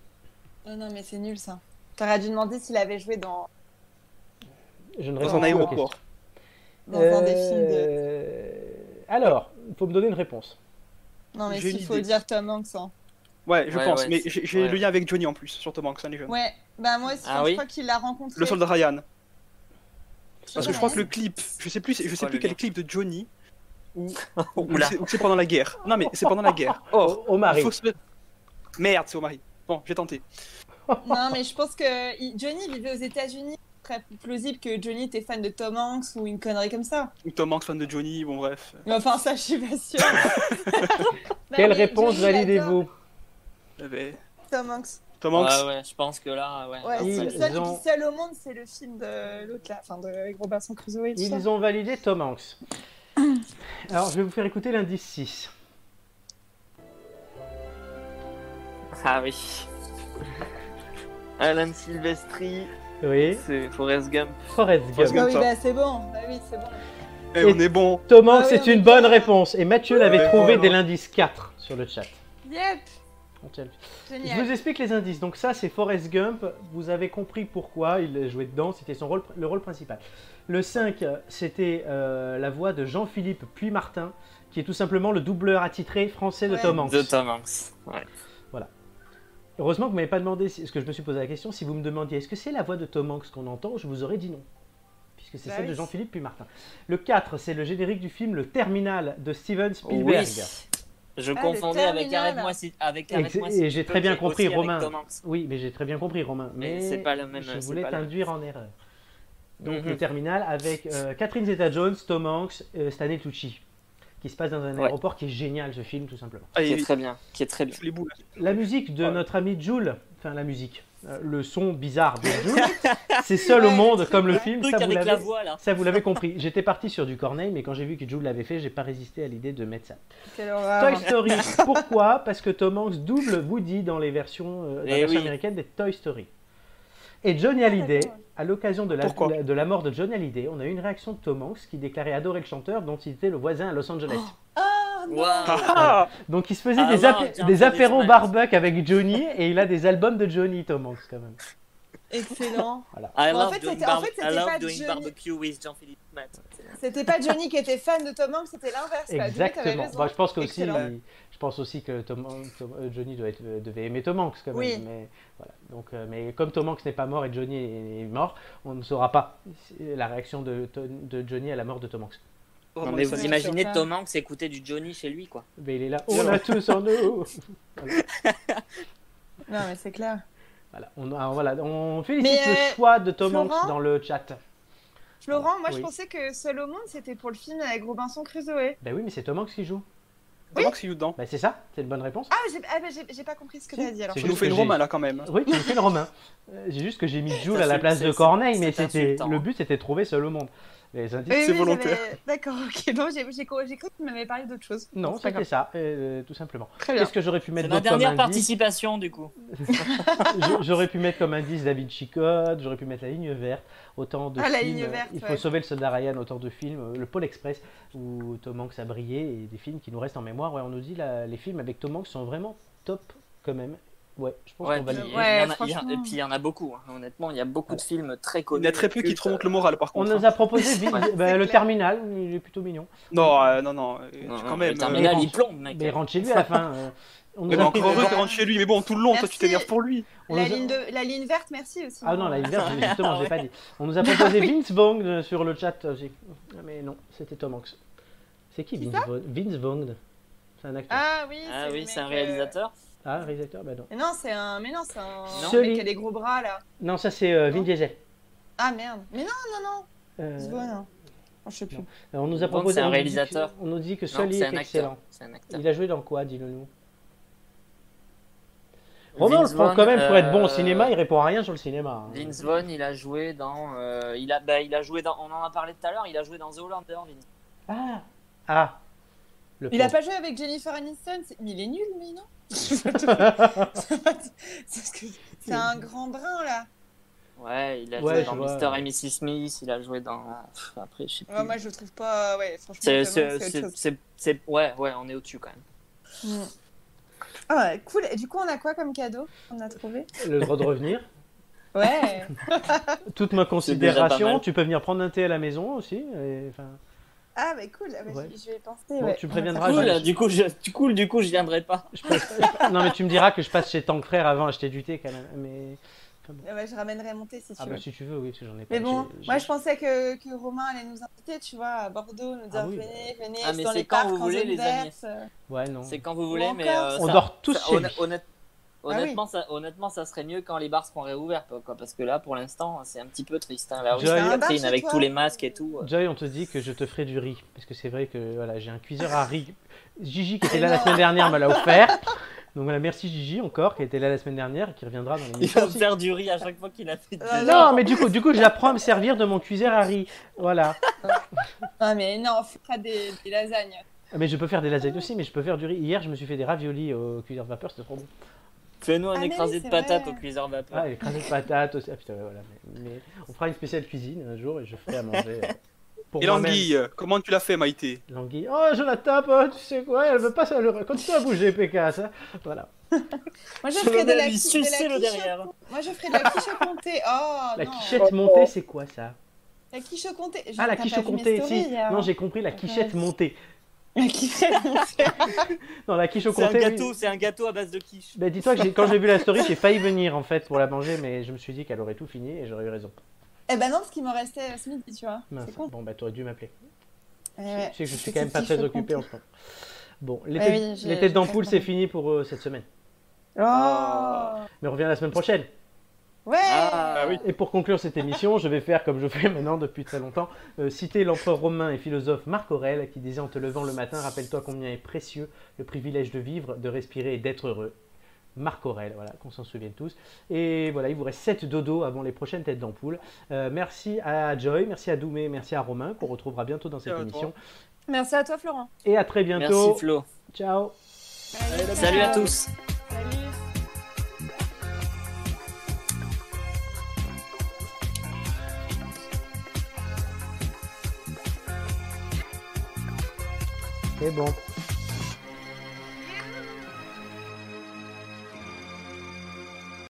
Non, non, mais c'est nul ça. T'aurais dû demander s'il avait joué dans,
Je ne
Dans
réponds
un
plus aux
aéroport.
dans un des films de.
Euh, Alors, il faut me donner une réponse.
Non, mais
j'ai
s'il
une
faut
idée.
dire Tom Hanks. hein.
Ouais, je
Ouais,
pense,
ouais,
mais
c'est-
j'ai j'ai le
ouais.
lien avec Johnny en plus, sur Tom Hanks, hein, les jeunes.
Ouais, bah moi aussi,
Ah
je
oui
crois qu'il l'a rencontré.
Le soldat Ryan.
Tu
Parce que je
vois,
crois que le clip, je sais plus, je
C'est
sais
quoi
plus
le
quel
lien
clip de Johnny, ou
Oula.
c'est- ou c'est pendant la guerre. Non mais c'est pendant la guerre. Or,
Au, au mari.
il Oh, faut se mettre- Merde, c'est au mari. Bon, j'ai tenté.
Non, mais je pense que il- Johnny vivait aux États-Unis. Très plus plausible que Johnny était fan de Tom Hanks ou une connerie comme ça.
Ou Tom Hanks, fan de Johnny, bon bref.
Mais enfin, ça, je suis pas sûre. Non,
Quelle
mais
réponse
Johnny, il
validez-vous
Eh ben,
adore Tom Hanks.
Tom Hanks,
Ouais, ouais, je pense que là, ouais.
Ouais,
Ils
c'est le seul,
ont-
et puis Seul au monde, c'est le film de l'autre là, enfin de avec Robinson Crusoe et tout ça.
Ils ont validé Tom Hanks. Alors, je vais vous faire écouter l'indice 6.
Ah oui. Alan Silvestri,
Oui.
c'est Forrest Gump.
Forrest
Forrest
Gump.
Bah
comme
oui,
ça.
bah c'est bon, bah oui, c'est bon.
eh, on est bon.
Tom Hanks,
Ah oui,
c'est
on est
une
bien.
bonne réponse. Et Mathieu l'avait
Ouais,
trouvé
voilà.
dès l'indice 4 sur le chat.
Yep,
On tient le- Je
génial.
vous explique les indices. Donc ça, c'est Forrest Gump. Vous avez compris pourquoi il jouait dedans. C'était son rôle, le rôle principal. Le 5, c'était euh, la voix de Jean-Philippe Puy-Martin, qui est tout simplement le doubleur attitré français de
Ouais.
Tom Hanks.
De Tom Hanks. Ouais.
Heureusement que vous m'avez pas demandé, si- parce que je me suis posé la question, si vous me demandiez est-ce que c'est la voix de Tom Hanks qu'on entend, je vous aurais dit non. Puisque c'est
Bah
celle de
oui.
Jean-Philippe Puy-Martin. Le 4, c'est le générique du film Le Terminal de Steven
Oui.
Spielberg.
Je
Ah,
confondais
le
avec
terminal.
Arrête-moi si avec
Ex-
Arrête-moi
et
si tu
j'ai
peux,
très bien
qui est
compris,
aussi avec
Romain.
Tom Hanks.
Oui, mais j'ai très bien compris, Romain.
Mais
Mais
c'est pas la même-
Je
c'est
voulais
pas la-
t'induire en erreur. Donc
Mhm.
le terminal avec euh, Catherine Zeta-Jones, Tom Hanks, euh, Stanley Tucci, qui se passe dans un
Ouais.
aéroport qui est génial ce film tout simplement.
Ah,
Qui
il
est très bien, qui est très bien.
fout les boules.
La musique de
Ouais.
notre ami Jules, enfin la musique, euh, le son bizarre de Jules, c'est seul au
Ouais,
monde
c'est
comme le
vrai.
film,
Truc
ça vous
avec la
l'avez.
voix là.
Ça vous l'avez compris. J'étais parti sur du Corneille, mais quand j'ai vu que Jules l'avait fait, j'ai pas résisté à l'idée de mettre ça.
Quelle
Toy
horreur.
Ah.
Story, pourquoi Parce que Tom Hanks double Woody dans les versions, euh, dans la
Eh
version
oui.
américaine des Toy Story. Et Johnny Hallyday, à l'occasion de la,
Pourquoi
la- de la mort de Johnny Hallyday, on a eu une réaction de Tom Hanks qui déclarait adorer le chanteur dont il était le voisin à Los Angeles.
Waouh.
Ah,
Donc il se faisait
Oh. Ah
des,
ouais,
apé-
tiens,
des
c'est
apéros
des
barbecue avec Johnny et il a des albums de Johnny Tom Hanks quand même.
Excellent.
I
Bon, en
love
fait,
doing
c'était- en
barbe-
fait, c'était
I love
pas
doing
Johnny.
barbecue with Jean-Philippe Matt.
C'était pas Johnny qui était fan de Tom Hanks, c'était l'inverse. quoi. Johnny, t'avais
Exactement.
raison.
Bah, je pense que aussi,
Excellent.
il- je pense aussi que Tom, Tom- euh, Johnny doit être- euh, devait aimer Tom Hanks quand même.
Oui.
Mais voilà. Donc, euh, mais comme Tom Hanks n'est pas mort et Johnny est, est mort, on ne saura pas la réaction de, Ton- de Johnny à la mort de Tom Hanks.
Non
vraiment,
mais
ça-
vous
c'est
imaginez
sûr, ça.
Tom Hanks écouter du Johnny chez lui quoi.
Mais il est là. On a tous en nous.
Non, mais c'est clair.
Voilà. On, alors, voilà. On félicite
Mais,
le
euh,
choix de Tom Hanks
Florent
dans le chat.
Florent, moi je
Oui.
pensais que Seul au monde c'était pour le film avec Robinson Crusoe.
Ben oui, mais c'est Tom Hanks qui joue.
Tom Hanks, il joue dedans.
Ben c'est ça. C'est une bonne réponse.
Ah, j'ai ah, bah, j'ai- j'ai pas compris ce que
Si,
t'as dit alors.
c'est
Tu nous
juste
fais une
que j'ai-
romain là quand même.
Oui, tu me fais le romain. Euh, J'ai juste que j'ai mis Jules
Ça,
à la
c'est-
place de
c'est-
Corneille,
c'est-
mais
c'est
c'était
insultant.
le but c'était de trouver seul au monde. Les indices,
Oui,
c'est
oui,
volontaire.
j'avais- D'accord, ok. Non, j'ai j'ai cru j'ai cru que tu m'avais parlé d'autre chose.
Non,
C'est pas grave.
c'était ça, euh, tout simplement.
Très bien.
Qu'est-ce que j'aurais pu
C'est
mettre
ma
d'autre comme
dernière
indice
participation du coup.
Je- J'aurais pu mettre comme indice David Chicotte, j'aurais pu mettre la ligne verte, autant de
Ah, La
films.
Ligne Verte,
il faut
ouais.
sauver le soldat Ryan, autant de films, euh, le Pôle Express où Tom Hanks a brillé et des films qui nous restent en mémoire. Ouais, on nous dit là, les films avec Tom Hanks sont vraiment top quand même. Ouais, je pense
Ouais,
qu'on
puis,
va
il
le
y
Ouais,
en a- il y en a-
franchement.
et puis il y en a beaucoup. hein. Honnêtement, il y a beaucoup de films très
Il
connus.
y en a très peu qui
cultes.
te remontent le moral par
On
contre.
nous a proposé vite-
Ouais.
ben,
C'est
le
clair.
terminal, il est plutôt mignon.
Non, euh, non, non, euh,
Non, non,
quand même.
Le
euh,
terminal, il plombe, mec.
Mais rentre chez lui à la fin. euh. On
Mais
nous a pris-
encore heureux qu'il rentre chez lui, mais bon, tout le long, toi tu
Merci.
t'énerves pour lui.
on
La,
nous a-
ligne de- la ligne verte, merci aussi.
Ah non, la verte,
Ah ouais.
justement, je l'ai pas dit. On nous a proposé Vince Vaughn euh, sur le chat aussi. Ah, Mais non, c'était Tom Hanks. C'est qui
Qui
Vince Vaughn Vince Vaughn. C'est un acteur.
Ah oui,
Ah
le
oui,
mec,
c'est un
euh,
réalisateur.
Ah, réalisateur Bah non.
Mais non, c'est un. Mais non, c'est un.
Non.
mec qui a des gros bras là.
Non, ça c'est euh, Vin
Non.
Diesel.
Ah merde. Mais non, non, non.
Euh,
C'est bon, non. Oh,
Je sais plus.
Alors, on nous a
Donc,
proposé.
c'est un
on nous dit
réalisateur.
que- On nous dit que
Non,
Sully
c'est
est,
un acteur.
excellent.
C'est un acteur.
Il a joué dans quoi, dis-le nous Romain, on le
Vince
prend quand
Vaughn,
même pour être bon au
euh,
cinéma, il répond à rien sur le cinéma. hein.
Vince Vaughn, il a joué dans, euh, il a, bah, il a joué dans, on en a parlé tout à l'heure, il a joué dans The Hollander. Vince.
Ah Ah le
Il a
pauvre.
pas joué avec Jennifer Aniston, c'est- mais il est nul, lui, non C'est ce que- c'est un grand brin, là.
Ouais, il a
Ouais,
joué
je
dans
vois.
Mr. et Mrs. Smith, il a joué dans, pff, après, je sais plus.
Ouais, moi, je le trouve pas. euh, Ouais, franchement,
C'est-
vraiment,
c'est-
c'est autre
c'est-
chose.
c'est- c'est- ouais, ouais, on est au-dessus quand même.
Mm. Ah, ouais, cool. Et du coup, on a quoi comme cadeau On a trouvé
Le droit de revenir.
Ouais.
Toute ma
déjà pas
considération,
mal.
tu peux venir prendre un thé à la maison aussi. et, enfin,
Ah, bah cool. Ah, bah,
Ouais.
j'y- Je vais y penser.
Bon,
ouais.
tu préviendras,
On va faire-
Cool,
Cool, du coup, je, du coup, du coup, je viendrai pas.
je peux- je- non mais tu me diras que je passe chez Tank Frère avant acheter du thé quand même. Mais
Ah, bah, je ramènerai mon thé si tu
ah
veux.
bah si tu veux, oui, parce que j'en ai pas.
Mais bon,
j'ai- j'ai-
moi je pensais que, que Romain allait nous inviter, tu vois, à Bordeaux, nous dire
oui, bah.
venez, venez,
Ah,
c'est
mais
dans
c'est
les
quand
parcs,
vous
en
voulez,
zone
les
verte. euh.
Ouais non.
C'est quand vous voulez, mais
encore,
euh,
On
ça-
dort tous
ça-
chez
honn-
lui.
honnête-
Ah oui.
Honnêtement, ça, honnêtement, ça serait mieux quand les bars seront réouverts, quoi, parce que là, pour l'instant, c'est un petit peu triste. Hein, la rue
Joy. T'as un
bar
Sainte-Catherine
chez
avec
toi
tous les masques et tout. euh,
Joy, on te dit que je te ferai du riz parce que c'est vrai que voilà, j'ai un cuiseur à riz. Gigi qui était là la
Non.
semaine dernière me l'a offert. Donc voilà, merci Gigi encore qui était là la semaine dernière et qui reviendra dans
Il
l'émission.
va me
aussi.
faire du riz à chaque fois qu'il a fait. du-
Ah,
Non, mais du coup, du coup, je l'apprends à me servir de mon cuiseur à riz. Voilà.
Ah, mais non, on fera des, des lasagnes.
Mais je peux faire des lasagnes aussi, mais je peux faire du riz. Hier, je me suis fait des raviolis au cuiseur de vapeur, c'était trop bon.
Fais-nous
Ah,
un
mais oui,
écrasé
c'est
de patates
vrai.
au cuiseur vapeur.
Ah, et écrasé de patates aussi. Ah putain, ouais, voilà. Mais, mais on fera une spéciale cuisine un jour et je ferai à manger. euh, Pour
Et
moi-même.
l'anguille, euh, comment tu l'as fait, Maïté
L'anguille. Oh, je la tape, oh, tu sais quoi, elle veut pas ça. elle Continue à bouger, PK, ça. Voilà.
Moi je
Je
ferai
veux
de
bien
la,
lui
qui- de la
sucer le
quiche au
derrière.
comté. Moi je ferai de la quiche au comté. Oh
La
non.
quichette montée, c'est quoi ça
La quiche au comté. Je-
Ah, la
t'as
quiche
pas
au
vu mes
comté,
stories
si.
hier.
Non, j'ai compris, la quichette montée.
La quiche au comté.
Non, la quiche au
C'est un
comté. oui.
gâteau, c'est un gâteau à base de quiche.
Ben, dis-toi que j'ai- quand j'ai vu la story, j'ai failli venir en fait pour la manger, mais je me suis dit qu'elle aurait tout fini et j'aurais eu raison.
Eh ben non, parce qu'il me restait euh, ce midi, tu vois.
Mince.
C'est con.
Bon, bah, t'aurais dû m'appeler.
Ouais,
Je-
ouais.
Je sais que je suis
Petite
quand même pas
quiche
très
au
occupé
comté.
en ce moment. Bon, les
Ouais,
têtes,
oui, j'ai-
les
j'ai
têtes
très
d'ampoule,
faim.
c'est fini pour euh, cette semaine.
Oh.
Mais on revient la semaine prochaine.
Ouais.
Ah oui.
Et pour conclure cette émission, je vais faire comme je fais maintenant depuis très longtemps, euh, citer l'empereur romain et philosophe Marc Aurèle qui disait en te levant le matin, rappelle-toi combien est précieux le privilège de vivre, de respirer et d'être heureux. Marc Aurèle, voilà, qu'on s'en souvienne tous. Et voilà, il vous reste 7 dodos avant les prochaines têtes d'ampoule. Euh, merci à Joy, merci à Doumé, merci à Romain, qu'on retrouvera bientôt dans cette
Merci à toi.
émission.
Merci à toi, Florent.
Et à très bientôt.
Merci Flo.
Ciao.
Salut à tous.
Salut.
C'est bon.